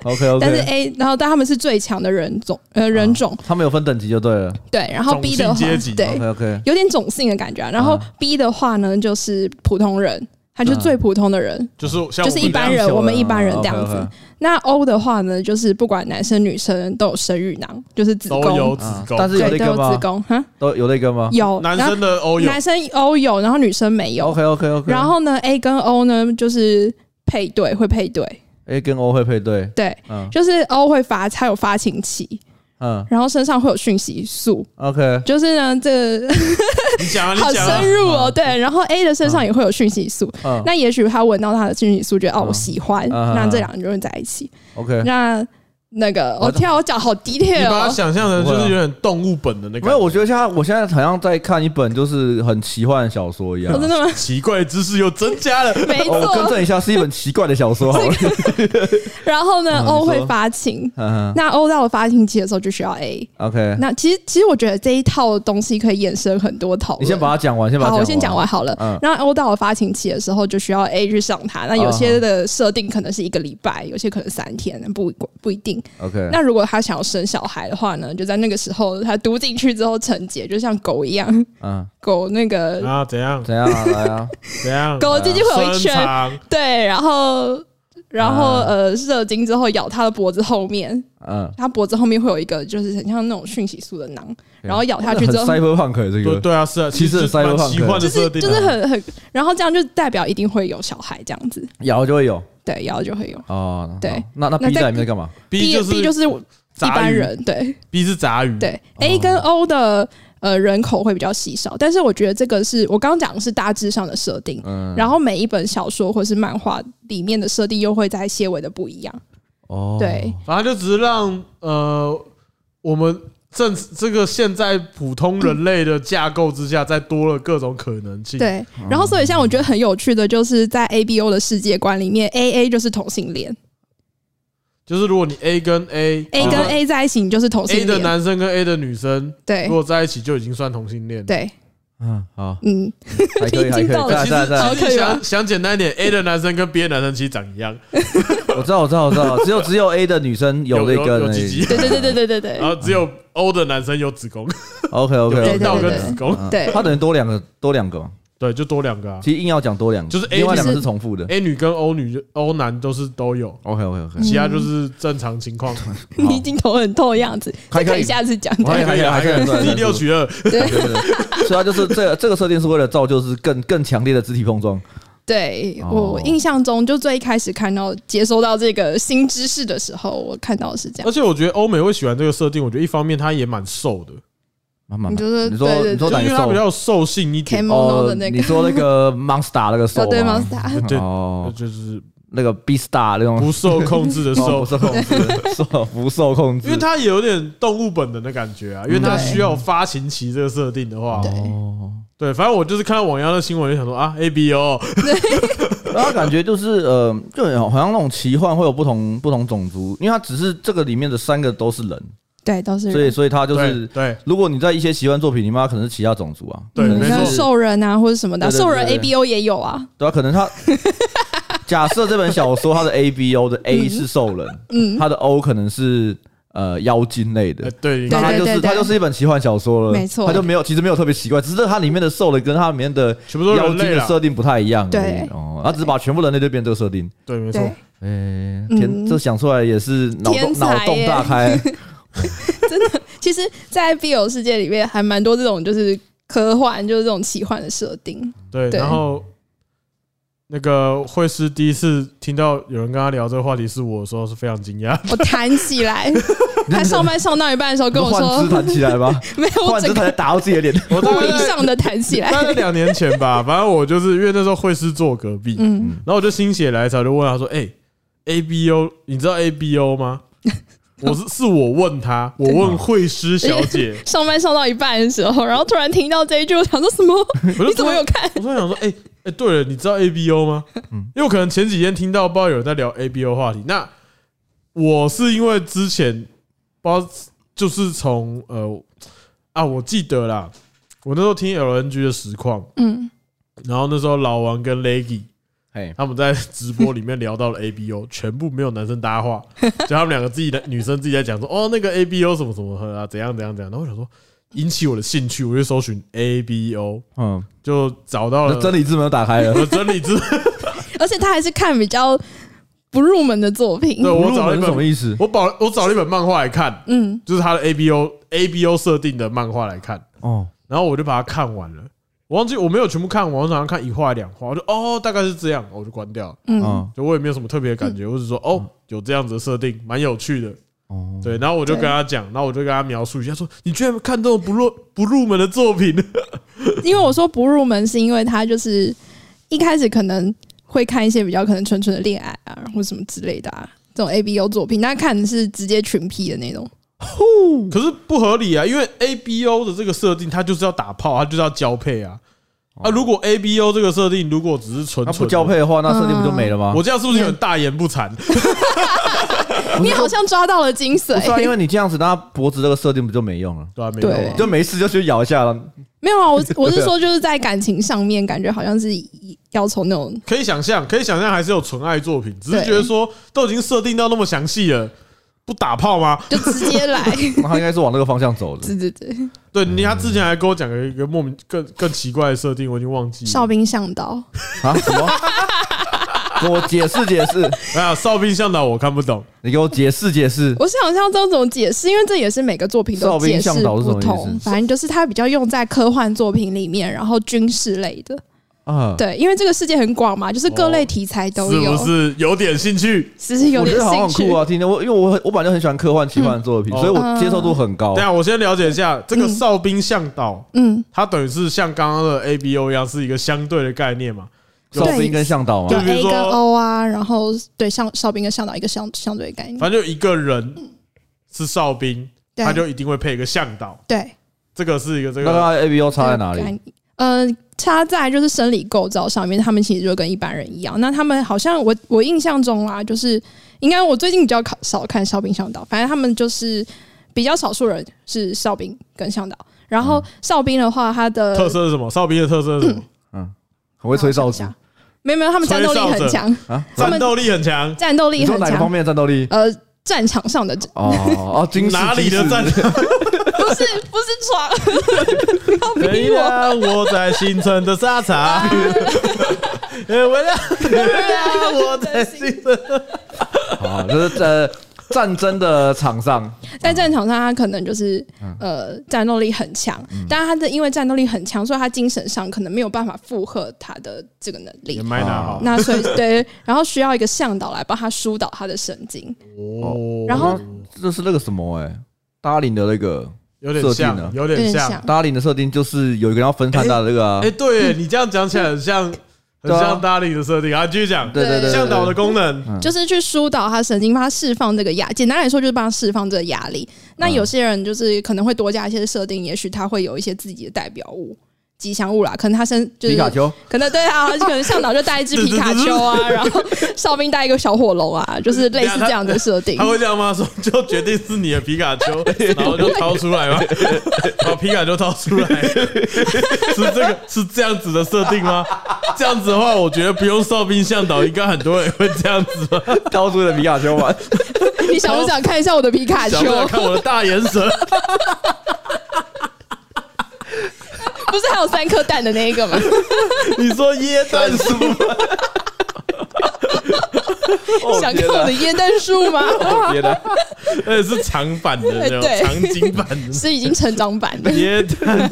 Speaker 3: OK
Speaker 2: 但是
Speaker 3: OK，
Speaker 2: A，然后但他们是最强的人种，呃，人种、
Speaker 3: 他们有分等级就对了。
Speaker 2: 对，然后
Speaker 1: 种
Speaker 2: B 的
Speaker 1: 姓
Speaker 2: 话
Speaker 1: 阶级，
Speaker 2: 对
Speaker 3: OK OK，
Speaker 2: 有点种姓的感觉、啊。然后 B 的话呢，就是普通人，他就是最普通的人。
Speaker 1: 就是像
Speaker 2: 就
Speaker 1: 我
Speaker 2: 是
Speaker 1: 们
Speaker 2: 一般
Speaker 1: 这样
Speaker 2: 人我们一般
Speaker 3: 哦
Speaker 2: 人这样子那 O 的话呢，就是不管男生女生都有生育囊，就是子宫，
Speaker 1: 都有子
Speaker 3: 嗯
Speaker 1: 宫，
Speaker 3: 但是有
Speaker 2: 对，
Speaker 3: 那
Speaker 2: 都有
Speaker 3: 个
Speaker 2: 子
Speaker 3: 吗？啊
Speaker 2: 宫，哈，
Speaker 3: 都有那个吗
Speaker 2: 有。
Speaker 1: 男
Speaker 2: 然后
Speaker 1: 生的欧有
Speaker 2: 男生 O 有，然后女生没有。
Speaker 3: ？OK OK OK，
Speaker 2: 然后呢，A 跟 O 呢，就是配对会配对，
Speaker 3: A 跟 O 会配对，
Speaker 2: 对，
Speaker 3: 嗯
Speaker 2: 就是 O 会发，它有发情期，
Speaker 3: 嗯
Speaker 2: 然后身上会有讯息素，
Speaker 3: ，OK，
Speaker 2: 就是呢，这个
Speaker 1: 你讲啊，
Speaker 2: 好
Speaker 1: 你讲啊
Speaker 2: 深，入哦，对。然后 A 的身上也会有讯息素，
Speaker 3: 嗯
Speaker 2: 那也许他闻到他的讯息素，觉得哦
Speaker 3: 嗯
Speaker 2: 我喜欢，
Speaker 3: 嗯嗯
Speaker 2: 那这两个人就会在一起。
Speaker 3: OK，
Speaker 2: 那那个，我
Speaker 3: 我
Speaker 2: 天啊，我讲好
Speaker 1: 你
Speaker 2: detail
Speaker 1: 把它
Speaker 2: 哦，
Speaker 1: 想象成就是有点动物本的那个，
Speaker 3: 没有，我觉得现在我现在好像在看一本就是很奇幻的小说一样
Speaker 2: 哦。真的吗？
Speaker 1: 奇怪的知识又增加 了。
Speaker 2: 没
Speaker 3: 哦，我更
Speaker 2: 错。
Speaker 3: 正一下，是一本奇怪的小说 好了。
Speaker 2: 然后呢
Speaker 3: 嗯
Speaker 2: ，O
Speaker 3: 你说
Speaker 2: 会发情，
Speaker 3: 嗯
Speaker 2: 那 O 到了发情期的时候就需要 A。
Speaker 3: ，OK，
Speaker 2: 那其实其实我觉得这一套东西可以衍生很多讨论。
Speaker 3: 你先把它讲完，先把它
Speaker 2: 好，我先讲完。好了。
Speaker 3: 嗯
Speaker 2: 那 O 到了发情期的时候，就需要 A 去上它。那有
Speaker 3: 啊
Speaker 2: 些的设定可能是一个礼拜，有些可能三天，不不一定。
Speaker 3: OK，
Speaker 2: 那如果他想要生小孩的话呢，就在那个时候他读进去之后成结，就像狗一样，
Speaker 3: 嗯，
Speaker 2: 狗那个、
Speaker 1: 啊，怎样
Speaker 3: 怎样啊？来啊，
Speaker 1: 怎样？啊
Speaker 2: 狗进去会有一
Speaker 1: 伸
Speaker 2: 圈，
Speaker 1: 长，
Speaker 2: 对，然后然后、
Speaker 3: 啊
Speaker 2: 呃射精之后咬它的脖子后面，
Speaker 3: 嗯，
Speaker 2: 它脖子后面会有一个就是很像那种讯息素的囊， 然后咬下去之后
Speaker 3: 很。cyberpunk 欸这
Speaker 1: 对
Speaker 3: 个，
Speaker 1: 对啊，是啊，
Speaker 3: 其实
Speaker 1: 实
Speaker 3: 很
Speaker 1: 蛮
Speaker 3: cyberpunk
Speaker 1: 奇幻
Speaker 2: 就
Speaker 1: 的
Speaker 2: 是
Speaker 1: 设定
Speaker 2: 就
Speaker 1: 啊，
Speaker 2: 是很很，然后这样就代表一定会有小孩这样子，
Speaker 3: 咬就会有
Speaker 2: 对，然后就会有。
Speaker 3: 哦。
Speaker 2: 对
Speaker 3: 好，那那
Speaker 2: 那
Speaker 3: B
Speaker 2: 在
Speaker 3: 在里面干嘛？
Speaker 1: B 就是
Speaker 2: B 就是一
Speaker 1: 杂
Speaker 2: 般
Speaker 1: 鱼嗯哦
Speaker 2: 人，对，
Speaker 1: ，B 是杂鱼，
Speaker 2: 对，A 跟 O 的呃人口会比较稀少，但是我觉得这个是我刚刚讲的是大致上的设定，
Speaker 3: 嗯，
Speaker 2: 然后每一本小说或是漫画里面的设定又会在些微的不一样。
Speaker 3: 哦，
Speaker 2: 对，
Speaker 1: 反正就只是让呃我们正这个现在普通人类的架构之下，再多了各种可能性。，
Speaker 2: 对，
Speaker 3: 哦
Speaker 2: 然后所以像我觉得很有趣的就是在 A B O 的世界观里面，A A 就是同性恋
Speaker 1: 就是如果你 A 跟 A，A
Speaker 2: ，A 跟
Speaker 3: 哦
Speaker 2: A 在一起你就是同
Speaker 1: A
Speaker 2: 性
Speaker 1: 的
Speaker 2: 恋，
Speaker 1: 男生跟 A 的女生，
Speaker 2: 对
Speaker 1: 如
Speaker 3: 哦
Speaker 1: 果在一起就已经算同性恋了。
Speaker 2: 对，
Speaker 3: 嗯， 好，
Speaker 2: 嗯，
Speaker 3: 还可以，
Speaker 2: 已经
Speaker 3: 还可以，
Speaker 2: 到了
Speaker 3: 再来
Speaker 1: 其
Speaker 3: 再来
Speaker 1: 实
Speaker 3: 再来
Speaker 2: 好
Speaker 1: 其
Speaker 2: 哦可
Speaker 1: 实
Speaker 2: 以啊吧
Speaker 1: 想想简单一点，A 的男生跟 B 的男生其实长一样，
Speaker 3: 我知道，我知道，我知道， 只有只有 A 的女生有
Speaker 1: 有
Speaker 3: 那
Speaker 1: 有
Speaker 3: 个
Speaker 1: 有鸡鸡
Speaker 2: 对对对对对对 对
Speaker 3: 哦
Speaker 1: 然后只有 O 的男生有子宫，
Speaker 3: ，OK
Speaker 1: 有
Speaker 2: 对
Speaker 1: 阴
Speaker 3: OK，
Speaker 1: 道跟子宫，
Speaker 2: 对
Speaker 3: 他等于多两个，多两个嘛。
Speaker 1: 对，就多两个啊。
Speaker 3: 其实硬要讲多两个，
Speaker 1: 就是 A
Speaker 3: 另外两个
Speaker 2: 就是
Speaker 3: 是重复的。
Speaker 1: A 女跟 O 女就、O 男都是都有，
Speaker 3: OK OK OK，
Speaker 1: 其他就是正常情况。
Speaker 2: 你已经头很痛的样子，
Speaker 3: 还
Speaker 2: 这
Speaker 3: 可
Speaker 2: 可
Speaker 3: 以
Speaker 2: 以下次讲。
Speaker 3: 嗯我还
Speaker 2: 对
Speaker 3: 可以还可以还可以
Speaker 1: 以六取二，
Speaker 3: 对对对，所以它就是这个这个设定是为了造就是更更强烈的肢体碰撞。
Speaker 2: 对
Speaker 3: 哦
Speaker 2: 我印象中，就最一开始看到接收到这个新知识的时候，我看到的是这样
Speaker 1: 而。且我觉得欧美会喜欢这个设定，我觉得一方面他也蛮瘦的，
Speaker 3: 慢慢，
Speaker 2: 你就是
Speaker 3: 你说
Speaker 2: 对对
Speaker 1: 就
Speaker 3: 你说
Speaker 1: 是
Speaker 3: 哪
Speaker 1: 因
Speaker 3: 个
Speaker 1: 为他比
Speaker 3: 兽？
Speaker 1: 较兽性一点，
Speaker 2: Kimono
Speaker 3: 哦
Speaker 2: 嗯的，那
Speaker 3: 你
Speaker 2: 个，
Speaker 3: 啊说那个 Monster 那个兽
Speaker 2: 哦对
Speaker 3: 吗
Speaker 2: Monster
Speaker 1: 对
Speaker 3: 哦，
Speaker 1: 就是
Speaker 3: 那个 B Star 那种
Speaker 1: 不受控制的受
Speaker 3: 哦不，受控 制，受不受控制，
Speaker 1: 因为它有点动物本能的感觉
Speaker 3: 嗯
Speaker 1: 啊，因为它需要发情期这个设定的话，
Speaker 2: 对
Speaker 3: 哦，
Speaker 1: 对，反正我就是看到网妖的新闻就想说啊，A B O，
Speaker 3: 然后感觉就是呃，就好像那种奇幻会有不同不同种族，因为它只是这个里面的三个都是人，
Speaker 2: 对，都是
Speaker 3: 所以
Speaker 2: 人
Speaker 3: 所以它就是，
Speaker 1: 对
Speaker 3: 如果你在一些奇幻作品里面，它可能是其他种族啊，
Speaker 1: 对
Speaker 3: 可
Speaker 2: 嗯
Speaker 1: 没
Speaker 3: 能
Speaker 1: 错哎
Speaker 2: 像
Speaker 3: 是
Speaker 2: 兽人啊或者什么的，
Speaker 3: 对对对
Speaker 2: 兽人
Speaker 3: 对
Speaker 2: A B O 也有啊，
Speaker 3: 对啊，可能他假设这本小说它的 A B O 的 A 是兽人，嗯，它的 O 可能是呃妖精类
Speaker 1: 对
Speaker 3: 的
Speaker 1: 哎。对，
Speaker 3: 那它
Speaker 2: 对
Speaker 3: 就
Speaker 2: 对
Speaker 3: 是
Speaker 2: 对对
Speaker 3: 它就是一本奇幻小说了，
Speaker 2: 没错
Speaker 3: 它就没有其实没有特别奇怪，只是它里面的兽人跟它里面的
Speaker 1: 全部都是
Speaker 3: 妖
Speaker 1: 人
Speaker 3: 精
Speaker 1: 类
Speaker 3: 的
Speaker 1: 了，
Speaker 3: 设定不太一样而已，
Speaker 2: 对
Speaker 3: 哦，它只是把全部人类就变这个 设定，
Speaker 1: 对，没错，
Speaker 2: 对，
Speaker 3: 哎、
Speaker 2: 嗯
Speaker 3: 天这想出来也是脑
Speaker 2: 天
Speaker 3: 洞
Speaker 2: 才
Speaker 3: 脑洞
Speaker 2: 耶
Speaker 3: 大开，
Speaker 2: 其实，在 BL 世界里面还蛮多这种就是科幻，就是这种奇幻的设定。
Speaker 1: 对，
Speaker 2: 对
Speaker 1: 然后那个会师第一次听到有人跟他聊这个话题是我的时候是非常惊 讶，
Speaker 2: 我弹 起来，他上班上到一半的时候跟我
Speaker 3: 换
Speaker 2: 说：“
Speaker 3: 肢弹起来吧，
Speaker 2: 没 有，我
Speaker 3: 换肢
Speaker 2: 整
Speaker 3: 弹
Speaker 2: 个
Speaker 3: 打到自己 的脸，
Speaker 1: 我大
Speaker 2: 物
Speaker 1: 概
Speaker 2: 理
Speaker 1: 在
Speaker 2: 上的弹起来。
Speaker 1: 大概两年前吧，反正我就是因为那时候会师坐我隔壁”，
Speaker 2: 嗯，
Speaker 1: 然后我就心血来潮就问他说：“哎，A B O，你知道 A B O 吗？”我是是我问他，我问会师小 姐，
Speaker 2: 上班上到一半的时候，然后突然听到这一句，我想说什么？
Speaker 1: 我就
Speaker 2: 你怎么有看？
Speaker 1: 我突然想说，哎、哎、对了，你知道 A B O 吗？因为我可能前几天听到不知道有人在聊 A B O 话题，那我是因为之前不知道就是从呃啊，我记得啦，我那时候听 LNG 的实况，
Speaker 2: 嗯，
Speaker 1: 然后那时候老王跟 Leggy
Speaker 3: 嘿，
Speaker 1: 他们在直播里面聊到了 A B O，全 部没有男生搭话，就他们两个自己的女生自己在讲说，哦，那个 A B O 什么什么啊，怎样怎样怎样，然后我想说引起我的兴趣，我就搜寻 A B O，
Speaker 3: 嗯，
Speaker 1: 就找到了
Speaker 3: 那真理之门又打开了，
Speaker 1: 我呃整理之，
Speaker 2: 而且他还是看比较不入门的作品
Speaker 1: 对。我找了一
Speaker 3: 入门是什么
Speaker 1: 本，
Speaker 3: 意思？
Speaker 1: 我保我找了一本漫画来看，
Speaker 2: 嗯，
Speaker 1: 就是他的 A B O A B O 设定的漫画来看，
Speaker 3: 哦，
Speaker 1: 然后我就把它看完了，我忘记我没有全部看完，我好像看一话两话，我就哦大概是这样，我就关掉了，
Speaker 2: 嗯
Speaker 3: 嗯，
Speaker 1: 就我也没有什么特别的感觉，我只是说哦有这样子的设定，蛮有趣的，
Speaker 3: 哦，
Speaker 1: 对，然后我就跟他讲，然后我就跟他描述一下，说你居然看这种不入不入门的作品，
Speaker 2: 因为我说不入门，是因为他就是一开始可能会看一些比较可能纯纯的恋爱啊，或什么之类的啊，这种 A B O 作品，他看的是直接群批的那种。
Speaker 1: 可是不合理啊，因为 A B O 的这个设定，它就是要打炮，它就是要交配啊。啊，如果 A B O 这个设定如果只是纯
Speaker 3: 那
Speaker 1: 纯
Speaker 3: 哦不
Speaker 1: 的
Speaker 3: 交配的话，那设定不就没了吗？
Speaker 2: 啊
Speaker 1: 我这样是不是有点大言不惭？
Speaker 2: 你好像抓到了精髓
Speaker 3: 不是，啊，因为你这样子，那脖子这个设定不就没用了？
Speaker 1: 对啊，没
Speaker 2: 对
Speaker 1: 有
Speaker 3: 就没事就去咬一下了。
Speaker 2: 没有啊， 我我是说就是在感情上面，感觉好像是要从那种
Speaker 1: 可以想象，可以想象还是有纯爱作品，只是
Speaker 2: 对
Speaker 1: 觉得说都已经设定到那么详细了，不打炮吗？
Speaker 2: 就直接 来，
Speaker 3: 那他应该是往那个方向走的。
Speaker 2: 对对对，
Speaker 1: 对你，他之前还跟我讲了一个莫名更更奇怪的设定，我已经忘记
Speaker 2: 哨
Speaker 1: 了。
Speaker 2: 兵向导，
Speaker 3: 啊？什 么？给我解释解释，
Speaker 1: 哎呀，哨兵向导我看不懂，
Speaker 3: 你给我解释解释。
Speaker 2: 我想象中怎么解释，因为这也是每个作品都
Speaker 3: 哨兵
Speaker 2: 解释
Speaker 3: 向导是什
Speaker 2: 不
Speaker 3: 么意思
Speaker 2: 同，反正就是它比较用在科幻作品里面，然后军事类的，
Speaker 3: 啊，哦
Speaker 2: 对，因为这个世界很广嘛，就是各类题材都
Speaker 1: 是
Speaker 2: 有，
Speaker 1: 不是有点兴趣？
Speaker 2: 只是有
Speaker 3: 我觉
Speaker 2: 点
Speaker 3: 得好
Speaker 2: 兴
Speaker 3: 像很
Speaker 2: 趣哦
Speaker 3: 酷。啊！听着我，因为我很我本来就很喜欢科幻奇幻作品，
Speaker 1: 嗯
Speaker 3: 所以我接受度很高啊
Speaker 1: 等一。
Speaker 2: 啊
Speaker 1: 下我先了解一下这个
Speaker 2: 嗯
Speaker 1: 哨兵向导，
Speaker 2: 嗯，
Speaker 1: 它等于是像刚刚的 A B O 一样，是一个相对的概念嘛？
Speaker 3: 哨兵跟向导嘛
Speaker 1: 对
Speaker 2: 有，
Speaker 1: 就比如
Speaker 2: A
Speaker 1: 说
Speaker 2: 跟 O 啊，然后对像哨兵跟向导一个相相对概念，
Speaker 1: 反正就一个人是哨兵，
Speaker 2: 嗯对
Speaker 1: 他就一定会配一个向导，
Speaker 2: 对，
Speaker 1: 这个是一个这
Speaker 3: 那
Speaker 1: 个。
Speaker 3: 它 A B O 差在哪
Speaker 2: 概
Speaker 3: 里？
Speaker 2: 念？呃，差在就是生理构造上面，他们其实就跟一般人一样。那他们好像我我印象中啦，就是应该我最近比较考少看哨兵向导，反正他们就是比较少数人是哨兵跟向导。然后
Speaker 3: 嗯
Speaker 2: 哨兵的话，他的
Speaker 1: 特色是什么？哨兵的特色是什么？
Speaker 3: 很会吹
Speaker 2: 让
Speaker 3: 哨子
Speaker 2: 我想一下没有没有，他们战斗力
Speaker 1: 吹哨
Speaker 2: 很
Speaker 1: 者
Speaker 2: 强，
Speaker 3: 啊？
Speaker 2: 他
Speaker 1: 战
Speaker 2: 们
Speaker 1: 斗力很强，
Speaker 2: 战斗
Speaker 3: 你
Speaker 2: 力
Speaker 3: 说
Speaker 2: 很
Speaker 3: 哪个方
Speaker 2: 强。
Speaker 3: 面的战斗力？
Speaker 2: 呃，战场上的
Speaker 3: 哦哦，军事
Speaker 1: 哪里的战？
Speaker 3: 军事
Speaker 2: 不是不是床， 不要逼
Speaker 1: 虽
Speaker 2: 我。
Speaker 1: 然我在新城的沙 场，呃，我让我在新城，
Speaker 3: 啊，就是呃战争的场上，
Speaker 2: 在战场上，他可能就是
Speaker 3: 嗯
Speaker 2: 呃战斗力很强，但是他的因为战斗力很强，所以他精神上可能没有办法负荷他的这个能力
Speaker 1: 也。麦拿好
Speaker 2: 那所以对，然后需要一个向导来帮他疏导他的神经。
Speaker 1: 哦
Speaker 2: 然后
Speaker 3: 这是那个什么哎，达林的那个
Speaker 1: 有点
Speaker 3: 设定啊
Speaker 1: 像，有点
Speaker 2: 有点
Speaker 1: 像
Speaker 2: 像。
Speaker 1: 哎
Speaker 3: 达林的设定就是有一个人要分摊他的那个啊
Speaker 1: 哎，对你这样讲起来很像很像大力的设定。啊，继续讲，
Speaker 3: 啊对对对，
Speaker 1: 向导的功能，
Speaker 3: 嗯
Speaker 2: 就是去疏导他神经，帮他释放这个压。简单来说，就是帮他释放这个压力。
Speaker 3: 嗯
Speaker 2: 那有些人就是可能会多加一些设定，也许他会有一些自己的代表物、吉祥物啦。可能他身就是
Speaker 3: 皮卡丘，
Speaker 2: 可能对啊，可能向导就带一只皮卡丘 啊，然后哨兵带一个小火龙啊，就是类似这样的设 定
Speaker 1: 他。会这样吗？说就决定是你的皮卡丘， 然后就掏出来吗？ 把皮卡丘掏出来， 是这个是这样子的设定吗？这样子的话，我觉得不用哨兵向导，应该很多人会这样子 吧？
Speaker 3: 掏出了皮卡丘玩，
Speaker 2: 你想不想看一下我的皮卡丘？
Speaker 1: 想不想看我的大眼神？
Speaker 2: 不是还有三颗蛋的那一个吗？
Speaker 1: 你说椰蛋
Speaker 3: 但 是吗？哦
Speaker 2: 想看我的椰蛋树吗？
Speaker 3: 别的，
Speaker 1: 而哎且是长版的那种，
Speaker 2: 对
Speaker 1: 长颈版的
Speaker 2: 是已经成长版 的。
Speaker 1: 椰蛋。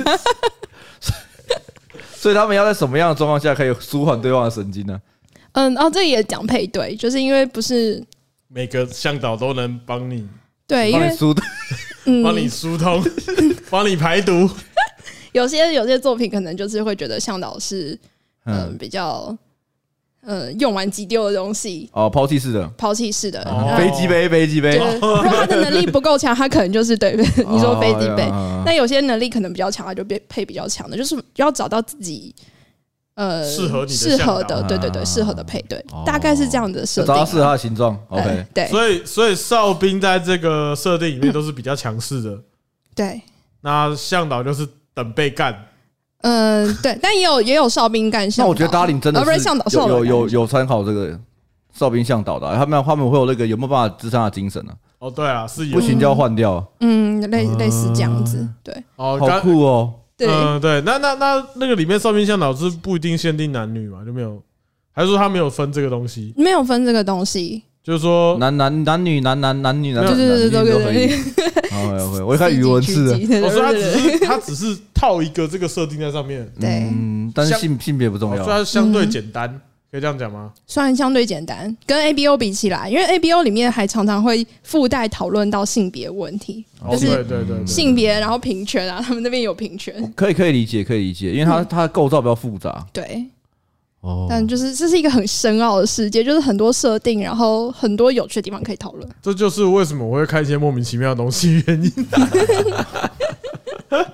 Speaker 3: 所以他们要在什么样的状况下可以舒缓对方的神经呢？
Speaker 2: 嗯，哦，这也讲配对，就是因为不是
Speaker 1: 每个向导都能帮你，
Speaker 2: 对，因
Speaker 3: 帮你
Speaker 2: 为
Speaker 3: 疏导，
Speaker 2: 嗯，
Speaker 1: 帮你疏通， 帮你排毒。
Speaker 2: 有些有些作品可能就是会觉得向导是嗯、
Speaker 3: 嗯，
Speaker 2: 比较嗯用完即丢的东西，
Speaker 3: 哦，抛弃式的，
Speaker 2: 抛弃式的。
Speaker 1: 哦
Speaker 2: 那
Speaker 3: 飞机杯，飞机
Speaker 2: 对，
Speaker 3: 杯，
Speaker 2: 如果他的能力不够强，他可能就是对 你说飞机杯。
Speaker 1: 嗯
Speaker 3: 哦
Speaker 2: 那有些能力可能比较强，他就被配比较强的，就是要找到自己呃
Speaker 1: 适合你的
Speaker 2: 适合
Speaker 1: 向导
Speaker 2: 的，对对对，
Speaker 3: 啊
Speaker 2: 适合的配对
Speaker 3: 哦，
Speaker 2: 大概是这样的设定
Speaker 3: 找到
Speaker 2: 啊。
Speaker 3: 适合他的形状，OK
Speaker 2: 对。对
Speaker 1: 所以，所以哨兵在这个设定里面都是比较强势的，
Speaker 2: 对，
Speaker 1: 那向导就是等被干。
Speaker 2: 嗯对，但也 有也有哨兵干向
Speaker 3: 那
Speaker 2: 导，
Speaker 3: 我觉得达林真的
Speaker 2: 呃不
Speaker 3: 是
Speaker 2: 是向导，
Speaker 3: 有
Speaker 2: 哨
Speaker 3: 有
Speaker 2: 兵
Speaker 3: 有有参考这个哨兵向导的啊，他们他们会有那个有没有办法支撑他的精神呢？
Speaker 1: 哦，对啊，是有
Speaker 3: 不行就要换掉，啊
Speaker 2: 嗯类类似这样子，对
Speaker 1: 哦，
Speaker 3: 好
Speaker 1: 刚
Speaker 3: 酷哦！
Speaker 2: 对。
Speaker 1: 啊嗯对，那那那那个里面哨兵向导是不一定限定男女嘛，就没有，还是说他没有分这个东西？
Speaker 2: 没有分这个东西，
Speaker 1: 就是说，
Speaker 3: 男男男女男男男女男
Speaker 2: 对
Speaker 3: 男
Speaker 2: 对对对
Speaker 3: 男女都可
Speaker 2: 对
Speaker 3: 以。 哦，OK，OK，我一看语文字了，
Speaker 2: 对
Speaker 1: 我说他只
Speaker 2: 对
Speaker 1: 是他只是套一个这个设定在上面，
Speaker 2: 对，
Speaker 3: 嗯，但是性性别不重
Speaker 1: 哦所以
Speaker 3: 要。
Speaker 1: 它相对简单，可以这样讲吗？
Speaker 2: 算相对简单，跟 A B O 比起来，因为 A B O 里面还常常会附带讨论到性别问题，
Speaker 1: 哦，
Speaker 2: 就是
Speaker 1: 对对对
Speaker 3: 嗯
Speaker 1: 对，
Speaker 2: 性别，然后平权啊，他们那边有平权，
Speaker 3: 可以可以理解，可以理解，因为
Speaker 1: 嗯
Speaker 3: 它它的构造比较复杂
Speaker 2: 对，
Speaker 3: 哦。
Speaker 2: 但就是这是一个很深奥的世界，就是很多设定，然后很多有趣的地方可以讨论。
Speaker 1: 这就是为什么我会看一些莫名其妙的东西原因。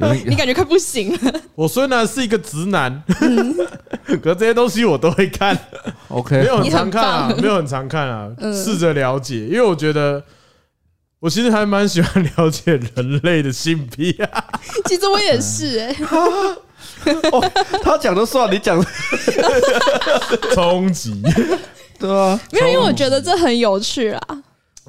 Speaker 3: 有
Speaker 2: 你感觉快不行 了，
Speaker 1: 我虽然是一个直男，可这些东西我都会看， 没
Speaker 3: OK，
Speaker 1: 有很常看啊
Speaker 2: 你很，棒
Speaker 1: 没有很常看啊，
Speaker 2: 嗯
Speaker 1: 试着了解，因为我觉得我其实还蛮喜欢了解人类的性癖啊。
Speaker 2: 其实我也是、欸，
Speaker 3: 他讲就算，你讲
Speaker 1: 冲击，
Speaker 3: 对啊，
Speaker 2: 没有，因为我觉得这很有趣啦，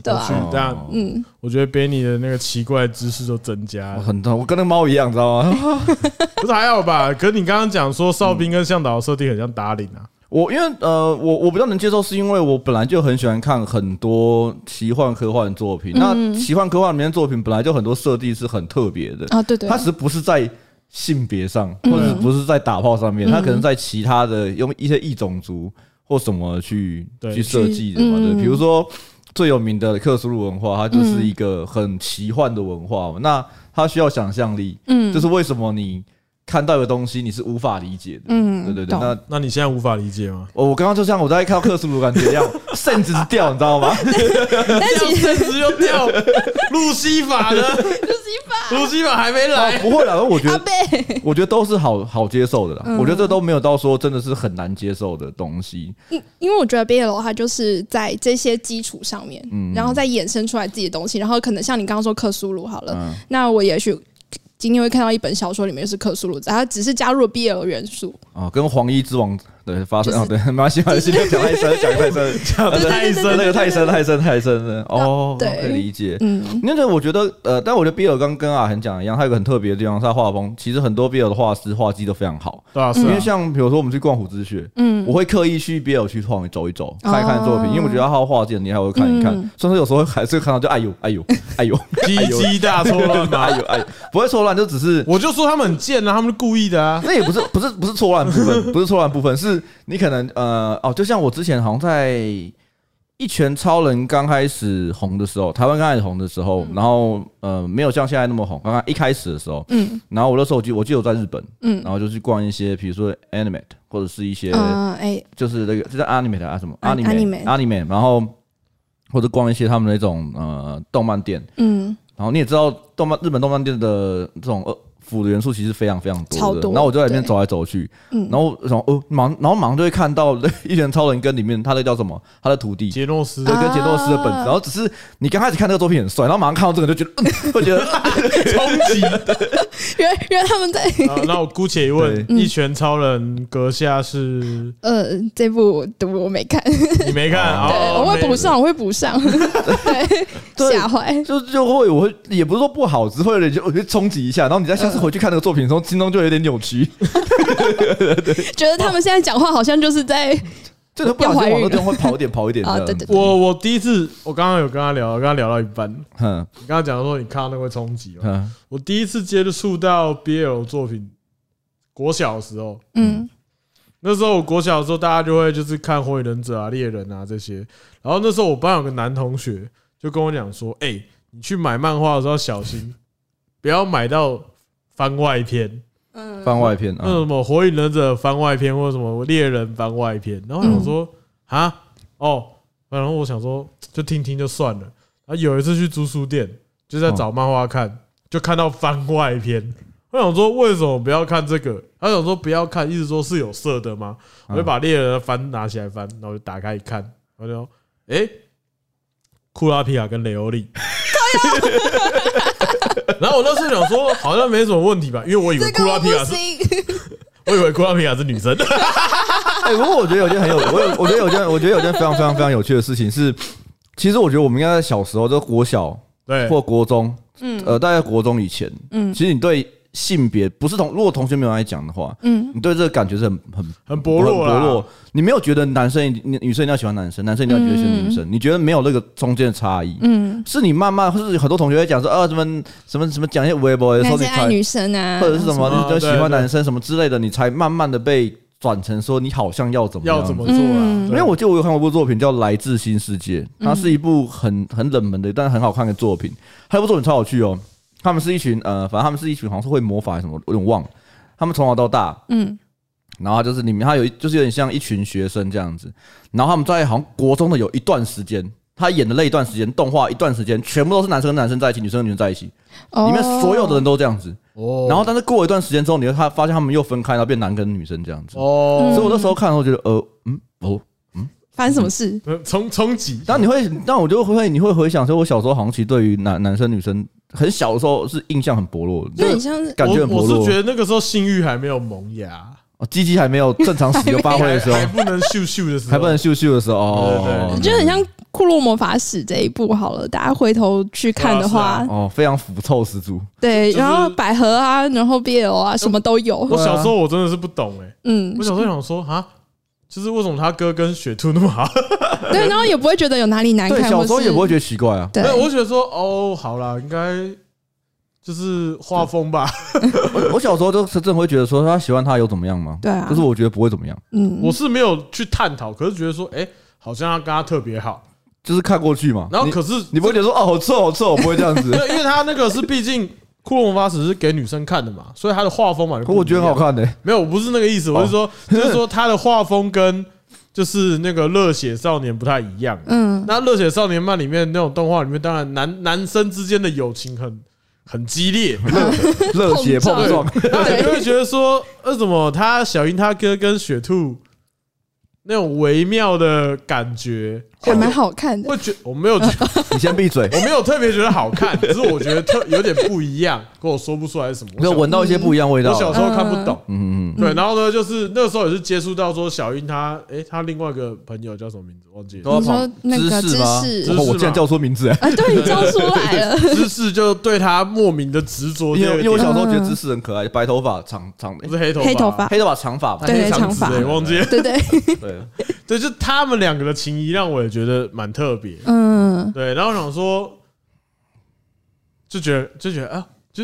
Speaker 2: 对
Speaker 1: 有趣
Speaker 2: 啊，
Speaker 1: 这样
Speaker 3: 哦
Speaker 2: 嗯，
Speaker 1: 我觉得 Benny 的那个奇怪的知识都增加
Speaker 3: 我
Speaker 1: 了，
Speaker 3: 很痛，我跟那猫一样，知道吗？
Speaker 1: 可是还好吧？可是你刚刚讲说哨兵跟向导的设定很像打领啊，
Speaker 3: 我因为呃，我我比较能接受，是因为我本来就很喜欢看很多奇幻科幻作品。
Speaker 2: 嗯
Speaker 3: 那奇幻科幻里面的作品本来就很多设定是很特别的，
Speaker 2: 啊，对对嗯
Speaker 3: 它，只是不是在性别上，或者是不是在打炮上面，它可能在其他的用一些异种族或什么去
Speaker 1: 对
Speaker 3: 去设计的嘛。
Speaker 2: 去嗯
Speaker 3: 对，比如说最有名的克苏鲁文化，它就是一个很奇幻的文化嘛。那它需要想象力，
Speaker 2: 嗯
Speaker 3: 就是为什么你看到一个东西你是无法理解的。
Speaker 2: 嗯
Speaker 3: 对对对，
Speaker 2: 懂
Speaker 3: 那
Speaker 1: 那你现在无法理解吗？
Speaker 3: 哦，我刚刚就像我在看到克苏鲁感 觉一样，甚至是掉，你知道吗？
Speaker 2: 但其实
Speaker 1: 甚至又掉路西法呢？
Speaker 2: 路西法
Speaker 1: 路西法还没
Speaker 3: 哦
Speaker 1: 来，
Speaker 3: 不会啦，我觉
Speaker 2: 阿
Speaker 3: 得
Speaker 2: 贝，
Speaker 3: 我觉得都是好好接受的啦。
Speaker 2: 嗯
Speaker 3: 我觉得这都没有到说真的是很难接受的东西。
Speaker 2: 因因为我觉得 BL 它就是在这些基础上面，
Speaker 3: 嗯
Speaker 2: 然后再衍生出来自己的东西，然后可能像你刚刚说克苏鲁好了，
Speaker 3: 嗯，
Speaker 2: 那我也许今天会看到一本小说里面就是克苏鲁，它只是加入了 BL 元素，
Speaker 3: 哦，跟黄衣之王对发生
Speaker 2: 就是
Speaker 3: 哦，对，没关系，没关系，讲太深，讲 太深，讲
Speaker 2: 对 对
Speaker 3: 太
Speaker 2: 对对
Speaker 3: 深，那个太深，太深，太深了。哦，
Speaker 2: 对
Speaker 3: 可以理解。
Speaker 2: 嗯
Speaker 3: 那个我觉得，呃，但我觉得比尔刚跟阿恒讲的一样，他有个很特别的地方，他画风其实很多比尔的画师画技都非常好。
Speaker 1: 对啊，是
Speaker 3: 因
Speaker 1: 啊
Speaker 3: 为，像比如说我们去逛虎之穴，
Speaker 2: 嗯哦
Speaker 3: 我会刻意去 BL 去晃走一走，看一看作品，因为我觉得他画技很厉害，我会看一看
Speaker 2: 嗯。
Speaker 3: 虽然说有时候还是会看到就哎呦哎呦哎呦
Speaker 1: 鸡鸡大错乱嘛
Speaker 3: 哎。呦哎呦，不会错乱，就只是
Speaker 1: 我就说他们很贱啊，他们是故意的啊。
Speaker 3: 那也不是不是不 是错乱部分，不是错乱部分，是你可能呃哦，就像我之前好像在一拳超人刚开始红的时候，台湾刚开始红的时候，然后呃没有像现在那么红。刚刚一开始的时候，
Speaker 2: 嗯
Speaker 3: 然后我那时候我记我记得我在日本，
Speaker 2: 嗯
Speaker 3: 然后就去逛一些，比如说 Animate 或者是一些
Speaker 2: 嗯哎
Speaker 3: 就是那个就是 Animate 啊什么
Speaker 2: 嗯 Anime
Speaker 3: Animate Anime，然后或者逛一些他们那种呃动漫店，
Speaker 2: 嗯
Speaker 3: 然后你也知道动漫日本动漫店的这种呃腐的元素其实非常非常多
Speaker 2: 超
Speaker 3: 的，
Speaker 2: 多
Speaker 3: 然后我就在里面
Speaker 2: 对
Speaker 3: 走来走去，
Speaker 2: 嗯，
Speaker 3: 然后然后哦忙，然后忙就会看到 一拳超人跟里面他的叫什么他的徒弟。
Speaker 1: 杰诺斯
Speaker 3: 对，跟杰诺斯的本子，
Speaker 2: 啊
Speaker 3: 然后只是你刚开始看那个作品很帅，然后马上看到这个就觉得，嗯会觉得
Speaker 1: 冲击。
Speaker 2: 原来原来他们在
Speaker 1: 啊那我姑且一问，
Speaker 2: 对
Speaker 1: 一拳超人阁下 是
Speaker 2: 呃这部的我没看，
Speaker 1: 你没看？
Speaker 3: 哦
Speaker 2: 对，
Speaker 1: 哦
Speaker 2: 我会
Speaker 1: 没
Speaker 2: 补上，我会补上，
Speaker 3: 对
Speaker 2: 对，吓坏，
Speaker 3: 就就会我会也不是说不好，只是会有点就我就冲击一下，然后你在下次回去看那个作品的时候，心中就有点扭曲，
Speaker 2: 觉得他们现在讲话好像就是在
Speaker 3: 就是不小心往那地方会跑一点跑一点
Speaker 2: 啊
Speaker 3: 的。
Speaker 2: 对对对
Speaker 1: 我我第一次，我刚刚有跟他聊，跟他聊到一半，你
Speaker 3: 哼
Speaker 1: 刚刚讲说你看到那个会冲击嘛，
Speaker 3: 哼，
Speaker 1: 我第一次接触到 BL 作品，国小的时候，
Speaker 2: 嗯
Speaker 1: 那时候我国小的时候，大家就会就是看火影忍者啊、猎人啊这些。然后那时候我班有个男同学就跟我讲说：“哎、你去买漫画的时候小心，不要买到番外篇，
Speaker 2: 嗯
Speaker 3: 番外篇
Speaker 1: 那
Speaker 3: 啊，
Speaker 1: 什么火影忍者番外篇或者什么猎人番外篇。”然后我想说：“啊，哦。”然后我想说就听听就算了。然后有一次去租书店，就在找漫画看，就看到番外篇。我想说为什么不要看这个？他想说不要看，一直说是有色的吗？我就把猎人的帆拿起来翻，然后就打开一看，我就哎、诶库拉皮卡跟雷欧利。
Speaker 2: 啊
Speaker 1: 然后我那时候想说，好像没什么问题吧，因为我以为
Speaker 2: 这
Speaker 1: 库
Speaker 2: 个
Speaker 1: 拉
Speaker 2: 我
Speaker 1: 皮
Speaker 2: 不
Speaker 1: 卡是，
Speaker 2: 行，
Speaker 1: 我以为库拉皮卡是女生。
Speaker 3: 哎，不过我觉得有件很有，我有我觉得有件我觉得有件非常非常非常有趣的事情是，其实我觉得我们应该在小时候，就国小
Speaker 1: 对，
Speaker 3: 或国中，
Speaker 2: 嗯
Speaker 3: 呃，大概国中以前，
Speaker 2: 嗯
Speaker 3: 其实你对性别不是同，如果同学没有来讲的话，
Speaker 2: 嗯
Speaker 3: 你对这个感觉是很很
Speaker 1: 很薄弱啊
Speaker 3: 很
Speaker 1: 啦，
Speaker 3: 薄弱。你没有觉得男生一定女女生一定要喜欢男生，男生一定要觉得喜欢女生，你觉得没有那个中间的差异。
Speaker 2: 嗯，
Speaker 3: 是你慢慢，或是很多同学会讲说，啊，什么什么什么讲一些微博的时候，
Speaker 2: 男
Speaker 3: 你
Speaker 2: 生爱
Speaker 3: 才
Speaker 2: 女生啊，
Speaker 3: 或者是什么，
Speaker 1: 啊
Speaker 3: 你就喜欢
Speaker 1: 对对
Speaker 3: 男生什么之类的，你才慢慢的被转成说你好像要怎么样
Speaker 1: 要怎么做啊啦？
Speaker 2: 嗯
Speaker 1: 对
Speaker 3: 因为我记得我有看过一部作品叫《来自新世界》，它是一部很很冷门的，但很好看的作品。它那部作品超有趣哦。他们是一群呃，反正他们是一群好像是会魔法还是什么，我有点忘了。他们从小到大，
Speaker 2: 嗯
Speaker 3: 然后就是里面他有一就是有点像一群学生这样子，然后他们在好像国中的有一段时间，他演的那一段时间动画一段时间，全部都是男生跟男生在一起，女生跟女生在一起，
Speaker 2: 哦
Speaker 3: 里面所有的人都这样子。
Speaker 1: 哦
Speaker 3: 然后但是过一段时间之后，你会他发现他们又分开，然后变男跟女生这样子。
Speaker 1: 哦，
Speaker 3: 所以我那时候看的时候觉得，呃，嗯，哦，
Speaker 2: 发生什么事？
Speaker 1: 呃冲冲击，
Speaker 3: 但你会，但我就会，你会回想说，我小时候好像其实对于男男生女生很小的时候是印象很薄弱的，
Speaker 2: 那你
Speaker 3: 就是
Speaker 2: 像是
Speaker 3: 感觉很
Speaker 1: 我
Speaker 3: 薄
Speaker 1: 我是
Speaker 3: 弱
Speaker 1: 觉，得那个时候性欲还没有萌 芽，
Speaker 3: 哦鸡鸡还没有正常使用发挥的时候
Speaker 1: 还，不能秀秀的时候，
Speaker 3: 哦还不能咻咻的时候，哦
Speaker 1: 对
Speaker 2: 我觉得很像《库洛魔法使》这一部好了，大家回头去看的话，
Speaker 3: 哦，非常腐臭十足。
Speaker 2: 对，
Speaker 1: 就是
Speaker 2: 然后百合啊，然后 BL 啊，什么都有
Speaker 1: 我，小时候我真的是不懂哎、
Speaker 2: 嗯
Speaker 1: 我，小时候想说啊，就是为什么他哥跟雪兔那么好？
Speaker 2: 对，然后也不会觉得有哪里难
Speaker 3: 对，
Speaker 2: 看，
Speaker 3: 小时候
Speaker 2: 或是
Speaker 3: 也不会觉得奇怪啊。
Speaker 2: 对
Speaker 1: 没有， 我觉得说哦，好啦，应该就是画风吧。
Speaker 3: 我我小时候就是真的会觉得说他喜欢他有怎么样吗？
Speaker 2: 对啊
Speaker 3: 可是我觉得不会怎么样，
Speaker 2: 嗯，
Speaker 1: 我是没有去探讨，可是觉得说，哎，好像他跟他特别好。
Speaker 3: 就是看过去嘛。
Speaker 1: 然后
Speaker 3: 你
Speaker 1: 可是
Speaker 3: 你不会觉得说哦好臭好臭，不会这样子。
Speaker 1: 对，因为他那个是毕竟《骷髅魔法使》是给女生看的嘛，所以他的画风嘛，
Speaker 3: 可我觉得很好
Speaker 1: 看。
Speaker 3: 看欸哦呢。
Speaker 1: 没有，我不是那个意思，我是说，就是说他的画风跟就是那个《热血少年》不太一样。
Speaker 2: 嗯，
Speaker 1: 那《热血少年漫》里面那种动画里面，当然男男生之间的友情很很激烈，
Speaker 3: 热血碰撞，
Speaker 1: 那你就会觉得说，为什么他小樱他哥跟雪兔那种微妙的感觉，
Speaker 2: 还蛮好看的，
Speaker 1: 会觉我没有觉
Speaker 3: 你先闭嘴。
Speaker 1: 我没有特别觉得好 看，只是我觉得特有点不一样，跟我说不出来是什么。
Speaker 3: 没有
Speaker 1: 我
Speaker 3: 闻到一些不一样味
Speaker 1: 小
Speaker 3: 道
Speaker 1: 我。小时候看不懂，
Speaker 3: 嗯嗯嗯，
Speaker 1: 对，然后呢，就是那个时候也是接触到说小樱她，诶，她另外一个朋友叫什么名字忘记了，
Speaker 3: 都要
Speaker 2: 你说
Speaker 3: 跑
Speaker 2: 那个
Speaker 3: 知识吗
Speaker 2: 知？识
Speaker 3: 哦我竟然叫出名字哎，
Speaker 2: 啊，对，你叫出来了，
Speaker 1: 知识就对她莫名的执着，
Speaker 3: 因为因为我小时候觉得
Speaker 2: 嗯
Speaker 3: 芝士很可爱，白头发长长哎
Speaker 1: 不是黑头
Speaker 2: 黑头发
Speaker 3: 啊黑头发长发吧，
Speaker 2: 对
Speaker 1: 黑
Speaker 2: 长
Speaker 1: 子诶
Speaker 2: 发
Speaker 1: 忘记了
Speaker 2: 对对，
Speaker 3: 对，
Speaker 1: 对，就他们两个的情谊让我也觉得蛮特别。
Speaker 2: 嗯，
Speaker 1: 对，然后想说，就觉得就觉得啊，就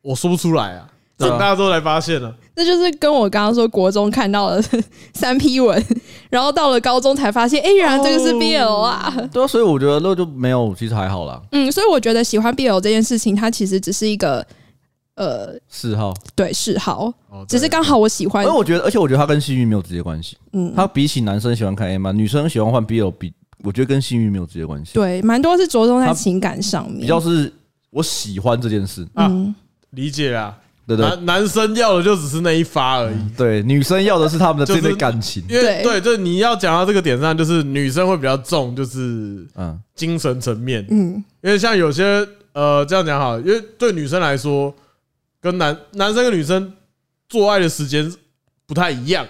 Speaker 1: 我说不出来啊，
Speaker 3: 对啊
Speaker 1: 长大之后才发现了，啊
Speaker 2: 这那就是跟我刚刚说国中看到的三 P 文，然后到了高中才发现，哎、原来这个是
Speaker 1: 哦
Speaker 2: BL 啊。
Speaker 3: 对啊，所以我觉得那就没有，其实还好啦。
Speaker 2: 嗯，所以我觉得喜欢 BL 这件事情，它其实只是一个呃，
Speaker 3: 四号，
Speaker 2: 对嗜好，
Speaker 1: 哦
Speaker 2: 只是
Speaker 1: 对
Speaker 2: 刚好我喜欢
Speaker 3: 因为。我觉得，而且我觉得它跟性欲没有直接关系。
Speaker 2: 嗯，
Speaker 3: 它比起男生喜欢看 A 漫，女生喜欢换 BL，比我觉得跟性欲没有直接关系。，
Speaker 2: 对，蛮多是着重在
Speaker 3: 它
Speaker 2: 情感上面。
Speaker 3: 比较是我喜欢这件事，
Speaker 1: 啊
Speaker 2: 嗯，
Speaker 1: 理解啊啦。
Speaker 3: 对嗯不对
Speaker 1: 男男生要的就只是那一发而已，
Speaker 3: 对，女生要的是他们的
Speaker 1: 就是
Speaker 3: 这份感情。
Speaker 1: 因为对，
Speaker 2: 对
Speaker 1: 就你要讲到这个点上，就是女生会比较重，就是
Speaker 3: 嗯，
Speaker 1: 精神层面，
Speaker 2: 嗯，
Speaker 1: 因为像有些呃，这样讲好了，因为对女生来说，跟男男生跟女生做爱的时间不太一样，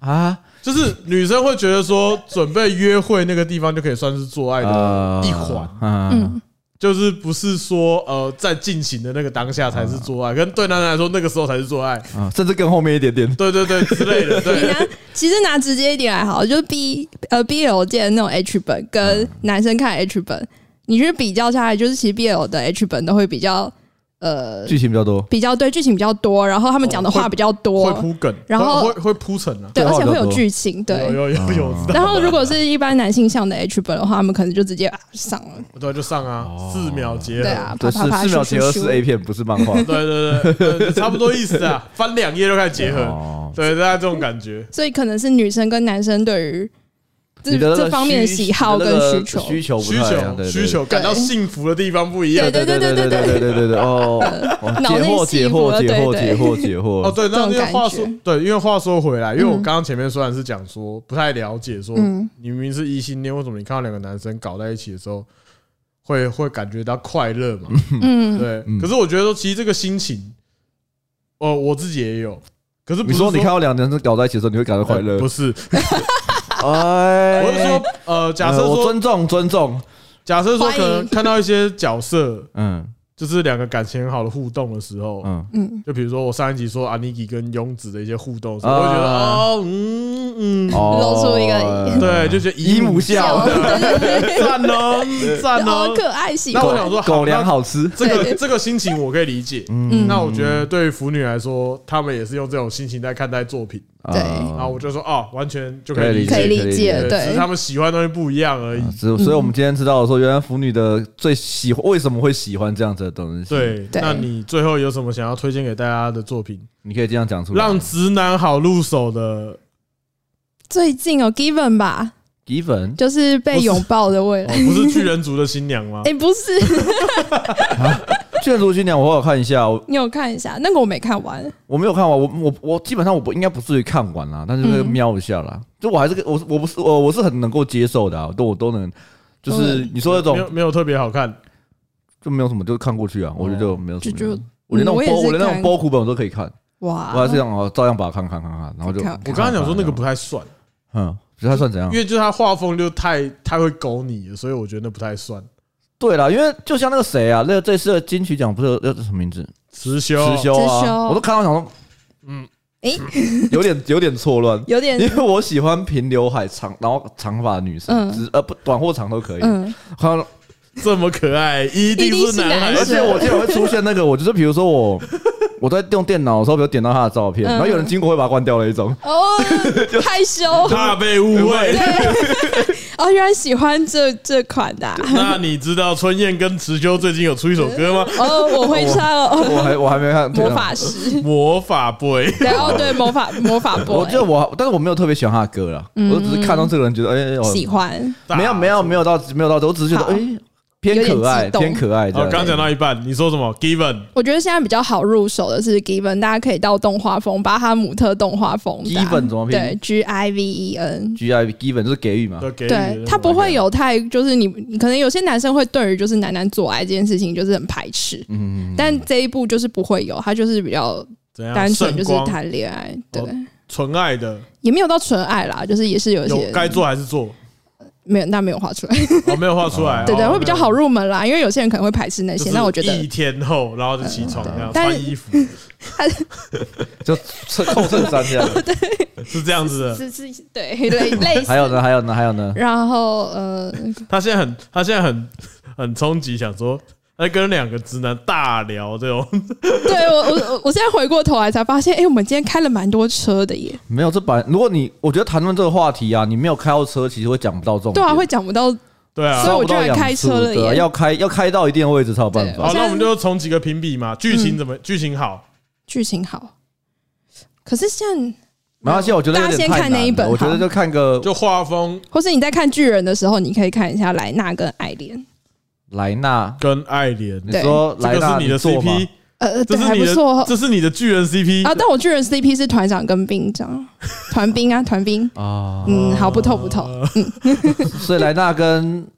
Speaker 3: 啊，
Speaker 1: 就是女生会觉得说，准备约会那个地方就可以算是做爱的
Speaker 3: 呃
Speaker 1: 一环，
Speaker 3: 嗯，
Speaker 1: 就是不是说呃在进行的那个当下才是做爱，跟对男人来说那个时候才是做爱，
Speaker 3: 嗯甚至更后面一点点。
Speaker 1: 对对对之类 的，
Speaker 2: 你
Speaker 1: 对
Speaker 2: 拿其实拿直接一点来好了，就是 B 呃 BL 界的那种 H 本
Speaker 3: 嗯
Speaker 2: 跟男生看 H 本，你去比较下来，就是其实 BL 的 H 本都会比较呃
Speaker 3: 剧情比较多，
Speaker 2: 比较对剧情比较多，然后他们讲的
Speaker 1: 哦
Speaker 2: 话
Speaker 1: 会
Speaker 2: 比较
Speaker 1: 会
Speaker 2: 多，
Speaker 1: 铺梗，
Speaker 2: 然后
Speaker 1: 会会铺陈啊，
Speaker 2: 对，
Speaker 3: 对
Speaker 2: 而
Speaker 3: 话
Speaker 2: 且
Speaker 3: 比
Speaker 2: 会
Speaker 3: 较
Speaker 2: 有
Speaker 3: 多
Speaker 2: 剧情，对。
Speaker 1: 有有有
Speaker 3: 嗯
Speaker 1: 有，知道
Speaker 2: 然后，如果是一般男性向的 H 本的话，他们可能就直接啊上了。
Speaker 1: 对就上啊，
Speaker 3: 哦
Speaker 1: 四秒结合，
Speaker 2: 对啊，啪
Speaker 3: 对，是
Speaker 2: 啪啪，
Speaker 3: 四秒
Speaker 2: 咻
Speaker 3: 结
Speaker 2: 咻
Speaker 3: 合
Speaker 2: 咻
Speaker 3: 是 A 片，不是漫画。
Speaker 1: 对对对对，差不多意思 啊，翻两页就开始结合，
Speaker 3: 哦，
Speaker 1: 对，大家这种感觉。
Speaker 2: 所以可能是女生跟男生对于这
Speaker 3: 你的那个
Speaker 2: 这方面的喜好
Speaker 3: 你
Speaker 2: 跟
Speaker 3: 的那个
Speaker 2: 需求，
Speaker 3: 需哦求不
Speaker 1: 需
Speaker 3: 太一样
Speaker 1: 求
Speaker 3: 对对
Speaker 1: 需
Speaker 3: 对
Speaker 1: 求感到
Speaker 2: 对
Speaker 1: 幸福的地方不一样
Speaker 3: 对。对对对对对对对对 对哦，哦
Speaker 2: 脑
Speaker 3: 解
Speaker 2: 内
Speaker 3: 惑
Speaker 2: 戏
Speaker 3: 解
Speaker 2: 服
Speaker 3: 惑
Speaker 2: 了
Speaker 3: 解惑
Speaker 2: 对
Speaker 3: 解
Speaker 2: 对
Speaker 3: 惑 解
Speaker 1: 哦，
Speaker 3: 惑，
Speaker 1: 对，那
Speaker 2: 这种
Speaker 1: 因为
Speaker 2: 感
Speaker 1: 话说
Speaker 2: 觉，
Speaker 1: 对，因为话说回来，因为我
Speaker 2: 嗯
Speaker 1: 刚刚前面虽然是讲说不太了解，说
Speaker 2: 嗯
Speaker 1: 你明明是异性恋，为什么你看到两个男生搞在一起的时候，会会感觉到快乐嘛？
Speaker 2: 嗯，
Speaker 1: 对
Speaker 3: 嗯。
Speaker 1: 可是我觉得说，其实这个心情，哦，我自己也有。可是不
Speaker 3: 你
Speaker 1: 是
Speaker 3: 说你看到两个人搞在一起的时候，你会感到快乐
Speaker 1: 呃不？是，
Speaker 3: 哎，
Speaker 1: 我是说，呃，假设
Speaker 3: 呃我
Speaker 1: 说，
Speaker 3: 尊重尊重，
Speaker 1: 假设说，可
Speaker 2: 欢
Speaker 1: 能
Speaker 2: 迎
Speaker 1: 看到一些角色，
Speaker 3: 嗯
Speaker 1: 就是两个感情很好的互动的时候，
Speaker 3: 嗯，
Speaker 2: 嗯，
Speaker 1: 就比如说我上一集说阿尼基跟庸子的一些互动的时候，我
Speaker 3: 啊
Speaker 1: 会觉得哦，嗯嗯，
Speaker 3: 哦
Speaker 2: 露出一个
Speaker 1: 对，就觉得姨
Speaker 3: 姨母 笑，
Speaker 1: 赞哦，赞
Speaker 2: 好
Speaker 1: 哦。
Speaker 2: 可爱喜
Speaker 1: 那我
Speaker 2: 欢，
Speaker 1: 想说，
Speaker 3: 狗粮
Speaker 1: 好，
Speaker 3: 好吃，
Speaker 1: 那这个
Speaker 2: 对
Speaker 1: 这个心情我可以理解。
Speaker 2: 嗯
Speaker 1: 那我觉得对于腐女来说，她们也是用这种心情在看待作品，
Speaker 2: 对
Speaker 3: 啊嗯
Speaker 1: 然后我就说哦，完全就
Speaker 3: 可
Speaker 1: 可以理
Speaker 3: 以理
Speaker 1: 解
Speaker 2: 可以
Speaker 3: 解，
Speaker 2: 理解
Speaker 1: 对，
Speaker 2: 对
Speaker 1: 只是她们喜欢的东西不一样而已。
Speaker 3: 啊所以所以我们今天知道说，原来腐女的最喜欢为什么会喜欢这样子的东西，，
Speaker 1: 对，
Speaker 2: 对
Speaker 1: 那你最后有什么想要推荐给大家的作品，
Speaker 3: 你可以这样讲出来。
Speaker 1: 让直男好入手的？
Speaker 2: 最近哦，Given 吧，
Speaker 3: given
Speaker 2: 就是被拥抱的未
Speaker 1: 哦
Speaker 2: 来。
Speaker 1: 不是巨人族的新娘
Speaker 3: 哦
Speaker 1: 吗？
Speaker 2: 哎，不是，
Speaker 3: 《人族新娘》，我有看一下，我
Speaker 2: 你有看一下那个我没看完，
Speaker 3: 我没有看完，我我我基本上我不应该不至于看完啦，但是会
Speaker 2: 嗯
Speaker 3: 瞄一下啦。就我还是个我我不是我我是很能够接受的、啊，都我都能，就是
Speaker 2: 嗯
Speaker 3: 你说那
Speaker 1: 没
Speaker 3: 种
Speaker 1: 有没有特别好看，
Speaker 3: 就没有什么，就看过去啊，我觉得就没有什
Speaker 2: 就
Speaker 3: 么。
Speaker 2: 哦就
Speaker 3: 我连那种
Speaker 2: 我也
Speaker 3: 包
Speaker 2: 是啊
Speaker 3: 我连那种
Speaker 2: 看
Speaker 3: 包苦本我都可以看，
Speaker 2: 哇，
Speaker 3: 我还是这样哦，照样把它看看看看，然后就
Speaker 2: 看看
Speaker 1: 我刚刚讲说那个不太算，
Speaker 3: 嗯，觉得它算怎样
Speaker 1: 因？为就是他画风就太太会勾你了，所以我觉得那不太算。
Speaker 3: 对啦，因为就像那个谁啊，那个这次的金曲奖不是有那是什么名字？
Speaker 1: 辞修，
Speaker 3: 直修
Speaker 2: 直
Speaker 3: 啊，
Speaker 2: 修
Speaker 3: 我都看到想说
Speaker 1: 嗯，
Speaker 2: 诶
Speaker 3: 有点有点错乱，
Speaker 2: 有点
Speaker 3: 因为我喜欢平刘海长，然后长发的女生，
Speaker 2: 嗯
Speaker 3: 只呃不短或长都可以。
Speaker 2: 嗯，
Speaker 3: 看到
Speaker 1: 这么可爱，一定是男
Speaker 2: 一
Speaker 1: 孩
Speaker 3: 而
Speaker 2: 定是男啊
Speaker 1: 子
Speaker 3: 且
Speaker 2: 生
Speaker 3: 我经常会出现那个，我就是比如说我我在用电脑的时候，比如点到她的照片，
Speaker 2: 嗯
Speaker 3: 然后有人经过会把它关掉的一种。
Speaker 2: 哦， 害羞
Speaker 3: 啊
Speaker 1: 怕被误 会。
Speaker 2: 哦，原来喜欢这这款的啊
Speaker 1: 那你知道春燕跟辞修最近有出一首歌 吗？
Speaker 2: 哦，我会唱哦，
Speaker 3: 我还我还没看啊
Speaker 2: 魔法师，
Speaker 1: 魔法 boy，
Speaker 2: 对哦，对魔法魔法
Speaker 3: 我
Speaker 2: boy，
Speaker 3: 就我，但是我没有特别喜欢她的歌啦，
Speaker 2: 嗯
Speaker 3: 我就只是看到这个人觉得哎，我
Speaker 2: 喜欢，
Speaker 3: 没有没有没有到没有到，我只是觉
Speaker 2: 好
Speaker 3: 得哎偏可
Speaker 2: 有点
Speaker 3: 爱
Speaker 2: 激动
Speaker 3: 偏可爱这
Speaker 1: 哦，
Speaker 3: 样。
Speaker 1: 刚讲到一半，你说什么？Given
Speaker 3: 嗯
Speaker 2: 我觉得现在比较好入手的是 Given，大家可以到动画风，巴哈姆特动画风打
Speaker 3: Given 怎么拼
Speaker 2: 对，G I V E N。
Speaker 3: G I given 就是给予嘛，嗯
Speaker 1: 的给予
Speaker 2: 对
Speaker 1: 的
Speaker 2: 他不会有太，就是你，你可能有些男生会对于就是男男做爱这件事情就是很排斥，
Speaker 3: 嗯，
Speaker 2: 但这一部就是不会有，他就是比较
Speaker 1: 怎样
Speaker 2: 单纯，
Speaker 1: 圣
Speaker 2: 就是
Speaker 1: 光
Speaker 2: 谈恋爱，对，
Speaker 1: 哦纯爱的，
Speaker 2: 也没有到纯爱啦，就是也是有一
Speaker 1: 有
Speaker 2: 些
Speaker 1: 该做还是做，
Speaker 2: 没有，那没有画出来，
Speaker 1: 哦，没有画出来，
Speaker 2: 对对，
Speaker 1: 哦
Speaker 2: 会比较好。入门啦，因为有些人可能会排斥那
Speaker 1: 没有
Speaker 2: 些，
Speaker 1: 就是
Speaker 2: 那我觉得嗯
Speaker 1: 一天后，然后就起床，然后
Speaker 2: 但是
Speaker 1: 穿衣服，
Speaker 3: 就衬扣衬衫这 样。
Speaker 1: 是这样子的。
Speaker 2: 是是，对，类类似
Speaker 3: 还。有呢，还有呢，还有呢，
Speaker 2: 然后呃，
Speaker 1: 他现在很，他现在很很冲击，想说来跟两个直男大聊这种，
Speaker 2: 对我我我我现在回过头来才发现，哎、我们今天开了蛮多车的耶。
Speaker 1: 哦
Speaker 3: 没有这版。如果你我觉得谈论这个话题啊，你没有开到车，其实会讲不到重点。
Speaker 2: 对啊，会讲不到。
Speaker 1: 对啊
Speaker 2: 所以。
Speaker 3: 抓
Speaker 2: 我
Speaker 3: 不
Speaker 2: 就
Speaker 3: 到
Speaker 2: 来
Speaker 3: 痒
Speaker 2: 开
Speaker 3: 处
Speaker 2: 车了
Speaker 3: 对啊
Speaker 2: 耶
Speaker 3: 要开要开到一定的位置才有办
Speaker 2: 对
Speaker 3: 法
Speaker 1: 好，。
Speaker 2: 现
Speaker 1: 那
Speaker 2: 在嗯
Speaker 1: 我们就从几个评比嘛，剧情怎么剧情好？
Speaker 2: 剧情好，可是现在，
Speaker 3: 没关系，我觉得有
Speaker 2: 大家
Speaker 3: 点
Speaker 2: 先
Speaker 3: 太
Speaker 2: 看那
Speaker 3: 难
Speaker 2: 一
Speaker 3: 了
Speaker 2: 本
Speaker 3: 我觉得
Speaker 2: 好
Speaker 3: 就看个
Speaker 1: 就画风
Speaker 2: 或是你在看巨人的时候，你可以看一下莱纳跟爱莲，
Speaker 3: 莱纳，
Speaker 1: 跟爱莲，
Speaker 3: 你
Speaker 2: 对
Speaker 3: 说
Speaker 1: 这
Speaker 3: 莱
Speaker 1: 个
Speaker 3: 纳
Speaker 1: 是你的
Speaker 3: 做吗？
Speaker 1: CP，这
Speaker 2: 呃，对，
Speaker 1: 是
Speaker 2: 还
Speaker 1: 你
Speaker 2: 不错
Speaker 1: 的，这是你的巨人 CP
Speaker 2: 啊。但我巨人 CP 是团长跟兵 长，团兵啊，团兵，
Speaker 3: 啊，
Speaker 1: 哦
Speaker 2: 嗯，好，不透不透。
Speaker 1: 呃
Speaker 3: 所以莱纳跟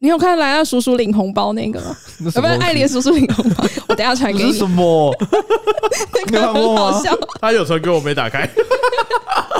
Speaker 2: 你有看莱纳叔叔领红包那个吗？
Speaker 3: 那什
Speaker 2: 呃，不是
Speaker 3: 么东西
Speaker 2: 爱莲叔叔领红 包，我等一下传
Speaker 3: 不
Speaker 2: 给
Speaker 3: 是
Speaker 2: 你
Speaker 3: 什，么，
Speaker 2: 那
Speaker 3: 你
Speaker 2: 个
Speaker 3: 有看过
Speaker 2: 很
Speaker 3: 吗
Speaker 1: 啊
Speaker 2: 好笑。
Speaker 1: 他有传给我没打开，
Speaker 2: 好好，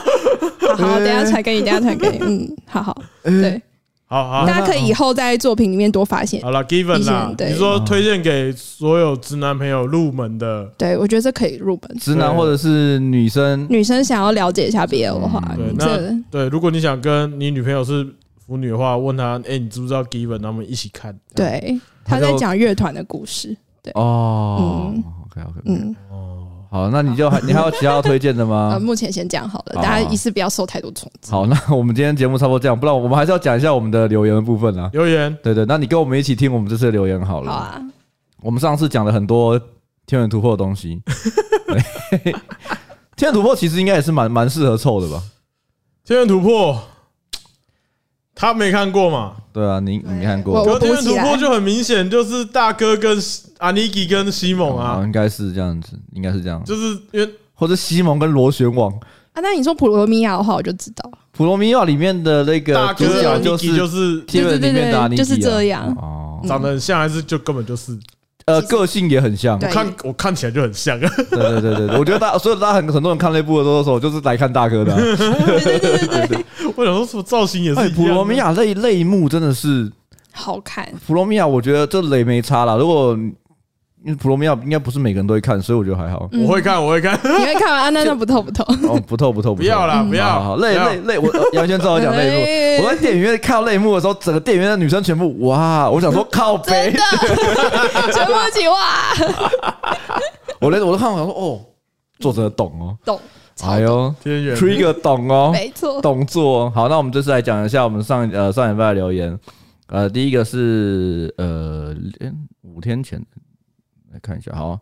Speaker 2: 我
Speaker 1: 哎
Speaker 2: 等一下传给你，等一下传给你，嗯，好好，对，
Speaker 1: 好哎好
Speaker 2: 大，家可以以后在作品里面多发现。
Speaker 1: 好了，Given 啦
Speaker 2: 以前，对
Speaker 1: 你说推荐给所有直男朋友入门的，
Speaker 2: 对，我觉得这可以入门。
Speaker 3: 直男或者是女生，
Speaker 2: 女生想要了解一下 BL 的话，
Speaker 1: 嗯对
Speaker 2: 啊你
Speaker 1: 那
Speaker 2: 这
Speaker 1: 对，如果你想跟你女朋友是腐女的话，问她，哎，你知不知道 Given？然后我们一起看。这样，
Speaker 2: 对他在讲乐团的故事。
Speaker 3: 哦
Speaker 2: 嗯
Speaker 3: ，OK OK，
Speaker 2: 嗯，
Speaker 1: 哦，
Speaker 3: 好，那你 就还你还有其他要推荐的
Speaker 2: 呃，
Speaker 3: 吗？
Speaker 2: 目前先讲好了，
Speaker 3: 好
Speaker 2: 大家一次不要受太多冲击。
Speaker 3: 好，那我们今天节目差不多这样，不然我们还是要讲一下我们的留言的部分啦。
Speaker 1: 留言
Speaker 3: 对对，那你跟我们一起听我们这次的留言好了。
Speaker 2: 好啊，
Speaker 3: 我们上次讲了很多天元突破的 东西，对天元突破其实应该也是蛮蛮适合凑的吧？
Speaker 1: 天元突破，他没看过嘛？
Speaker 3: 对啊，你你看过
Speaker 2: 我？
Speaker 1: 可是天元
Speaker 2: 补
Speaker 1: 突
Speaker 2: 起来
Speaker 1: 破就很明显，就是大哥跟阿尼基跟西蒙
Speaker 3: 哦
Speaker 1: 啊，
Speaker 3: 应该是这样子，应该是这样，
Speaker 1: 就是因为
Speaker 3: 或者西蒙跟螺旋王。
Speaker 2: 啊，那你说普罗米亚的话，我就知 道，
Speaker 3: 普罗米亚里面的那个
Speaker 1: 大
Speaker 3: 主
Speaker 1: 哥
Speaker 3: 角
Speaker 1: 阿尼
Speaker 3: 就
Speaker 1: 基
Speaker 3: 是
Speaker 1: 就是
Speaker 3: 贴文里面的阿尼基啊
Speaker 2: 就是这样
Speaker 3: 哦，
Speaker 1: 长得很像，还是就根本就是
Speaker 3: 呃，
Speaker 2: 其实
Speaker 3: 个性也很像。
Speaker 2: 对
Speaker 1: 看我看起来就很像，
Speaker 3: 对对对对对，我觉得大，所以大家很很多人看那部的时候，就是来看大哥的啊。
Speaker 2: 对对对对 对，
Speaker 1: 我想说什么造型也是一
Speaker 3: 哎，
Speaker 1: 样的。
Speaker 3: 普罗米亚那一那一幕真的是
Speaker 2: 好看。
Speaker 3: 普罗米亚，我觉得这雷没差啦。如果因为普罗米亚应该不是每个人都会看，所以我觉得还好。
Speaker 2: 嗯
Speaker 1: 我会看，我会看，
Speaker 2: 你会看完啊？那那不透不 透。
Speaker 3: 哦，不透不透，
Speaker 1: 不要啦，
Speaker 2: 嗯
Speaker 1: 不要
Speaker 3: 好好好，泪
Speaker 1: 不要
Speaker 3: 泪泪，我呃杨先知道我讲泪目。
Speaker 2: 哎
Speaker 3: 我在电影院看到泪幕的时候，整个电影院的女生全部哇！我想说靠
Speaker 2: 真
Speaker 3: 背
Speaker 2: 的，， 全部起哇，
Speaker 3: 我那我都看，我想说哦，作者懂哦，
Speaker 2: 懂，超
Speaker 3: 哎
Speaker 2: 懂，
Speaker 3: 呦
Speaker 1: 天元
Speaker 3: ，Trigger 懂哦，
Speaker 2: 没错。
Speaker 3: 动作。好，那我们这次来讲一下我们上呃上礼拜的留言。呃，第一个是呃诶五天前来看一下，好，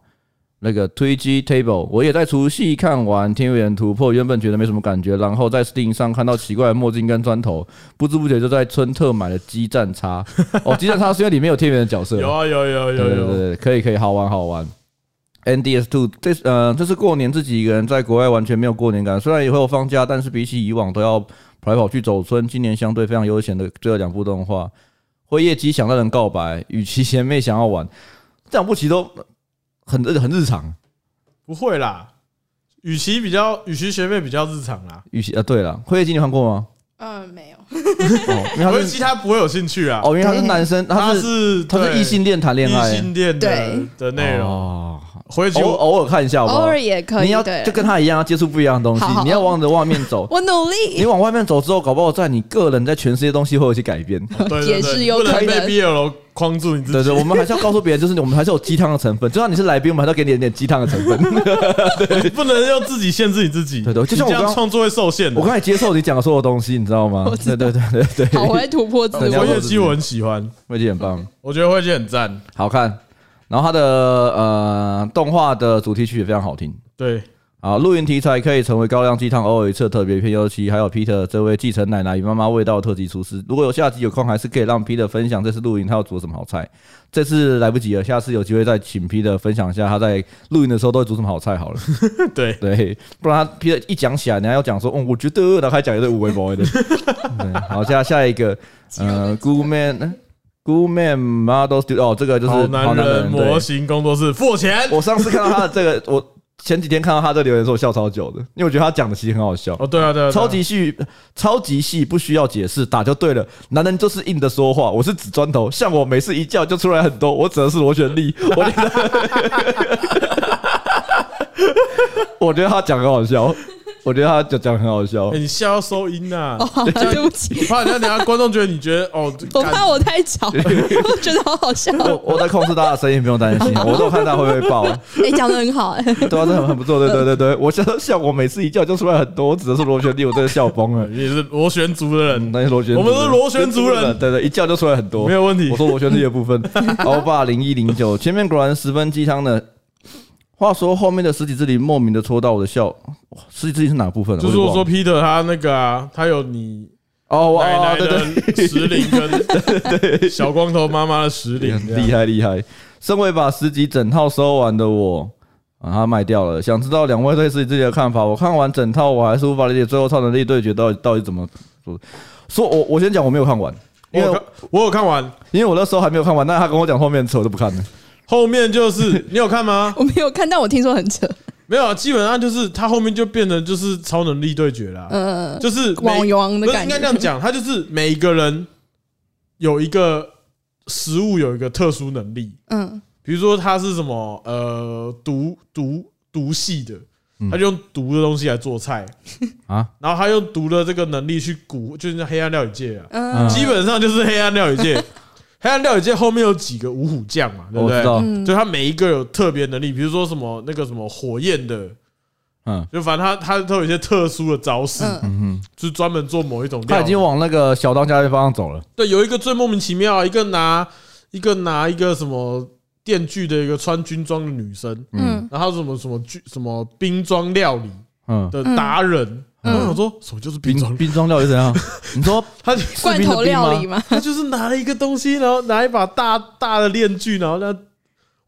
Speaker 3: 那个推机 table，我也在除夕看完《天元突破》，原本觉得没什么感觉，然后在 Steam 上看到奇怪的墨镜跟砖头，不知不觉就在春特买了激战叉。哦，激战叉是因为里面有天元 的角色，
Speaker 1: 有啊有有
Speaker 3: 对
Speaker 1: 有
Speaker 3: 对对
Speaker 1: 有，
Speaker 3: 对，可以可以，好玩好玩。NDS Two 这呃，这是过年自己一个人在国外完全没有过年感，虽然也会有放假，但是比起以往都要跑来跑去走村，今年相对非常悠闲的最后两部动画，《辉夜姬》想让人告白，与其贤妹想要玩，这两部其实都很很日常。
Speaker 1: 不会啦。与其比较，与其学妹比较日常啦，
Speaker 3: 与其呃，对了，《辉夜姬》你有看过 吗？
Speaker 2: 嗯，没有。
Speaker 3: 哦，因为
Speaker 1: 我
Speaker 3: 他
Speaker 1: 其
Speaker 3: 是
Speaker 1: 实他不会有兴趣啊
Speaker 3: 哦，。因为他是男生，他
Speaker 1: 他
Speaker 3: 是
Speaker 1: 是
Speaker 3: 他是
Speaker 1: 对
Speaker 3: 异性恋谈恋
Speaker 1: 异
Speaker 3: 爱
Speaker 1: 性恋的
Speaker 2: 对
Speaker 1: 的内容，
Speaker 3: 哦，
Speaker 1: 回去
Speaker 3: 偶偶尔看一下好不
Speaker 2: 偶
Speaker 3: 好
Speaker 2: 尔？也可以，
Speaker 3: 你要
Speaker 2: 对
Speaker 3: 就跟他一样，要接触不一样的东西
Speaker 2: 好好，好
Speaker 3: 你要往你的外面走。
Speaker 2: 我努
Speaker 3: 你
Speaker 2: 力。
Speaker 3: 往外面走之后，搞不好在你个人在全世界东西会有一些改 变。
Speaker 1: 对对对
Speaker 2: 也是有
Speaker 1: 不能
Speaker 2: 可
Speaker 1: 被
Speaker 2: 能
Speaker 1: BL 框住你自
Speaker 3: 对
Speaker 1: 己。
Speaker 3: 对，我们还是要告诉别人，就是我们还是有鸡汤的成 分。就算你是来宾，我们还是要给你一点鸡汤的成分。
Speaker 1: 不能用自己限制你自己。
Speaker 3: 对对就像
Speaker 1: 你
Speaker 3: 我
Speaker 1: 这
Speaker 3: 刚
Speaker 1: 样创作会受限的。
Speaker 3: 我刚才接受你讲的所有东西，你知道吗？对对对对
Speaker 2: 好，我
Speaker 3: 对，
Speaker 2: 会突破自
Speaker 3: 对你
Speaker 2: 我
Speaker 3: 要
Speaker 1: 灰。
Speaker 3: 做
Speaker 1: 夜姬我很喜欢，
Speaker 3: 魏姐很棒，
Speaker 1: 我觉得灰夜很赞。
Speaker 3: 好看。然后它的呃动画的主题曲也非常好听。
Speaker 1: 对，
Speaker 3: 啊，露营题材可以成为高亮鸡汤偶尔一次的特别篇尤其还有 Peter 这位继承奶奶与妈妈味道的特级厨师。如果有下集有空，还是可以让 Peter 分享这次露营他要煮什么好菜。这次来不及了，下次有机会再请 Peter 分享一下他在露营的时候都会煮什么好菜好 了。
Speaker 1: 对，
Speaker 3: 对，不然他 Peter 一讲起来，你还要讲说，哦，我觉得，然后还讲一堆无为不为的。对，好，下下一个，呃，Good Man。Good Man Model Studio，哦，这个就是
Speaker 1: 好
Speaker 3: 好
Speaker 1: 男人
Speaker 3: 对
Speaker 1: 模型工作室付钱。
Speaker 3: 我上次看到他的这个，我前几天看到他这个留言的时候我笑超久的，因为我觉得他讲的其实很好笑，
Speaker 1: 哦，对啊，对啊，对啊
Speaker 3: 超级细，超级细，不需要解释，打就对了。男人就是硬的说话，我是指砖头，像我每次一叫就出来很多，我指的是螺旋力，我觉 得。我觉得他讲得很好笑，我觉得他讲讲得很好笑
Speaker 1: 哎，。你笑要收音呐
Speaker 2: 哦，，好对不起，
Speaker 1: 你怕人家等下观众觉得你觉得哦，
Speaker 2: 我
Speaker 1: 干
Speaker 2: 怕我太 吵，我觉得好好笑。
Speaker 3: 我我在控制大家的声音，不用担心，
Speaker 1: 哦
Speaker 3: 我都有看到会不会爆。
Speaker 2: 哎，讲的很好，哎
Speaker 3: 对啊，这很很不错，对对对对，我觉得像我每次一叫就出来很多，我指的是螺旋力，我真的笑崩了。
Speaker 1: 你是螺旋族的
Speaker 3: 嗯
Speaker 1: 人，
Speaker 3: 那些螺旋，
Speaker 1: 我们是螺旋族人
Speaker 3: 对对，一叫就出来很多
Speaker 1: 没。有问题
Speaker 3: 我。说螺旋力的部分， 欧巴零一零九，前面果然十分鸡汤的。话说后面的十几只里莫名的戳到我的笑，哇十几只里是哪部分啊？
Speaker 1: 就是
Speaker 3: 我
Speaker 1: 我
Speaker 3: 忘了
Speaker 1: 说 Peter 他那个啊，他有你
Speaker 3: 哦，我
Speaker 1: 奶
Speaker 3: 哦
Speaker 1: 奶
Speaker 3: 对对，
Speaker 1: 的石林跟小光头妈妈的石林，这样
Speaker 3: 厉害厉害！身为把十集整套收完的我，把它卖掉了。想知道两位对十集自己的看法？我看完整套，我还是无法理解最后超能力对决到底到底怎么说。说我我先讲，我没有看完，
Speaker 1: 我
Speaker 3: 因
Speaker 1: 有
Speaker 3: 为
Speaker 1: 看，我有看完，
Speaker 3: 因为我那时候还没有看完，但他跟我讲后面的车我都不看了。
Speaker 1: 后面就是 你有看吗？
Speaker 2: 我没有看，但我听说很扯。
Speaker 1: 没有，啊，基本上就是他后面就变得就是超能力对决啦，
Speaker 2: 嗯，
Speaker 1: 就是每
Speaker 2: 网游王的
Speaker 1: 不是
Speaker 2: 感
Speaker 1: 应
Speaker 2: 觉
Speaker 1: 该这样讲，他就是每个人有一个食物有一个特殊能力，
Speaker 2: 嗯，
Speaker 1: 比如说他是什么呃毒毒毒系的，
Speaker 3: 嗯
Speaker 1: 他就用毒的东西来做菜
Speaker 3: 啊，
Speaker 1: 然后他用毒的这个能力去蛊，就是黑暗料理界啊，
Speaker 2: 嗯
Speaker 1: 基本上就是黑暗料理 界。黑暗料理界后面有几个五虎将嘛，对不
Speaker 3: 我知
Speaker 1: 对？
Speaker 3: 道，
Speaker 2: 嗯
Speaker 1: 就他每一个有特别能力，比如说什么那个什么火焰的，
Speaker 3: 嗯
Speaker 1: 就反正他他都有一些特殊的招式，
Speaker 2: 嗯
Speaker 3: 嗯哼，
Speaker 1: 就是专门做某一种料
Speaker 3: 他
Speaker 1: 理。
Speaker 3: 已经往那个小当家的方向走了。
Speaker 1: 对，有一个最莫名其妙啊，一个拿一个拿一个什么电锯的一个穿军装的女生，
Speaker 2: 嗯，
Speaker 1: 然后什么什么剧什么冰装料理
Speaker 3: 嗯，
Speaker 1: 的达人，
Speaker 3: 嗯
Speaker 1: 我想说什么就是冰装料理，
Speaker 2: 嗯
Speaker 3: 冰冰装料理是怎 样？你说
Speaker 1: 他
Speaker 2: 罐头料理嘛，
Speaker 1: 他就是拿了一个东西，然后拿一把大大的链锯，然后那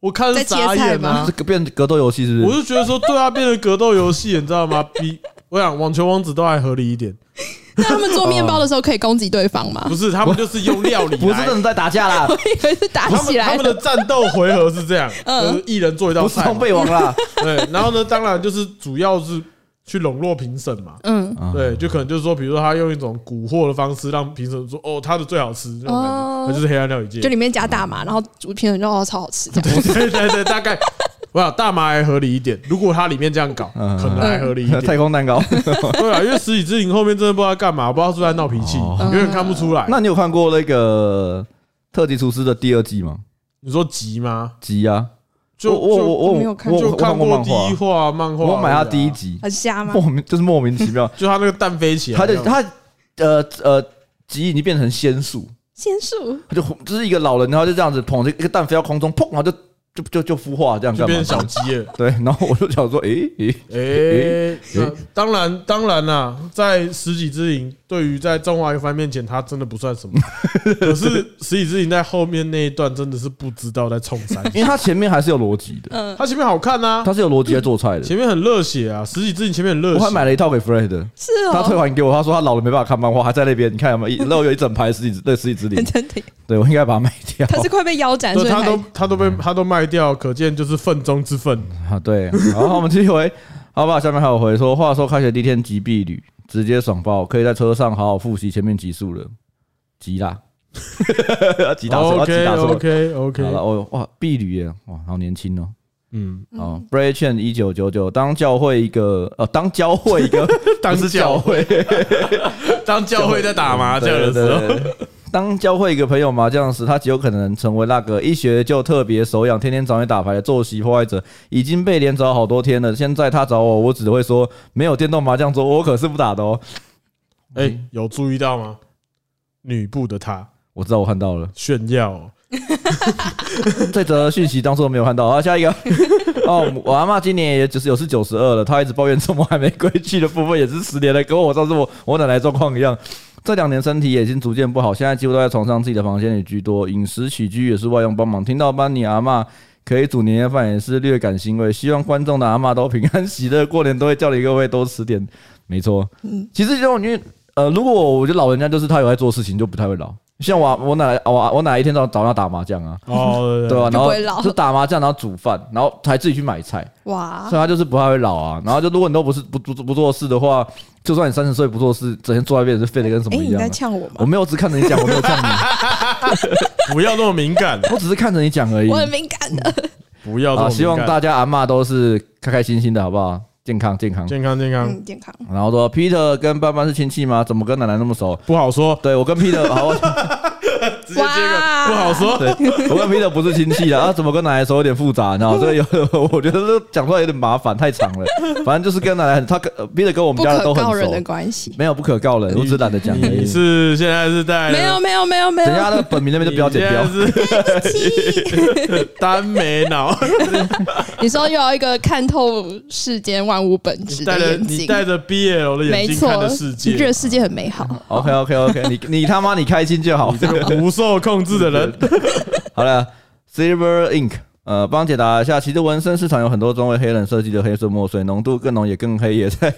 Speaker 1: 我看
Speaker 2: 在
Speaker 1: 是
Speaker 2: 切
Speaker 1: 傻
Speaker 2: 菜
Speaker 1: 眼
Speaker 2: 吗
Speaker 1: 啊
Speaker 3: 这！个变格斗游戏是不
Speaker 1: 我
Speaker 3: 是？
Speaker 1: 就觉得说，对啊，变成格斗游戏，你知道吗？比我想网球王子都还合理一点，
Speaker 2: 那他们做面包的时候可以攻击对方吗
Speaker 1: 不？是他们就是用料理
Speaker 3: 不是
Speaker 1: 来
Speaker 3: 真的在打架 啦，
Speaker 2: 我以为是打
Speaker 1: 他
Speaker 2: 起
Speaker 1: 们他
Speaker 2: 来
Speaker 1: 们的
Speaker 2: 的。
Speaker 1: 战斗回合是这样，
Speaker 2: 嗯
Speaker 1: 就是一人做一道
Speaker 3: 不是
Speaker 1: 菜
Speaker 3: 装
Speaker 1: 嘛，
Speaker 3: 备王啦。
Speaker 1: 对，然后呢，当然就是主要是去笼络评审嘛，
Speaker 2: 嗯，
Speaker 3: 啊
Speaker 1: 对，就可能就是说，比如说他用一种蛊惑的方式让评审说，哦，他的最好吃那种感觉，
Speaker 2: 哦
Speaker 1: 那就是黑暗料理界
Speaker 2: 就，里面加大麻，然后主评人就哦超好吃这样。
Speaker 1: 对对对，大概。我想大麻还合理一点，如果它里面这样搞，
Speaker 3: 嗯
Speaker 1: 可能还合 理一
Speaker 3: 太
Speaker 1: 点。
Speaker 3: 空蛋糕。
Speaker 1: 对啊，因为《十里之灵》后面真的不知道在干嘛，不知道是不是在闹脾气
Speaker 3: 哦，
Speaker 1: 有点看不出来。
Speaker 3: 那你有看过那个《特级厨师》的第二季吗？
Speaker 1: 你说急吗？
Speaker 3: 集啊，
Speaker 1: 就
Speaker 3: 我我
Speaker 1: 就
Speaker 3: 我
Speaker 2: 我没有
Speaker 3: 我
Speaker 2: 看
Speaker 3: 我
Speaker 1: 就
Speaker 3: 我
Speaker 1: 看
Speaker 3: 过
Speaker 1: 过
Speaker 3: 漫
Speaker 1: 第
Speaker 3: 画
Speaker 1: 一，话漫画而已啊，，
Speaker 3: 我买他第一集，
Speaker 2: 很瞎吗
Speaker 3: 莫？名就是莫名其妙
Speaker 1: 就他那个蛋飞起来
Speaker 3: 他
Speaker 1: 那样，
Speaker 3: 就他呃呃集已经变成仙术，
Speaker 2: 仙术
Speaker 3: 他就就是一个老人，然后就这样子捧着一个蛋飞到空中，砰，然后就就就就孵化这样
Speaker 1: 就
Speaker 3: 干
Speaker 1: 变
Speaker 3: 嘛
Speaker 1: 成？小鸡了。
Speaker 3: 对， 然后我就想说，诶诶，
Speaker 1: 诶、那
Speaker 3: 诶
Speaker 1: 当然，当然啦，在十几之影，对于在中华一番面前，他真的不算什 么。可是十几之影在后面那一段真的是不知道在冲 三小，
Speaker 3: 因为他前面还是有逻辑
Speaker 2: 嗯
Speaker 3: 的，
Speaker 1: 他前面好看啊，
Speaker 3: 他是有逻辑在做菜的。
Speaker 1: 前面很热血啊，十几之影前面很热
Speaker 3: 我还
Speaker 1: 血。
Speaker 3: 买了一套给 Fred，
Speaker 2: 是
Speaker 3: 他退
Speaker 2: 哦，
Speaker 3: 还给我，他说他老了没办法看漫画，还在那边，你看 有没有一？那我有一整排十几只，对十几只
Speaker 2: 很
Speaker 3: 灵，
Speaker 2: 真的，
Speaker 3: 对我应该把它卖掉。
Speaker 2: 他是快被腰斩，所
Speaker 1: 对，
Speaker 2: 以
Speaker 1: 他都
Speaker 2: 才
Speaker 1: 他都被
Speaker 3: 嗯
Speaker 1: 他都卖掉，可见就是愤中之愤。
Speaker 3: 啊，对。然后我们继续回，好吧，下面还有回说，话说开学第一天急避旅，直接爽爆，可以在车上好好复习前面集数了，急啦， 急打车，急
Speaker 1: 哦 OK
Speaker 3: 打车。
Speaker 1: OK
Speaker 3: 好
Speaker 1: OK，
Speaker 3: 了，哦哇，避旅耶，哇，好年轻哦。
Speaker 1: 嗯，
Speaker 3: 哦 b r a c h a n 一九九九，当教会一个，呃，当教会一个，
Speaker 1: 当
Speaker 3: 不是
Speaker 1: 教
Speaker 3: 教
Speaker 1: 会
Speaker 3: 会，
Speaker 1: 当教会在 打麻将的时候，
Speaker 3: 对，对嗯对对当教会一个朋友麻将时，他极有可能成为那个一学就特别手痒、天天找你打牌的作息破坏者，已经被连找好多天了。现在他找我，我只会说没有电动麻将桌，我可是不打的哦。
Speaker 1: 哎，有注意到吗？女部的他
Speaker 3: 我知道，我看到了
Speaker 1: 炫耀哦，
Speaker 3: 这则讯息，当初没有看到。好，下一个 哦，我阿妈今年也就是有是九十二了，她一直抱怨周末还没归去的部分也是十年了，跟我上次我我奶奶状况一样。这两年身体也已经逐渐不好，现在几乎都在床上自己的房间里居多，饮食起居也是外佣帮忙。听到班尼阿嬷可以煮年夜饭，也是略感欣慰。希望观众的阿嬷都平安喜乐，过年都会叫你各位多吃点。没错，其实这种因为呃，如果我觉得老人家就是他有在做事情，就不太会老。像我我奶奶我我奶奶一天早早上打麻将啊，
Speaker 1: 哦，
Speaker 3: 对
Speaker 2: 就
Speaker 3: 吧、然
Speaker 2: 不
Speaker 3: 后
Speaker 2: 会老
Speaker 3: 就打麻将，然后煮饭，然后还自己去买菜，
Speaker 2: 哇
Speaker 3: 所以他就是不太会老啊。然后就如果你都不是不不不做事的话，就算你三十岁不做事，整天坐在那边也是废的跟什
Speaker 2: 哎，
Speaker 3: 么一
Speaker 2: 你
Speaker 3: 样啊、
Speaker 2: 在呛我吗
Speaker 3: 我？没有只看着你讲，我没有呛 你，
Speaker 1: 不要那么敏感，
Speaker 3: 我只是看着你讲而已
Speaker 2: 我。很敏感的，
Speaker 1: 不要这么
Speaker 3: 啊，
Speaker 1: 敏感
Speaker 3: 希望大家阿嬷都是开开心心的，好不好？健康健康。
Speaker 1: 健康健康，
Speaker 2: 嗯，健康。
Speaker 3: 然后说 Peter 跟爸爸是亲戚吗？怎么跟奶奶那么熟？
Speaker 1: 不好说，
Speaker 3: 对我跟 Peter 好，我
Speaker 1: 直接接个不好说。
Speaker 3: 对我跟 Peter 不是亲戚的啊，怎么跟奶奶熟有点复杂， 然后所以有我觉得这讲出来有点麻烦，太长了。反正就是跟奶奶很，他跟呃 Peter 跟我们
Speaker 2: 不
Speaker 3: 家的
Speaker 2: 可
Speaker 3: 都
Speaker 2: 告
Speaker 3: 很
Speaker 2: 人的
Speaker 3: 熟，
Speaker 2: 关系。
Speaker 3: 没有不可告人，我只是懒得讲而
Speaker 1: 你
Speaker 3: 已。
Speaker 1: 是现在是在
Speaker 2: 没有，没有，没有，没
Speaker 3: 等一下
Speaker 2: 有。
Speaker 3: 那个本名那边就不要剪掉
Speaker 1: 你。现在是单眉 脑，
Speaker 2: 你说又要一个看透世间万物本质
Speaker 1: 你
Speaker 2: 的
Speaker 1: 戴着
Speaker 2: 眼
Speaker 1: 你
Speaker 2: 睛，
Speaker 1: 戴着 BL 的眼
Speaker 2: 没
Speaker 1: 睛看
Speaker 2: 错
Speaker 1: 的世，
Speaker 2: 你觉
Speaker 1: 界
Speaker 2: 得，世界很美好。
Speaker 3: OK OK OK，你你他妈你开心就好
Speaker 1: 你。这个 不受控制的人，
Speaker 3: 好了，Silver Ink，呃，帮解答一下，其实纹身市场有很多专为黑人设计的黑色墨水，浓度更浓也更黑，也在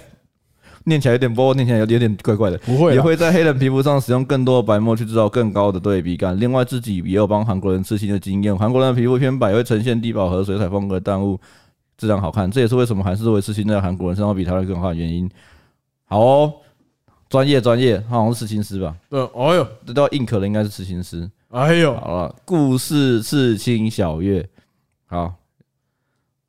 Speaker 3: 念起来有点不过，念起来有点有点怪怪的。
Speaker 1: 不会
Speaker 3: 也
Speaker 1: 啦，
Speaker 3: 会在黑人皮肤上使用更多的白墨去制造更高的对比感。另外，自己也有帮韩国人刺青的经验，韩国人的皮肤偏白，会呈现低饱和水彩风格的淡雾，质量好看。这也是为什么韩式为刺青在韩国人身上比台湾更好的原因。好哦，专业专业，他好像是刺青师吧？
Speaker 1: 对，哎呦，
Speaker 3: 这都要硬壳的应该是刺青师。
Speaker 1: 哎呦，
Speaker 3: 好了，故事刺青小月，好，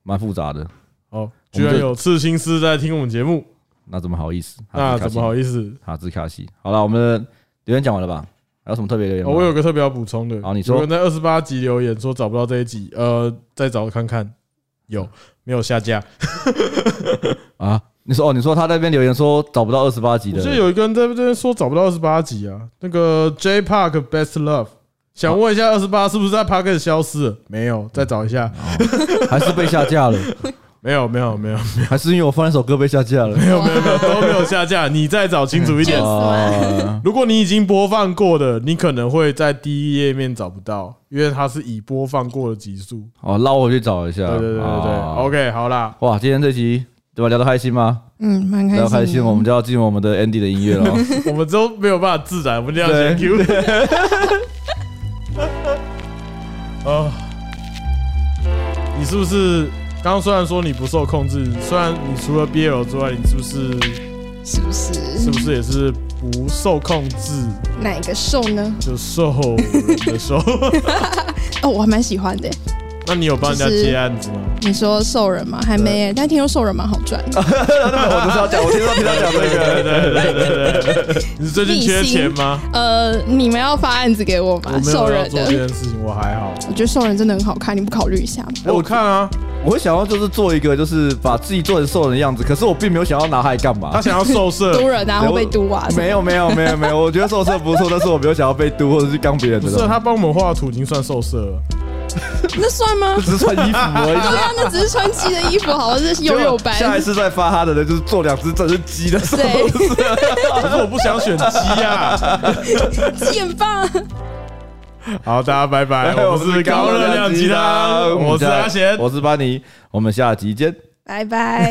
Speaker 3: 蛮复杂的，
Speaker 1: 哦，居然有刺青师在听我们节目，
Speaker 3: 那怎么好意思？
Speaker 1: 那怎么好
Speaker 3: 意
Speaker 1: 意思？
Speaker 3: 思？哈兹卡西，好了，我们的留言讲完了吧？还有什么特别留言吗？
Speaker 1: 哦，我有个特别要补充的。
Speaker 3: 好你说
Speaker 1: 有人在二十八集留言说找不到这一集，呃，再找看看有没有下架。
Speaker 3: 啊，你说哦，你说他那边留言说找不到二十八集
Speaker 1: 我
Speaker 3: 的
Speaker 1: 记得有一个 人在这边说找不到二十八集啊，那个 J Park Best Love，想问一下二十八是不是在 Park 消失了？没有，再找一下。
Speaker 3: 哦，还是被下架了，
Speaker 1: 没有，没有，没有，
Speaker 3: 还是因为我放那首歌被下架 了？
Speaker 1: 没有，没有，没有，都没有下架。你再找清楚一点。
Speaker 3: 啊，
Speaker 1: 如果你已经播放过的，你可能会在第一页面找不到，因为它是已播放过的集数。
Speaker 3: 哦，捞我去找一下。
Speaker 1: 对对对对对
Speaker 3: 啊
Speaker 1: ，OK，好啦，
Speaker 3: 哇，今天这集对吧？聊得开心吗？
Speaker 2: 嗯，蛮
Speaker 3: 聊得开
Speaker 2: 开
Speaker 3: 心，
Speaker 2: 心。
Speaker 3: 我们就要进入我们的 Andy 的音乐 了。
Speaker 1: 我们都没有办法自然，我们这样先 Q。啊，你是不是刚刚虽然说你不受控制，虽然你除了 BL 之外，你是不是
Speaker 2: 是不是？
Speaker 1: 是不是也是不受控制
Speaker 2: 哪一个瘦呢？
Speaker 1: 就受人的 受？
Speaker 2: 哦，我还蛮喜欢的。
Speaker 1: 那你有帮人家接案子吗？
Speaker 2: 你说兽人吗？还没耶，但听说兽人蛮好赚。
Speaker 3: 我就是要讲，我就是要听他讲这
Speaker 1: 对对
Speaker 3: 个。
Speaker 1: 对对对 对对，你最近缺钱吗？
Speaker 2: 呃，你们要发案子给我
Speaker 1: 我
Speaker 2: 吗？
Speaker 1: 没
Speaker 2: 兽
Speaker 1: 有要
Speaker 2: 人
Speaker 1: 做这件
Speaker 2: 的，
Speaker 1: 事情，我还好。
Speaker 2: 我觉得兽人真的很好看，你不考虑一下吗？
Speaker 1: 我看啊，
Speaker 3: 我会想要就是做一个，就是把自己做成瘦人的样子，可是我并没有想要拿它来干嘛
Speaker 1: 他。想要 受射，
Speaker 2: 毒人啊，会
Speaker 3: 对我
Speaker 2: 被毒啊，
Speaker 3: 没有没有没有没有，我觉得瘦色不错，但是我没有想要被嘟或者是刚别人
Speaker 1: 不
Speaker 3: 的
Speaker 1: 是
Speaker 3: 东西。
Speaker 1: 他帮我们画图已经算受射 了。
Speaker 2: 那算吗？
Speaker 3: 只是穿衣服而已。
Speaker 2: 对啊，那只是穿鸡的衣服，好像是游泳班。
Speaker 3: 下一次再发他的人就是做两只整是鸡的手
Speaker 2: 对，
Speaker 1: 可是我不想选鸡啊。
Speaker 2: 鸡很棒。
Speaker 1: 好，大家拜
Speaker 3: 哎
Speaker 1: 拜， 我们是高热量鸡汤，我是阿贤，
Speaker 3: 我是班尼，我们下集见。
Speaker 2: 拜拜。